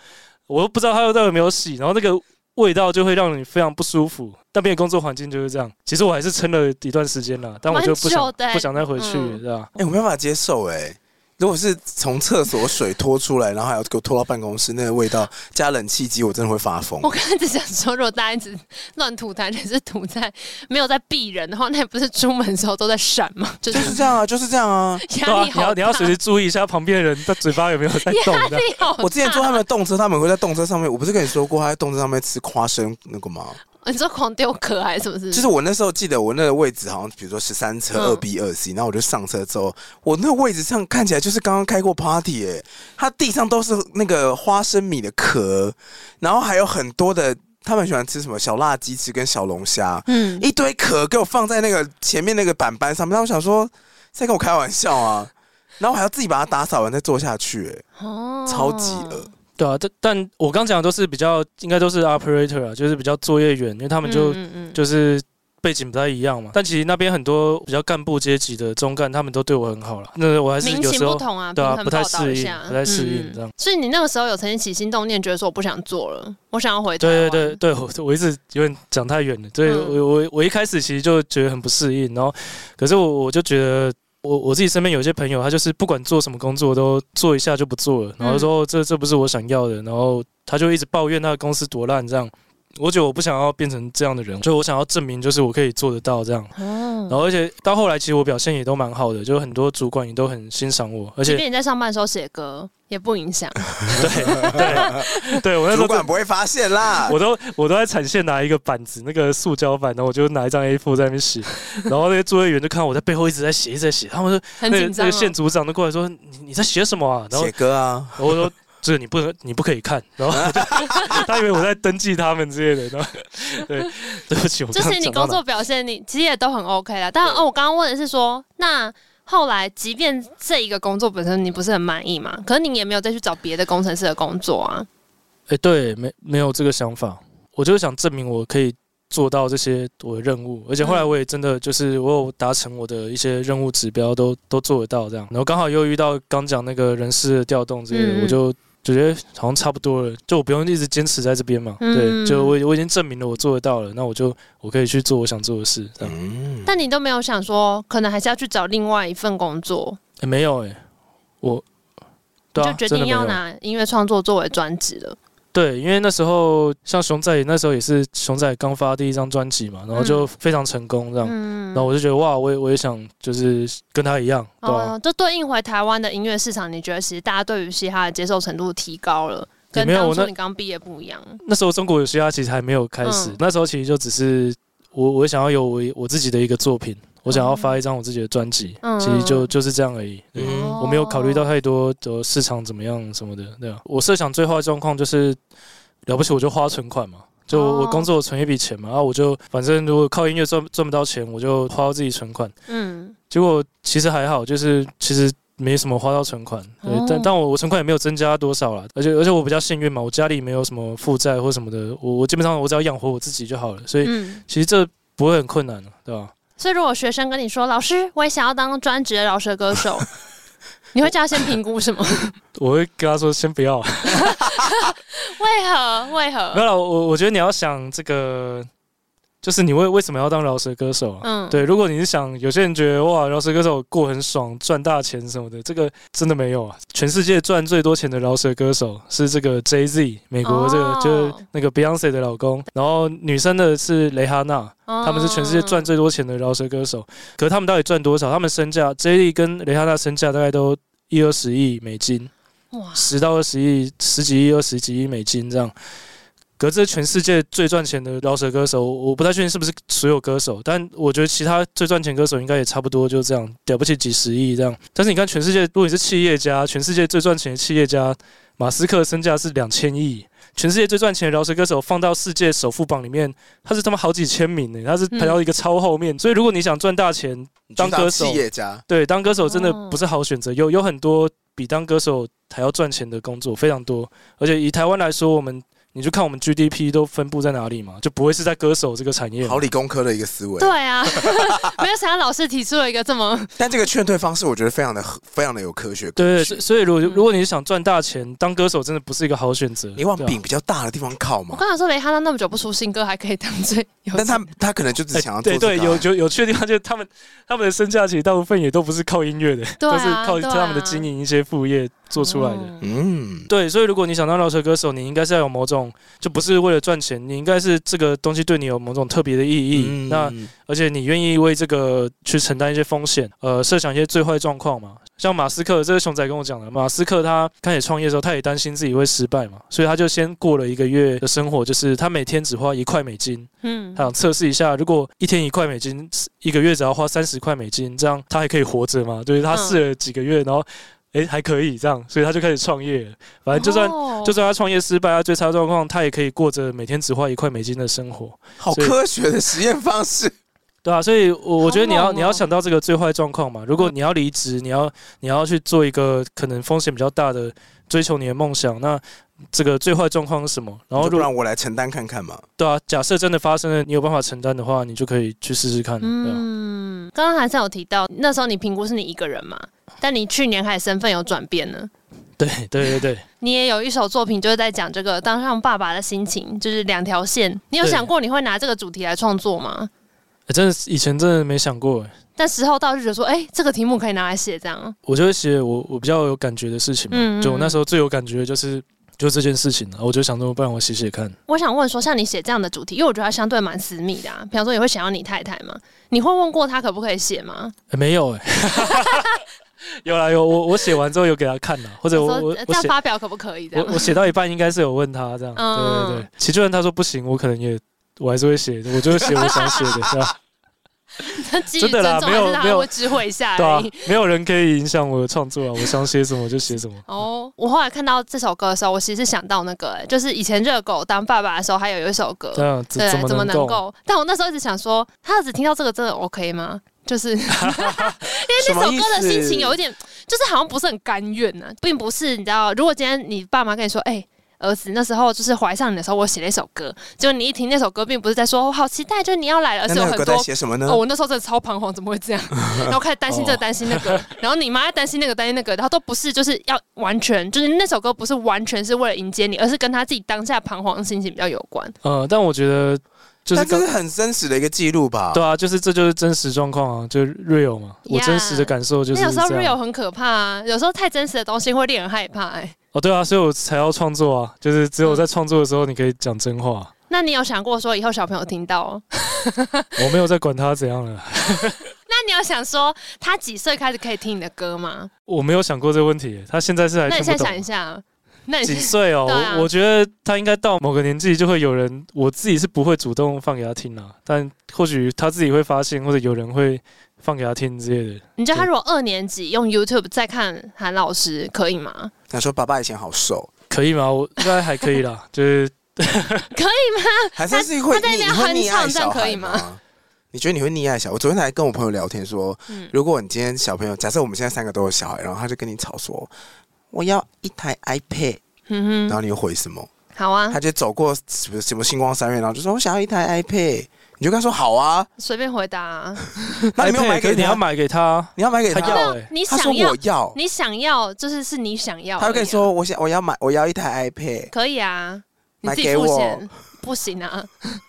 C: 我都不知道他到底有没有洗，然后那个味道就会让你非常不舒服。那边的工作环境就是这样，其实我还是撑了一段时间了，但我就不
B: 蛮久
C: 想
B: 的欸
C: 不想再回去了，
B: 嗯
C: 对吧？
A: 哎、我没办法接受哎、如果是从厕所水拖出来，然后还要给我拖到办公室，那个味道加冷气机，我真的会发疯
B: 我。刚才只想说，如果大家一直乱吐痰，只是吐在没有在避人的话，那你不是出门的时候都在闪吗？就
A: 就是这样啊，就是这样啊。
C: 对
B: 压
C: 啊
B: 力，
C: 你
B: 好
C: 要你要
B: 大，啊
C: 随时注意一下旁边的人，他嘴巴有没有在动
B: 压
C: 的。
B: 力好大。哦
A: 我之前坐他们的动车，他们会在动车上面，我不是跟你说过他在动车上面吃花生那个吗？
B: 你说狂丢壳还是什么？是不
A: 就是是我那时候记得我那个位置好像比如说十三车
B: 嗯
A: 二 B 二 C，然后我就上车之后，我那个位置上看起来就是刚刚开过 party 哎、它地上都是那个花生米的壳，然后还有很多的他们喜欢吃什么小辣鸡翅跟小龙虾，
B: 嗯，
A: 一堆壳给我放在那个前面那个板板上面，那我想说在跟我开玩笑啊，然后我还要自己把它打扫完再坐下去、欸，
B: 哦
A: 超级恶。
C: 对啊，但但我刚讲的都是比较，应该都是 operator 啊，就是比较作业员，因为他
B: 他
C: 们就
B: 嗯嗯
C: 就是背景不太一样嘛。但其实那边很多比较干部阶级的中干，他们都对我很好了。那我还是
B: 民
C: 有
B: 情
C: 时候
B: 不同啊，
C: 对
B: 平
C: 啊
B: 衡
C: 不太
B: 报道一
C: 适应
B: 下
C: 不太适应
B: 嗯嗯
C: 这样
B: 所以你那个时候有曾经起心动念，觉得说我不想做了，我想要回台
C: 对
B: 湾。
C: 对对对，我我一直有点讲太远了。对、
B: 嗯
C: 我我我一开始其实就觉得很不适应，然后可是我我就觉得。我我自己身边有一些朋友，他就是不管做什么工作都做一下就不做了，然
B: 嗯
C: 后说、哦这这不是我想要的，然后他就一直抱怨他的公司多烂这样。我觉得我不想要变成这样的人，就我想要证明就是我可以做得到这样。
B: 哦，
C: 然后而且到后来其实我表现也都蛮好的，就很多主管也都很欣赏我，而
B: 即
C: 且
B: 便你在上班的时候写歌，也不影 响。
C: 对对，我那时
A: 主
C: 候
A: 管不会发现
B: 啊
A: 啦，
C: 我都我都在产线拿一个板子，那个塑胶板，然后我就拿一张 A4 在那边写， 然后那些作业员就看我在背后一直在写，一直在写，他们说
B: 很
C: 那个
B: 紧
C: 那
B: 张、
C: 个
B: 哦。
C: 县组长都过来说你你在写什么啊？然后
A: 写歌啊，
C: 然后我说。这个你不能，你不可以看。然后 他以为我在登记他们之类的。然后，对，对不起，我
B: 就
C: 刚刚
B: 是你
C: 讲到
B: 工
C: 哪
B: 作表现，你其实也都很 OK 啦。但哦，我刚刚问的是说，那后来即便这一个工作本身你不是很满意嘛，可是你也没有再去找别的工程师的工作啊。
C: 哎、对，没没有这个想法，我就是想证明我可以做到这些我的任务，而且后来
B: 嗯
C: 我也真的就是我有达成我的一些任务指标都，都做得到这样。然后刚好又遇到刚讲那个人事的调动之类的，
B: 嗯嗯
C: 我就就觉得好像差不多了，就我不用一直坚持在这边嘛。
B: 嗯
C: 对，就我我已经证明了我做得到了，那我就我可以去做我想做的事。这样、
A: 嗯，
B: 但你都没有想说，可能还是要去找另外一份工作，
C: 诶没有哎、我对
B: 就
C: 啊，
B: 决
C: 真的
B: 定
C: 没有
B: 要拿音乐创作作为专职了。
C: 对，因为那时候像熊仔那时候也是熊仔刚发第一张专辑嘛，然后就非常成功这样，
B: 嗯
C: 然后我就觉得哇，我也我也想就是跟他一样，对啊吧、
B: 哦，就对应回台湾的音乐市场，你觉得其实大家对于嘻哈的接受程度提高了，
C: 也
B: 跟
C: 没有
B: 当
C: 我
B: 初
C: 那
B: 你刚毕业不一样。
C: 那时候中国有嘻哈其实还没有开始，
B: 嗯
C: 那时候其实就只是我我想要有我我自己的一个作品，我想要发一张我自己的专辑，
B: 哦嗯
C: 其实就就是这样而已。对
B: 哦
A: 嗯
C: 我没有考虑到太多的市场怎么样什么的，对吧、啊我设想最坏的状况就是了不起我就花存款嘛。就
B: 哦
C: 我工作存一笔钱嘛，然啊后我就反正如果靠音乐赚赚不到钱，我就花到自己存款。
B: 嗯，
C: 结果其实还好，就是其实没什么花到存款，对，
B: 哦
C: 但但我我存款也没有增加多少啦，而且而且我比较幸运嘛，我家里没有什么负债或什么的，我我基本上我只要养活我自己就好了，所以
B: 嗯，
C: 其实这不会很困难的，对吧？
B: 所以如果学生跟你说，老师，我也想要当专职的饶舌歌 手，你会叫他先评估什么？
C: 我会跟他说先不要，
B: 为何？为
C: 没
B: 何？
C: 有啦，我我觉得你要想这个，就是你为为什么要当饶舌歌手啊？
B: 嗯，
C: 对，如果你是想有些人觉得哇，饶舌歌手过很爽，赚大钱什么的，这个真的没有啊。全世界赚最多钱的饶舌歌手是这个 Jay Z，美国这个、
B: 哦
C: 就是那个 Beyonce 的老公，然后女生的是蕾哈娜，
B: 哦，
C: 他们是全世界赚最多钱的饶舌歌手。可是他们到底赚多少？他们身价 Jay Z 跟蕾哈娜身价大概都一二十亿美金，
B: 哇，
C: 十到二十亿、十几亿、二十几亿美金这样。可是这全世界最赚钱的饶舌歌手，我我不太确定是不是所有歌手，但我觉得其他最赚钱歌手应该也差不多就这样，了不起几十亿这样。但是你看全世界，如果你是企业家，全世界最赚钱的企业家，马斯克身价是两千亿，全世界最赚钱的饶舌歌手放到世界首富榜里面，他是他妈好几千名呢、他是排到一个超后面。所以如果你想赚大钱，
A: 你去
C: 当歌手
A: 企业家，
C: 对，当歌手真的
B: 哦
C: 不是好选择，有有很多比当歌手还要赚钱的工作非常多，而且以台湾来说，我们你就看我们 GDP 都分布在哪里嘛，就不会是在歌手这个产业嘛。
A: 好理工科的一个思维。
B: 对啊， 没有想到老师提出了一个这 么
A: 但这个劝退方式，我觉得非常的合非常的有科学根
C: 对，
A: 据
C: 所以所以如果
B: 嗯
C: 如果你想赚大钱，当歌手真的不是一个好选择。
A: 你往
C: 对啊
A: 饼比较大的地方靠
B: 我
A: 嘛。
B: 刚才说雷哈娜那么久不出新歌，还可以当最有，
A: 但他他可能就只想要做
C: 哎对
A: 这
C: 对，
A: 个啊
C: 有有有确定，就是他们他们的身价其实大部分也都不是靠音乐的，
B: 对
C: 都
B: 啊
C: 是靠
B: 对啊
C: 他们的经营一些副业做出来的。
B: 嗯
A: 嗯，
C: 对，所以如果你想当饶舌歌手，你应该是要有某种，就不是为了赚钱，你应该是这个东西对你有某种特别的意义。
A: 嗯
C: 那而且你愿意为这个去承担一些风险，呃，设想一些最坏状况嘛。像马斯克，这是熊仔跟我讲的。马斯克他开始创业的时候，他也担心自己会失败嘛，所以他就先过了一个月的生活，就是他每天只花一块美金，
B: 嗯
C: 他想测试一下，如果一天一块美金，一个月只要花三十块美金，这样他还可以活着吗？就是他
B: 嗯
C: 试了几个月，然后诶还可以这样，所以他就开始创业了。反正就算、
B: 哦
C: 就算他创业失败，他最差的状况，他也可以过着每天只花一块美金的生活。
A: 好
C: 所以
A: 科学的实验方式。
C: 对啊，所以我我觉得你要、
B: 猛哦嗯
C: 你要想到这个最坏状况嘛。如果你要离职，你要你要去做一个可能风险比较大的追求你的梦想，那这个最坏状况是什么？然后
A: 就不
C: 如果
A: 然我来承担看看嘛。
C: 对啊，假设真的发生了，你有办法承担的话，你就可以去试试看。对啊，
B: 嗯，刚刚还是有提到，那时候你评估是你一个人嘛，但你去年开始身份有转变呢。
C: 对对对对，哎
B: 你也有一首作品，就是在讲这个当上爸爸的心情，就是两条线。你有
C: 对
B: 想过你会拿这个主题来创作吗？
C: 欸真的是以前真的没想过欸，
B: 但时候到就觉得说，哎、这个题目可以拿来写这样。啊
C: 我就会写我我比较有感觉的事情嘛。
B: 嗯嗯
C: 就我那时候最有感觉的就是就这件事情啊，我就想说，不然我写写看。
B: 我想问说，像你写这样的主题，因为我觉得它相对蛮私密的啊。比方说，你会想要你太太吗？你会问过她可不可以写吗？
C: 欸、没有哎、 有啦有我我写完之后有给他看啦，或者我
B: 说
C: 我
B: 呃这
C: 我
B: 样
C: 写
B: 发表可不可以这
C: 我
B: 样？
C: 我写到一半应该是有问他这样，
B: 嗯
C: 对对对。其实就算他说不行，我可能也我还是会写，我就会写我想写的，对吧？
B: 基于
C: 真的啦
B: 尊重
C: 没有
B: 还是她
C: 没有
B: 会知会一下
C: 对
B: 而
C: 啊
B: 已。，
C: 没有人可以影响我的创作啊，我想写什么就写什么。
B: 哦，我后来看到这首歌的时候，我其实想到那个、欸就是以前热狗当爸爸的时候，还有一首歌，
C: 这样怎
B: 对，
C: 么
B: 怎么
C: 能够？
B: 够？但我那时候一直想说，他只听到这个真的 OK 吗？就是 因为那首歌的心啊情有一点，就是好像不是很甘愿呢、并不是你知道，如果今天你爸妈跟你说，哎、儿子那时候就是怀上你的时候，我写了一首歌，结果你一听那首歌，并不是在说哦我好期待，就是你要来了，而
A: 那
B: 是有
A: 那首
B: 很
A: 歌在
B: 多
A: 写什嗯么呢？
B: 哦，我那时候真的超彷徨，怎么会这样？ 然后开始担心这个，担心那个，然后你妈在担心那个，担心那个，然后都不是就是要完全，就是那首歌不是完全是为了迎接你，而是跟他自己当下彷徨的心情比较有关。
C: 呃，但我觉得就是
A: 但这
C: 刚
A: 是很真实的一个记录吧？
C: 对啊，就是这就是真实状况啊，就是 real 嘛。我
B: Yeah
C: 真实的感受就是
B: 那有时候
C: 这
B: real
C: 样。
B: 很可怕啊，有时候太真实的东西会令人害怕、哎，
C: 哦，对啊，所以我才要创作啊，就是只有
B: 嗯
C: 在创作的时候你可以讲真话。
B: 那你有想过说以后小朋友 听到，
C: 我没有在管他怎样了，
B: 那你有想说他几岁开始可以听你的歌吗？
C: 我没有想过这个问题。他现在是还
B: 那你
C: 听
B: 现
C: 不
B: 在想一
C: 懂。
B: 下，啊那你
C: 几
B: 是
C: 岁哦？
B: 对啊
C: 我我觉得他应该到某个年纪就会有人，我自己是不会主动放给他听啦，但或许他自己会发现，或者有人会放给他听之类的。
B: 你觉得他如果二年级用 YouTube 再看韩老师可以吗？
A: 他说爸爸以前好瘦，
C: 可以吗？我应该还可以啦， 就是
A: 还是是会
B: 他在那
A: 你
B: 边
A: 你会溺爱
B: 哼唱这
A: 小
B: 样可
A: 孩
B: 以吗
A: 吗？你觉得你会溺爱小？我昨天还跟我朋友聊天说，
B: 嗯，
A: 如果你今天小朋友，假设我们现在三个都有小孩，然后他就跟你吵说我要一台 iPad，
B: 嗯
A: 然
B: 哼，
A: 后你又回什么？
B: 好啊，
A: 他就走过什么什么星光三月，然后就说我想要一台 iPad，你就跟他说好 啊，
B: 随便回答、啊。
A: 那你没有
C: iPad，
A: 买
C: 可
A: 给
C: 是你要
A: 他，
C: 买给他，
A: 你要买给
C: 他要
A: 他，
C: 欸
B: 你
A: 他说
B: 想要
A: 我，要，
B: 你想要，就是是你想要而已啊。
A: 他就跟你说我想我要买我要一台 iPad，
B: 可以啊，你
A: 买
B: 自己
A: 给
B: 付
A: 我
B: 钱。不行啊，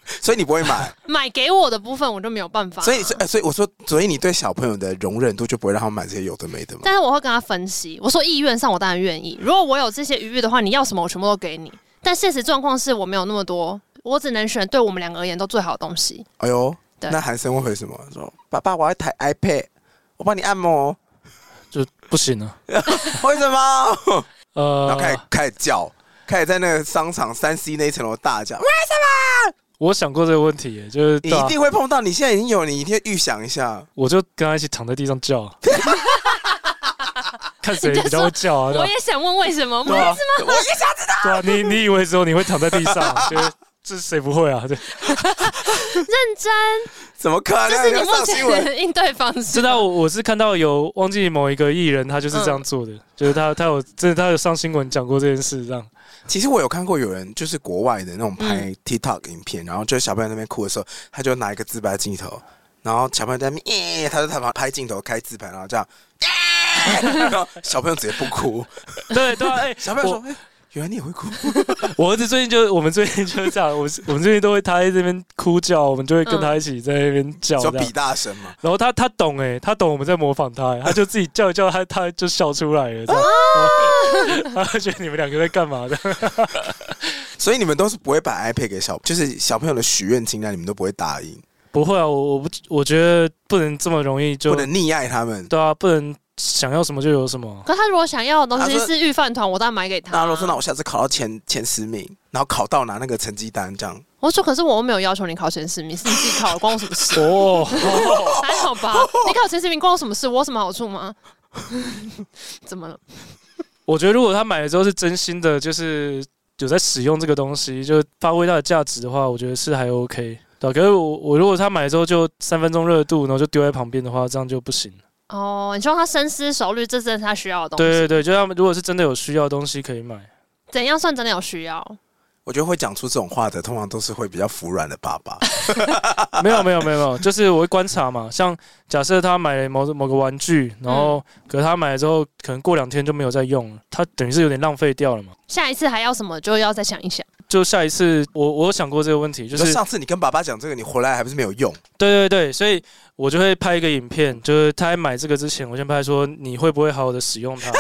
A: 所以你不会 买，
B: 买给我的部分我就没有办法啊、
A: 所以所以呃所以我说，所以你对小朋友的容忍度就不会让他们买这些有的没的嘛？
B: 但是我会跟他分析，我说意愿上我当然愿意。如果我有这些余裕的话，你要什么我全部都给你。但现实状况是我没有那么多，我只能选对我们两个而言都最好的东西。
A: 哎呦，
B: 对
A: 那韩生会回什么？说爸爸，我要一台 iPad，我帮你按摩，
C: 就不行了。
A: 为什 么？然后开始
C: 呃，
B: 哦
A: 开始叫，开始在那个商场三 C 那一层楼大叫，
C: 我想过这个问题耶，就是
A: 你
C: 对啊
A: 一定会碰到，你现在已经有，你一定预想一下。
C: 我就跟他一起躺在地 上叫，看谁比较会叫啊？对
B: 我
C: 吧
B: 也想问为什么，
C: 对啊，对啊，你你以为只有你会躺在地上，就是这谁不会啊？对，
B: 认真，
A: 怎么可能？
B: 这是你目
A: 上新
B: 前
A: 闻，
B: 的应对方式吗。
C: 真的啊，我我是看到有忘记某一个艺人，他就是这样做的，就是他他有真的他有上新闻讲过这件事，这样
A: 其实我有看过有人就是国外的那种
C: 嗯
A: 拍 TikTok 影片，然后就是小朋友在那边哭的时候，他就拿一个自拍镜头，然后小朋友在那边耶，他就他拍镜头开自拍，然后这样， 耶然后小朋友直接不哭，
C: 对对啊，哎，
A: 小朋友说，哎、原来你也会哭，
C: 我儿子最近就我们最近就是这样，我我们最近都会他在这边哭叫，我们就会跟他一起在那边叫，
A: 就
C: 这样
A: 比。大声嘛。
C: 然后他他懂哎、他懂我们在模仿他、欸，他就自己叫一叫他，他就笑出来了，这样。 他觉得你们两个在干嘛的？
A: 所以你们都是不会把 iPad 给小，就是小朋友的许愿清单，你们都不会答应，
C: 不会啊，我我不我觉得不能这么容易就
A: 不能溺爱他们。
C: 对啊，不能想要什么就有什么。
B: 可他如果想要的东西
A: 他说
B: 是预饭团，我当然买给他、
A: 那如果说那我下次考到前前十名，然后考到拿那个成绩单这样，
B: 我说，可是我又没有要求你考前十名，是你自己考的，关我什么 事？
C: 哦，
B: 还好吧？你考前十名关我什么事？我有什么好处吗？ 怎么了？
C: 我觉得如果他买了之后是真心的，就是有在使用这个东西，就发挥它的价值的话，我觉得是还 OK。对啊、可是我我如果他买了之后就三分钟热度，然后就丢在旁边的话，这样就不行。
B: 哦，你希望他深思熟虑，这真的是他需要的东
C: 对
B: 西。
C: 对对，就他们如果是真的有需要的东西可以买。
B: 怎样算真的有需要？
A: 我觉得会讲出这种话的，通常都是会比较服软的爸爸。
C: 没有没有没有没有，就是我会观察嘛。像假设他买了某某个玩具，然后可是他买了之后，可能过两天就没有再用了，他等于是有点浪费掉了嘛。
B: 下一次还要什么就要再想一想。
C: 就下一次，我我有想过这个问题，就
A: 就是上次你跟爸爸讲这个，你回来还不是没有用？
B: 哦
C: 对对对，所以我就会拍一个影片，就是他在买这个之前，我先拍说你会不会好好的使用它。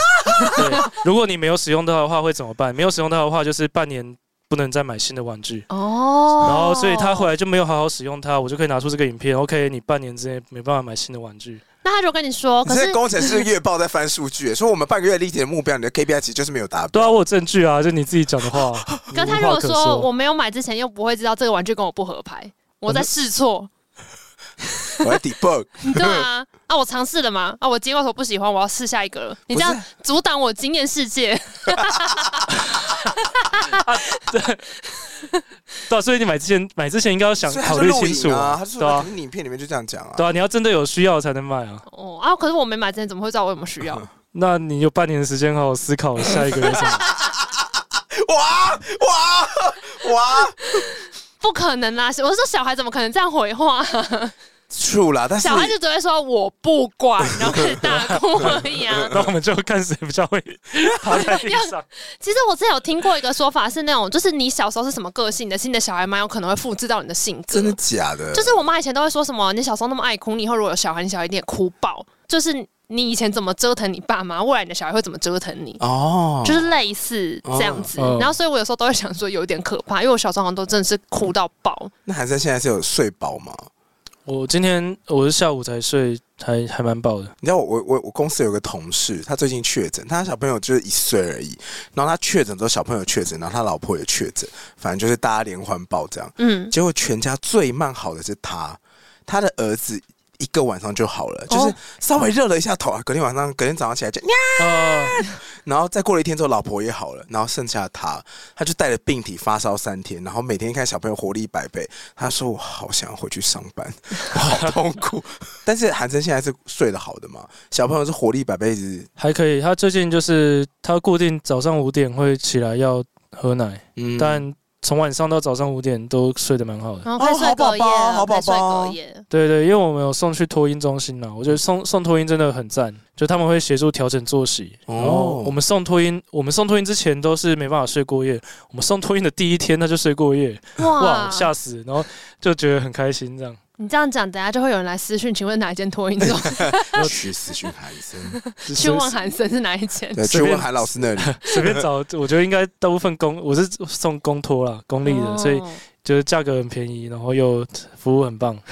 C: 对，如果你没有使用到的话会怎么办？没有使用到的话，就是半年不能再买新的玩具。
B: 哦，
C: 然后，所以他后来就没有好好使用它，我就可以拿出这个影片。OK，你半年之内没办法买新的玩具。
B: 那他就跟你说，
A: 你
B: 可
A: 现在
B: 是
A: 工程师月报在翻数 据，说我们半个月立体的目标，你的 KPI 其实就是没有达
C: 对啊，
A: 标。
C: 我有证据啊，就你自己讲 的话。
B: 可是他
C: 无
B: 如
C: 话
B: 果
C: 可
B: 说我没有买之前又不会知道这个玩具跟我不合拍，我在试错，
A: 我在 debug，
B: 对 啊，啊我尝试了嘛，啊我结果说不喜欢，我要试下一个了。你
A: 不
B: 这
A: 是
B: 样阻挡我惊艳世界，
C: 对啊，所以你买之前买之前应该要想
A: 所以他
C: 考
A: 就
C: 虑
A: 录
C: 清楚
A: 影啊，他就
C: 对
A: 说
C: 啊
A: 可，是你影片里面就这样讲啊。
C: 对啊，你要真的有需要才能买啊。
B: 哦啊，可是我没买之前怎么会知道我有没有需要？
C: 那你有半年的时间好好思考下一个有什么。
A: 哇哇哇，
B: 不可能啦！我说小孩怎么可能这样回话？
A: 处啦，但是
B: 小孩就只会说我不管，然后开始大哭而已啊。
C: 那我们就看谁比较会 趴在地上。
B: 其实我之前有听过一个说法是那种，就是你小时候是什么个性的，是你的小孩蛮有可能会复制到你的性格。
A: 真的假的？
B: 就是我妈以前都会说什么，你小时候那么爱哭，你以后如果有小孩，你小孩一定也哭爆。就是你以前怎么折腾你爸妈，未来你的小孩会怎么折腾你。
A: 哦，
B: 就是类似这样子，
C: 哦哦
B: 然后所以我有时候都会想说有点可怕，因为我小时候好像都真的是哭到爆，
A: 那韩生现在是有睡饱吗？
C: 我今天我是下午才睡，还还蛮饱的。
A: 你知道我我我公司有个同事，他最近确诊，他小朋友就是一岁而已，然后他确诊之后小朋友确诊，然后他老婆也确诊，反正就是大家连环爆这样。
B: 嗯，
A: 结果全家最慢好的是他，他的儿子一个晚上就好了，就是
B: 哦
A: 稍微热了一下头啊，隔天晚上隔天早上起来就喵，
C: 啊，
A: 然后再过了一天之后，老婆也好了，然后剩下他，他就带着病体发烧三天，然后每天看小朋友活力百倍，他说我好想要回去上班，我好痛苦。但是韩森现在是睡得好的嘛，小朋友是活力百倍，一直
C: 还可以。他最近就是他固定早上五点会起来要喝奶，
A: 嗯，
C: 但从晚上到早上五点都睡得蛮好的。
B: 然后可以睡隔夜
A: 哦
B: 啊，
A: 好宝宝好宝宝
B: 可以睡隔夜，
C: 对对，因为我们有送去托婴中心啦，我觉得送送托婴真的很赞，就他们会协助调整作息。
A: 哦
C: 哦，然后我们送托婴，我们送托婴之前都是没办法睡过夜，我们送托婴的第一天他就睡过夜，哇，吓死！然后就觉得很开心这样。
B: 你这样讲，等下就会有人来私讯，请问哪一间托运中？
A: 去死去韩森，
C: 就
B: 去
C: 随
B: 问韩森是哪一间？
A: 对，去问韩老师那里，
C: 随便找，我觉得应该大部分公我是送公托啦，公立的，所以
B: 哦
C: 就是价格很便宜，然后又服务很棒。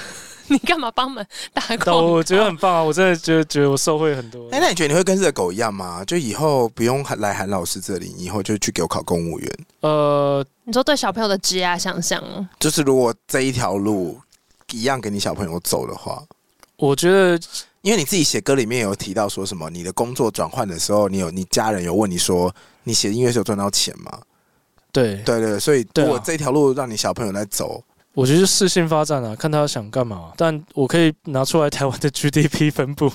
B: 你干嘛帮忙打哦
C: 但
B: 广
C: 我觉得很棒啊，我真的觉得觉得我受惠很多
A: 哎、。那你觉得你会跟这个狗一样吗？就以后不用来韩老师这里，你以后就去给我考公务员。
C: 呃，
B: 你说对小朋友的职业想象哦，
A: 就是如果这一条路一样给你小朋友走的话，
C: 我觉得
A: 因为你自己写歌里面有提到说什么，你的工作转换的时候，你有你家人有问你说，你写音乐是有赚到钱吗？
C: 对，
A: 对对对，所以
C: 对
A: 如
C: 啊
A: 果这条路让你小朋友来走，
C: 我觉得就适性发展啊，看他想干嘛。但我可以拿出来台湾的 GDP 分布，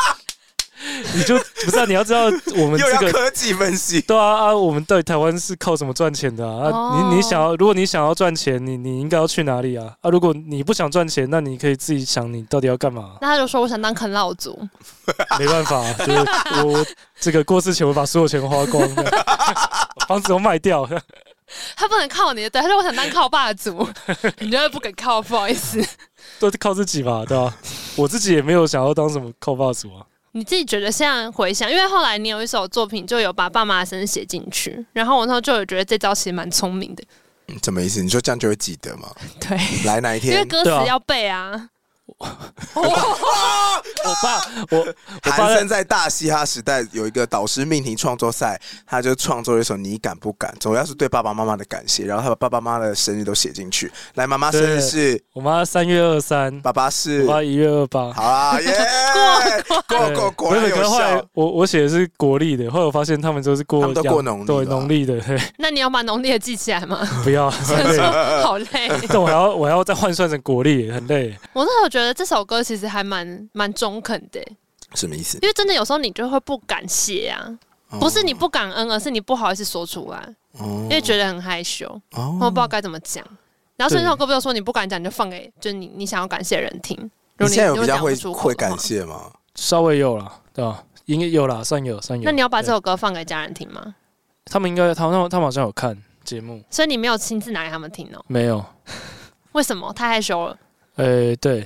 C: 你就不是、啊、你要知道我 们
A: 又
C: 这
A: 要
C: 个。
A: 科技分析，
C: 对啊啊！我们到底台湾是靠什么赚钱的啊？啊
B: 哦。
C: 你你想要，如果你想要赚钱，你你应该要去哪里啊？啊，如果你不想赚钱，那你可以自己想你到底要干嘛
B: 那他就说我想当啃老族，
C: 没办法、啊就是我我这个过世前我把所有钱花光， 这样房子都卖掉。
B: 他不能靠你，对，他说我想当靠霸族， 你就是不肯靠，不好意思。
C: 都是靠自己嘛，对吧、我自己也没有想要当什么靠霸主啊。
B: 你自己觉得现在回想，因为后来你有一首作品就有把爸妈的生日写进去，然后我那时候就有觉得这招其实蛮聪明的，
A: 嗯什么意思？你说这样就会记得吗？
B: 对，
A: 来哪一
B: 因为
A: 天？
B: 歌词
C: 对啊
B: 要背啊。
C: 我爸，我我爸
A: 韩
C: 在
A: 生在大嘻哈时代有一个导师命题创作赛，他就创作了一首《你敢不敢》，主要是对爸爸妈妈的感谢，然后他把爸爸妈妈的生日都写进去。来，妈妈生日
C: 对
A: 是，
C: 我妈三月二三，
A: 爸爸是
C: 我，爸一月二八。
A: 好啊， 耶！过过过果然
C: 对可
A: 有
C: 是后来
A: 效。
C: 我我写的是国历的，后来我发现他们都是过
A: 他们都过
C: 洋
A: 农历啊
C: 对
A: 吧
C: 农历的，嘿
B: 那你要把农历的记起来吗？
C: 不要，
B: 真 是好 累。
C: 但我还要我还要再换算成国历，很累。
B: 我那时候觉得这首歌其实还蛮蛮中肯的，
A: 什么意思？
B: 因为真的有时候你就会不敢写啊，
A: 哦
B: 不是你不感恩，而是你不好意思说出来，因
A: 因
B: 为觉得很害羞，或不知
A: 哦，
B: 道该怎么讲。然后所以
C: 对
B: 那首歌不就说你不敢讲，你就放给就是你你想要感谢的人听。如
A: 你
B: 果
A: 现在有比
B: 如果
A: 较
B: 讲不
A: 会
B: 出口
A: 会
B: 的话
A: 感谢吗？
C: 稍微有啦，对吧、应该有啦，算有算有。
B: 那你要把这
C: 对
B: 首歌放给家人听吗？
C: 他们应该他们他们他们好像有看节目
B: 所以你没有亲自拿给他们听哦？
C: 没有？
B: 为什么？太害羞了。
C: 呃，对，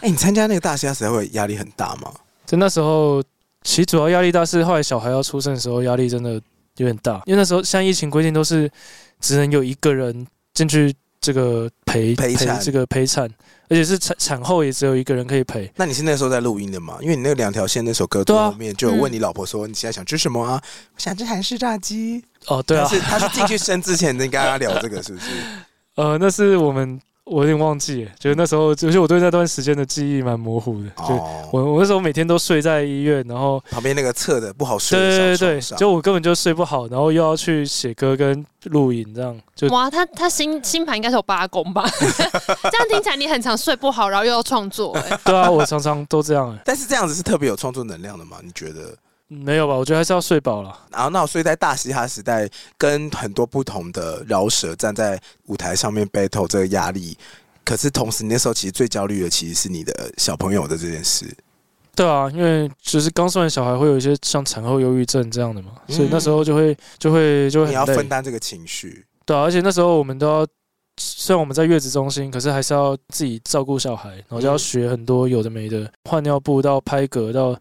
A: 哎，你参加那个大嘻哈时代会压力很大吗？
C: 就那时候，其实主要压力大是后来小孩要出生的时候，压力真的有点大，因为那时候像疫情规定都是只能有一个人进去这个陪
A: 陪产
C: 这个陪产，而且是产产后也只有一个人可以陪。
A: 那你是那时候在录音的吗？因为你那个两条线那首歌最
C: 对啊
A: 后面就有
B: 嗯
A: 问你老婆说你现在想吃什么啊？我想吃韩式炸鸡。
C: 哦，对啊
A: 他，是他是进去生之前你跟他聊这个是不是？
C: 呃，那是我们我有点忘记了，就是那时候就是我对那段时间的记忆蛮模糊的， 就
A: 哦，
C: 我我那时候每天都睡在医院，然后
A: 旁边那个侧的不好睡
C: 对
A: 的
C: 对对
A: 小床
C: 对，
A: 上，
C: 就我根本就睡不好，然后又要去写歌跟录影，这样就
B: 哇，他他星星盘应该是有八宫吧？ 这样听起来你很常睡不好，然后又要创作、哎，
C: 对啊，我常常都这样、欸。
A: 但是这样子是特别有创作能量的嘛？你觉得？
C: 没有吧？我觉得还是要睡饱了。
A: 然后，那我所以在大嘻哈时代，跟很多不同的饶舌站在舞台上面 battle 这个压力，可是同时你那时候其实最焦虑的其实是你的小朋友的这件事。
C: 对啊，因为就是刚生完小孩会有一些像产后忧郁症这样的嘛，所以那时候就会就会就会
A: 嗯你
C: 很
A: 要
C: 累
A: 分担这个情绪，
C: 对啊、而且那时候我们都要，虽然我们在月子中心，可是还是要自己照顾小孩，然后就要
A: 嗯
C: 学很多有的没的，换尿布到拍嗝到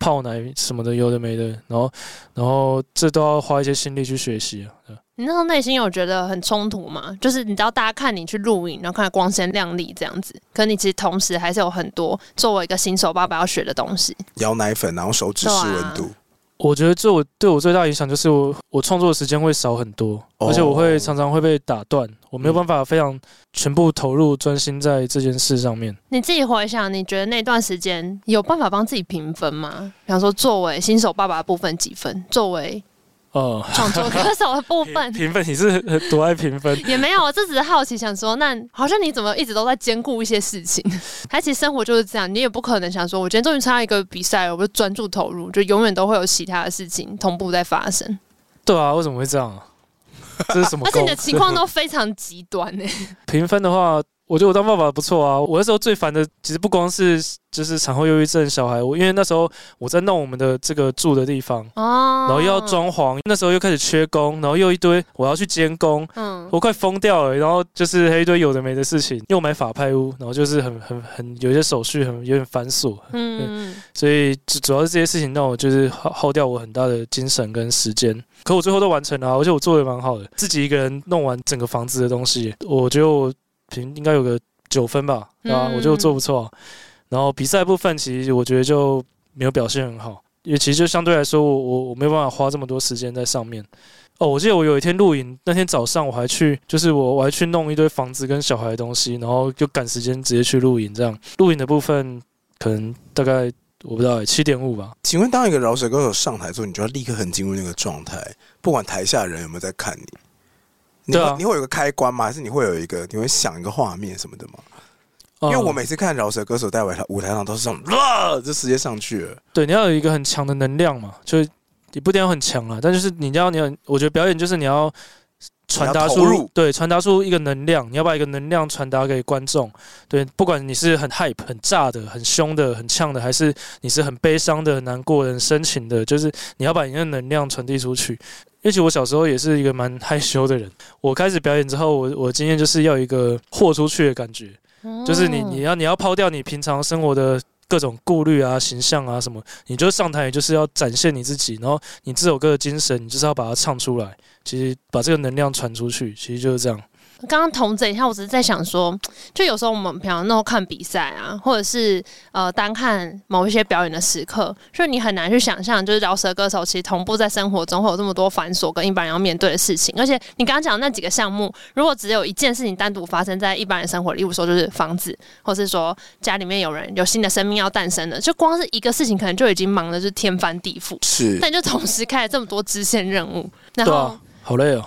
C: 泡奶什么的，有的没的，然后然后这都要花一些心力去学习啊。对
B: 你那时候内心有觉得很冲突吗？就是你知道大家看你去录影，然后看得光鲜亮丽这样子，可你其实同时还是有很多作为一个新手爸爸要学的东西。
A: 摇奶粉，然后手指试温度。
C: 我觉得对我对我最大影响就是我我创作的时间会少很多，
A: 哦
C: 而且我会常常会被打断，我没
A: 嗯
C: 有办法非常全部投入专心在这件事上面。
B: 你自己回想，你觉得那段时间有办法帮自己评分吗？比方说，作为新手爸爸的部分几分，作为
C: 呃，
B: 创作歌手的部分
C: 评分你是多爱评分？
B: 也没有，这只是好奇，想说，那好像你怎么一直都在兼顾一些事情？ 还其实生活就是这样，你也不可能想说，我今天终于参加一个比赛了，我就专注投入，就永远都会有其他的事情同步在发生，
C: 对啊，为什么会这样、 啊？这是什么
B: 而且
C: 狗？
B: 你的情况都非常极端欸 呢、
C: 评分的话，我觉得我当爸爸不错啊。我那时候最烦的，其实不光是就是产后忧郁症小孩，我因为那时候我在弄我们的这个住的地方，
B: 哦，
C: 然后又要，装潢，那时候又开始缺工，然后又一堆我要去监工，
B: 嗯，
C: 我快疯掉了。然后就是还有一堆有的没的事情，又买法拍屋，然后就是很很很有一些手续很有点繁琐，
B: 嗯，
C: 所以主主要是这些事情让我就是耗耗掉我很大的精神跟时间。可我最后都完成了啊、而且我做的蛮好的，自己一个人弄完整个房子的东西，我觉得我平应该有个九分吧，对吧、
B: 嗯
C: 我觉得我做不错啊、然后比赛部分其实我觉得就没有表现很好，也其实就相对来说我我我没有办法花这么多时间在上面。哦，我记得我有一天露营，那天早上我还去，就是我我还去弄一堆房子跟小孩的东西，然后就赶时间直接去露营。这样露营的部分可能大概我不知道七点五吧，
A: 请问，当一个饶舌歌手上台之后，你就要立刻很进入那个状态，不管台下人有没有在看你。你
C: 对啊
A: 会你会有一个开关吗？还是你会有一个，你会想一个画面什么的吗？因为
C: 嗯
A: 我每次看饶舌歌手在舞台舞台上都是这种，啊，就直接上去了。
C: 对你要有一个很强的能量嘛，就是你不一定要很强啊，但就是你要你要，我觉得表演就是你要传达
A: 你要投
C: 出
A: 入
C: 对传达出一个能量，你要把一个能量传达给观众。对，不管你是很 hype、很炸的、很凶的、很呛的，还是你是很悲伤的、很难过的、很深情的，就是你要把你的能量传递出去。因为其实我小时候也是一个蛮害羞的人，我开始表演之后，我我今天就是要有一个豁出去的感觉，
B: 嗯
C: 就是你你要你要抛掉你平常生活的各种顾虑啊、形象啊什么，你就上台，你就是要展现你自己，然后你这首歌的精神，你就是要把它唱出来。其实把这个能量传出去，其实就是这样。
B: 刚刚同整一下，我只是在想说，就有时候我们平常那种看比赛啊，或者是呃单看某一些表演的时刻，所以你很难去想象，就是饶舌歌手其实同步在生活中会有这么多繁琐跟一般人要面对的事情。而且你刚刚讲的那几个项目，如果只有一件事情单独发生在一般人生活里，例如说就是房子，或是说家里面有人有新的生命要诞生了，就光是一个事情，可能就已经忙的是天翻地覆。
A: 是
B: 但你就同时开了这么多支线任务，然
C: 对
B: 后
C: 啊，好累哦！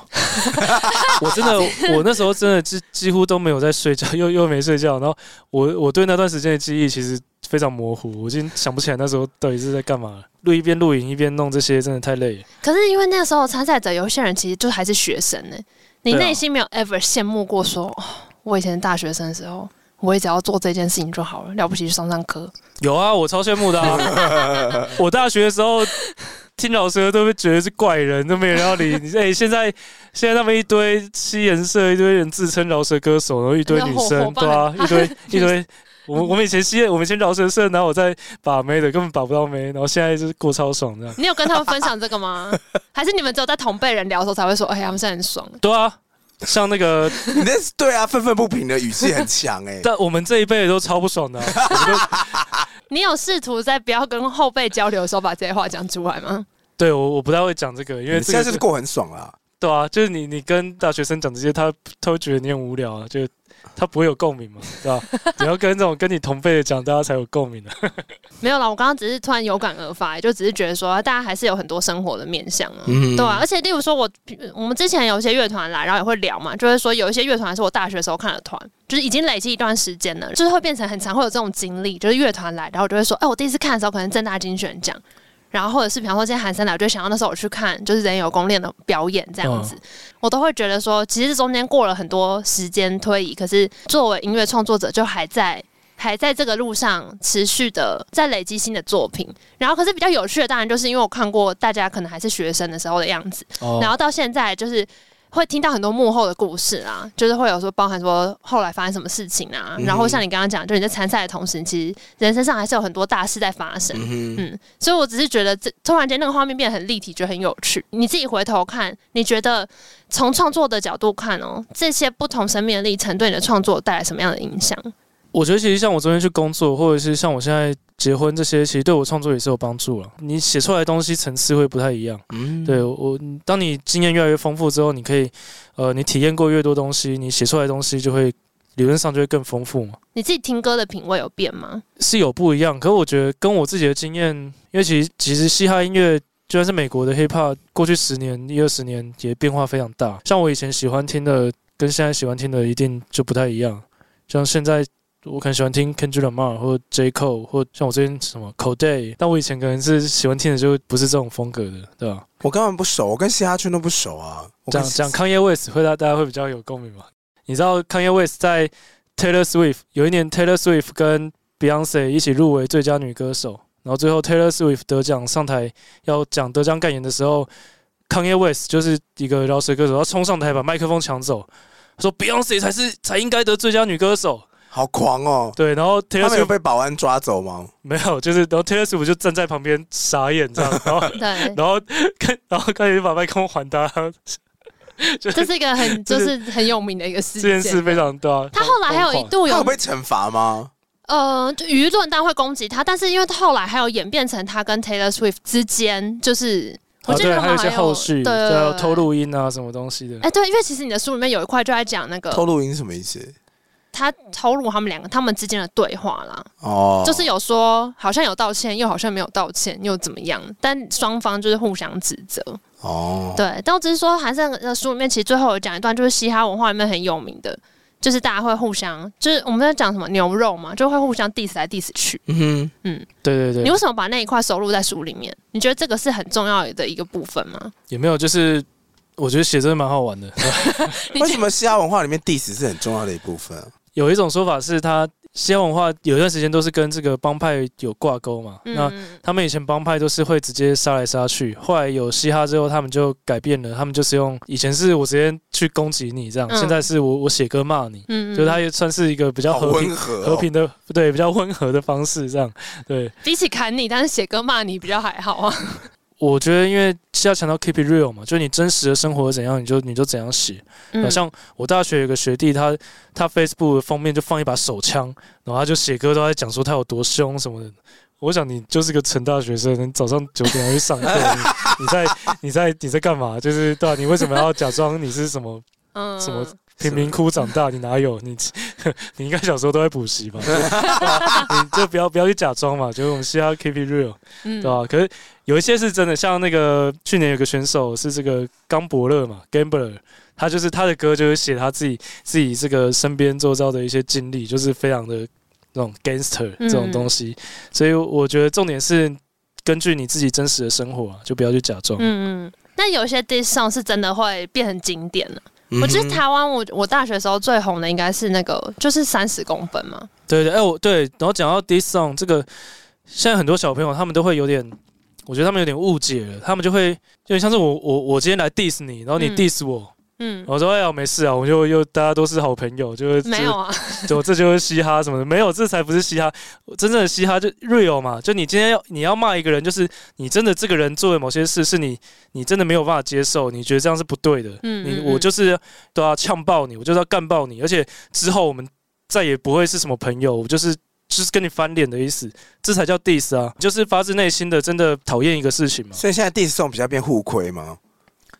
C: 我真的，我那时候真的几几乎都没有在睡觉，又又没睡觉。然后我我对那段时间的记忆其实非常模糊，我已经想不起来那时候到底是在干嘛了。录一边录影一边弄这些，真的太累了。
B: 可是因为那时候参赛者有一些人其实就还是学生呢、你
C: 对啊
B: 内心没有 ever 羡慕过说，哦我以前大学生的时候，我也只要做这件事情就好了，了不起去上上课。
C: 有啊，我超羡慕的、啊。 我大学的时候听老师都被觉得是怪人，都没人要 理你。哎、现在现在那么一堆西颜色，一堆人自称饶舌歌手，然后一堆女
B: 那
C: 生，
B: 伙
C: 对 啊
B: 伴，
C: 一堆一堆。我我们以前西，我们以前饶舌社，然后我在把妹的，根本把不到妹，然后现在就是过超爽这样。
B: 你有跟他们分享这个吗？ 还是你们只有在同辈人聊的时候才会说，哎呀，他们现在很爽？
C: 对啊，像那个，
A: 你那是对啊，愤愤不平的语气很强哎、
C: 但我们这一辈都超不爽的啊、
B: 你有试图在不要跟后辈交流的时候把这些话讲出来吗？
C: 对我我不太会讲这 个，因为
A: 你现
C: 这
A: 在
C: 个
A: 就是过很爽啦。
C: 对啊，就是你你跟大学生讲这些，他他会觉得你很无聊啊，就他不会有共鸣嘛， 对吧、你要跟这种跟你同辈的讲，大家才有共鸣啊的、
B: 没有啦，我刚刚只是突然有感而发、就只是觉得说，大家还是有很多生活的面向啊。
A: 嗯，
B: 对啊，而且例如说我，我们之前有一些乐团来，然后也会聊嘛，就会说有一些乐团是我大学时候看的团，就是已经累积一段时间了，就是会变成很常会有这种经历，就是乐团来，然后我就会说，哎、我第一次看的时候可能正大金选奖，然后或者是比方说今天韩三来，我就想到那时候我去看就是人有功练的表演这样
A: 嗯
B: 子，我都会觉得说，其实中间过了很多时间推移，可是作为音乐创作者就还在。还在这个路上持续的在累积新的作品，然后可是比较有趣的，当然就是因为我看过大家可能还是学生的时候的样子，
C: 哦
B: 然后到现在就是会听到很多幕后的故事啊，就是会有说包含说后来发生什么事情啊，
A: 嗯
B: 然后像你刚刚讲，就你在参赛的同时，其实人身上还是有很多大事在发生。
A: 嗯哼，
B: 嗯，所以我只是觉得这突然间那个画面变得很立体，觉得很有趣。你自己回头看，你觉得从创作的角度看哦，这些不同生命的历程对你的创作带来什么样的影响？
C: 我觉得其实像我这边去工作，或者是像我现在结婚这些，其实对我创作也是有帮助了。你写出来的东西层次会不太一样。
A: 嗯，
C: 对我，当你经验越来越丰富之后，你可以，呃，你体验过越多东西，你写出来的东西就会理论上就会更丰富嘛，
B: 你自己听歌的品味有变吗？
C: 是有不一样。可是我觉得跟我自己的经验，因为其实其实嘻哈音乐就算是美国的 hip hop，过去十年一二十年也变化非常大。像我以前喜欢听的，跟现在喜欢听的一定就不太一样。像现在我可能喜欢听 Kendrick Lamar 或 J Cole，或像我最近什么 Coday，但我以前可能是喜欢听的就不是这种风格的，对吧？
A: 我根本不熟，我跟嘻哈圈都不熟啊。我跟
C: 讲讲 Kanye West 会大大家会比较有共鸣嘛？你知道 Kanye West 在 Taylor Swift 有一年 Taylor Swift 跟 Beyonce 一起入围最佳女歌手，然后最后 Taylor Swift 得奖上台要讲得奖感言的时候，Kanye West 就是一个饶舌歌手，他冲上台把麦克风抢走，他说 Beyonce 才是才应该得最佳女歌手。
A: 好狂哦！
C: 对，然后 Taylor
A: 他们有
C: Swift
A: 被保安抓走吗？
C: 没有，就是然后 Taylor Swift 就站在旁边傻眼这样，然 后，
B: 对
C: 然后看然后 Kanye 就把麦克风还他，就是
B: 这是一个很
C: 就
B: 就是是很有名的一个事
C: 这件事
B: 件。
C: 非常啊大。
B: 他后来还有一度
A: 他有
B: 有
A: 被惩罚吗？
B: 呃，就舆论当然会攻击他，但是因为后来还有演变成他跟 Taylor Swift 之间，就是我
C: 啊，
B: 记
C: 对，
B: 得好
C: 还有一
B: 像
C: 些后
B: 对，
C: 续，对，还有
B: 对
C: 偷。录音啊，什么东西的
B: 对。哎、对，因为其实你的书里面有一块就在讲那个
A: 偷录音是什么意思？
B: 他偷录他们两个他们之间的对话啦，
A: 哦，
B: 就是有说好像有道歉，又好像没有道歉，又怎么样？但双方就是互相指责。
A: 哦，
B: 对，但我只是说，韩胜的书里面其实最后有讲一段，就是嘻哈文化里面很有名的，就是大家会互相，就是我们在讲什么牛肉嘛，就会互相 diss 来 diss 去。
A: 嗯哼，
C: 对对
B: 你
C: 对
B: 为，什么把那一块收录在书里面？你觉得这个是很重要的一个部分吗？
C: 也没有，就是我觉得写真的蛮好玩的。
B: 你
A: 为什么嘻哈文化里面 diss 是很重要的一部分啊？
C: 有一种说法是，他西洋文化有一段时间都是跟这个帮派有挂钩嘛。那
B: 嗯，
C: 他们以前帮派都是会直接杀来杀去，后来有嘻哈之后，他们就改变了，他们就是用以前是我直接去攻击你这样，
B: 嗯
C: 现在是我我写歌骂你，
B: 嗯
C: 就是他也算是一个比较
A: 好
C: 和平
A: 温和哦，
C: 和平的，对，比较温和的方式这样。对，
B: 比起砍你，但是写歌骂你比较还好啊。
C: 我觉得因为是要强调 keep it real 嘛，就是你真实的生活怎样，你就你就怎样写。
B: 嗯
C: 好、像我大学有个学弟，他他 Facebook 的封面就放一把手枪，然后他就写歌都在讲说他有多凶什么的。我想你就是个陈大学生，你早上九点还去上课，你你在你在你在干嘛？就是对、啊，你为什么要假装你是什么
B: 嗯
C: 什么贫民窟长大？你哪有你？ 你应该小时候都在补习吧？对啊你就不要不要去假装嘛，就是我们是要 keep it real。
B: 嗯
C: 对吧、可是有一些是真的，像那个去年有个选手是这个冈伯乐嘛，Gambler，他就是他的歌就是写他自己自己这个身边周遭的一些经历，就是非常的那种 gangster 这
B: 嗯
C: 种东西，所以我觉得重点是根据你自己真实的生活、啊，就不要去假装。
B: 嗯嗯。那有一些 diss song 是真的会变成经典的。
A: 嗯哼
B: 我觉得台湾，我我大学时候最红的应该是那个，就是三十公分嘛。
C: 对对，哎、我对，然后讲到 diss song 这个，现在很多小朋友他们都会有点，我觉得他们有点误解了，他们就会有点像是我我我今天来 diss 你，然后你
B: 嗯
C: diss 我。
B: 嗯，
C: 我说哎呀，没事啊，我就又大家都是好朋友，就是
B: 没有，啊，
C: 就我这就是嘻哈什么的，没有，这才不是嘻哈，真正的嘻哈就 real 嘛，就你今天要你要骂一个人，就是你真的这个人做的某些事是你你真的没有办法接受，你觉得这样是不对的，
B: 嗯
C: 你
B: 嗯
C: 我
B: 嗯
C: 就是都要呛爆你，我就是要干爆你，而且之后我们再也不会是什么朋友，我就是。就是跟你翻脸的意思，这才叫 diss 啊！就是发自内心的，真的讨厌一个事情嘛。
A: 所以现在 diss song 比较变互亏吗？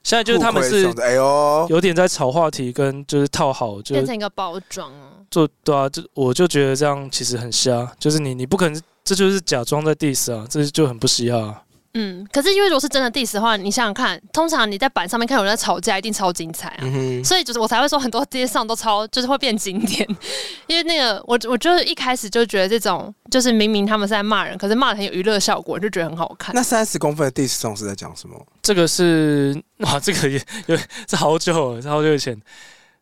C: 现在就是他们
A: 互
C: 是
A: 亏 song 的哎呦，
C: 有点在炒话题，跟就是套好，就是
B: 变成一个包装哦。
C: 做对啊，就我就觉得这样其实很瞎，就是你你不可能，这就是假装在 diss 啊，这就很不嘻哈啊、
B: 嗯，可是因为如果是真的 diss 的话，你想想看，通常你在板上面看有人在吵架，一定超精彩啊。
A: 嗯哼，
B: 所以就是我才会说很多街上都超就是会变经典， 因为那个我我就是一开始就觉得这种就是明明他们是在骂人，可是骂的很有娱乐效果，就觉得很好看。
A: 那三十公分的 diss song 是在讲什么？
C: 这个是啊，这个也有是好久了，是好久以前，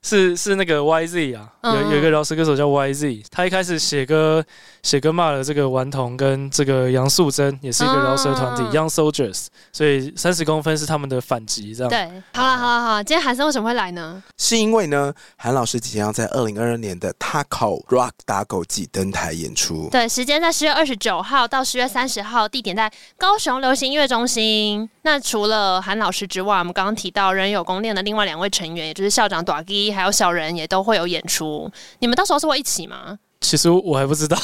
C: 是是那个 YZ 啊，
B: 嗯
C: 有有一个饶舌歌手叫 YZ，他一开始写歌写歌骂了这个顽童跟这个杨素贞，也是一个饶舌团体、
B: 嗯
C: Young Soldiers，所以三十公分是他们的反击，这样。
B: 对，好了好了好了，今天韩生为什么会来呢？
A: 是因为呢，韩老师即将要在二零二二年的 Taco Rock 打狗季登台演出。
B: 对，时间在十月二十九号到十月三十号，地点在高雄流行音乐中心。那除了韩老师之外，我们刚刚提到人有公链的另外两位成员，也就是校长短 a 还有小人，也都会有演出。你们到时候是会一起吗？
C: 其实我还 不知道。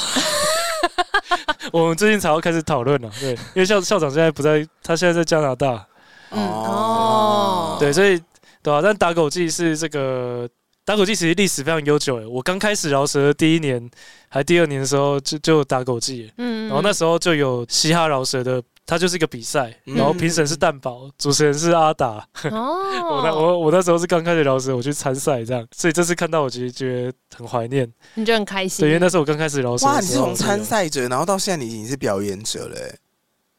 C: 我们最近才要开始讨论了，啊对，因为校校长现在不在，他现在在加拿大，
B: 嗯哦
C: 对，所以对啊，但打狗记是这个打狗记，其实历史非常悠久欸诶。我刚开始饶舌的第一年还第二年的时候就就有打狗记了，
B: 嗯，
C: 然后那时候就有嘻哈饶舌的，它就是一个比赛，
A: 嗯
C: 然后评审是蛋堡，主持人是阿达。我那
B: 哦，
C: 我我那时候是刚开始饶舌，我去参赛这样，所以这次看到我其实觉得很怀念，
B: 你就很开心。
C: 对，因为那时候我刚开始饶舌
A: 哇，
C: 的
A: 你是
C: 时候
A: 从参，赛者，然后到现在你已经是表演者了欸。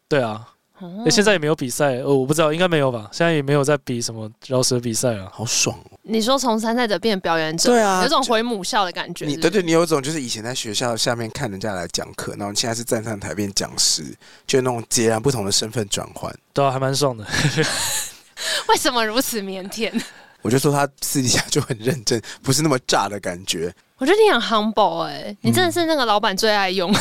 C: 对啊，
B: 哦
C: 诶现在也没有比赛，呃，我不知道应该没有吧，现在也没有在比什么饶舌比赛啊。
A: 好爽哦！
B: 你说从参赛者变表演者，
A: 对啊
B: 有种
A: 就
B: 回母校的感觉。
A: 你
B: 是不
A: 对
B: 是
A: 对，你有一种就是以前在学校下面看人家来讲课，然后你现在是站上台变讲师，就那种截然不同的身份转换。
C: 对啊，还蛮爽的。
B: 为什么如此腼腆？
A: 我就说他私底下就很认真，不是那么炸的感觉。
B: 我觉得你很 humble 哎、你真的是那个老板最爱用，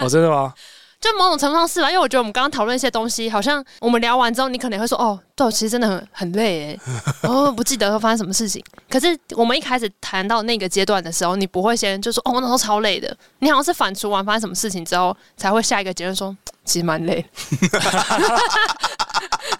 C: 哦，真的吗？
B: 就某种程度上是吧？因为我觉得我们刚刚讨论一些东西，好像我们聊完之后，你可能会说哦，对，我其实真的很很累哎、哦，不记得会发生什么事情。可是我们一开始谈到那个阶段的时候，你不会先就说哦，我那时候超累的，你好像是反刍完发生什么事情之后，才会下一个结论说其实蛮累。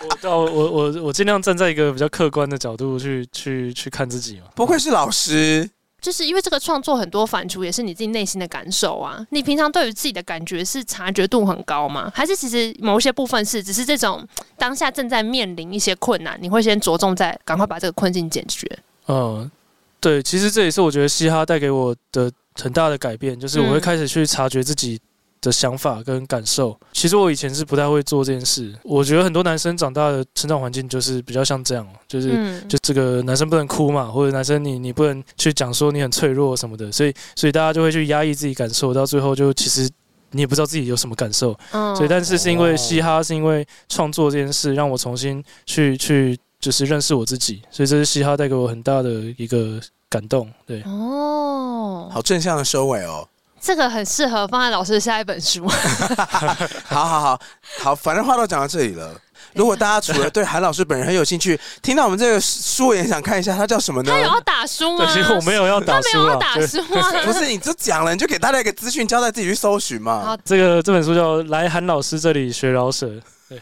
C: 我到我我我尽量站在一个比较客观的角度去去去看自己嘛。
A: 不愧是老师，
B: 就是因为这个创作很多反刍，也是你自己内心的感受啊。你平常对于自己的感觉是察觉度很高吗？还是其实某一些部分是，只是这种当下正在面临一些困难，你会先着重在赶快把这个困境解决？
C: 嗯，对，其实这也是我觉得嘻哈带给我的很大的改变，就是我会
B: 嗯
C: 开始去察觉自己的想法跟感受。其实我以前是不太会做这件事，我觉得很多男生长大的成长环境就是比较像这样，就是。
B: 嗯，
C: 就这个男生不能哭嘛，或者男生你你不能去讲说你很脆弱什么的，所以所以大家就会去压抑自己感受，到最后就其实你也不知道自己有什么感受，
B: 嗯
C: 所以，但是是因为
A: 哦
C: 嘻哈，是因为创作这件事，让我重新去去就是认识我自己，所以这是嘻哈带给我很大的一个感动。对，
B: 哦，
A: 好正向的收尾哦。
B: 这个很适合放在老师的下一本书。
A: 好好好好，反正话都讲到这里了。如果大家除了对韩老师本人很有兴趣，听到我们这个书也想看一下，他叫什么呢
B: 他？有要打书吗
C: 啊 对，？其实我没有要
B: 他
C: 打
B: 没
C: 书
B: 有
C: 啊
B: 要，打
C: 对
B: 书啊。
A: 不是，你就讲了，你就给大家一个资讯，交代自己去搜寻嘛
B: 好。
C: 这个这本书叫《来韩老师这里学饶舌》，
A: 是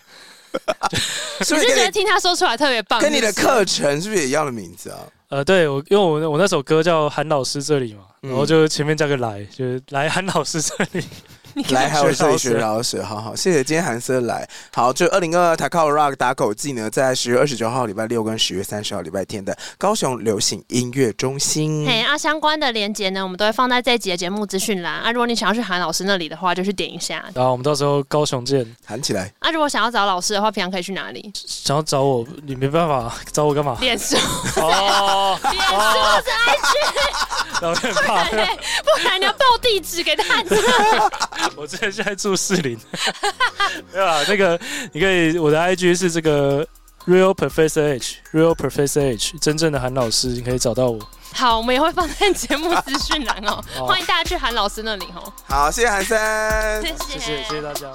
B: 你
A: 不是
B: 是觉
A: 跟
B: 得
A: 你
B: 听他说出来特别棒？
A: 跟你的
B: 是不是
A: 课程是不是也一样的名字啊？
C: 呃，对我因为我那我那首歌叫《韩老师这里》嘛，
A: 嗯
C: 然后就前面加个来，就是来韩老师这里。
A: 来，还有这里学
C: 学饶舌
A: 饶舌，好好，谢谢今天韩瑟来。好，就二零二二 Takao Rock 打狗季呢，在十月二十九号礼拜六跟十月三十号礼拜天的高雄流行音乐中心。
B: 嘿啊，相关的连接呢，我们都会放在这一集的节目资讯栏啊。如果你想要去韩老师那里的话，就去点一下。
C: 然后我们到时候高雄见。
A: 喊起来，
B: 啊，如果想要找老师的话，平常可以去哪里？？
C: 想要找我，你没办法找我干嘛
B: 脸书，
C: 哦，
B: 脸书是
C: 然后很怕。
B: 爱， 不然你要报地址给他 知道。
C: 我之前现在住士林， 对吧？那个你可以，我的 IG 是这个 Real Professor H，Real Professor H，真正的韩老师，你可以找到我。
B: 好，我们也会放在节目资讯栏哦，
C: 好
B: 欢迎大家去韩老师那里哦。
A: 好，谢谢韩森。
B: 谢
C: 谢谢，谢谢大家。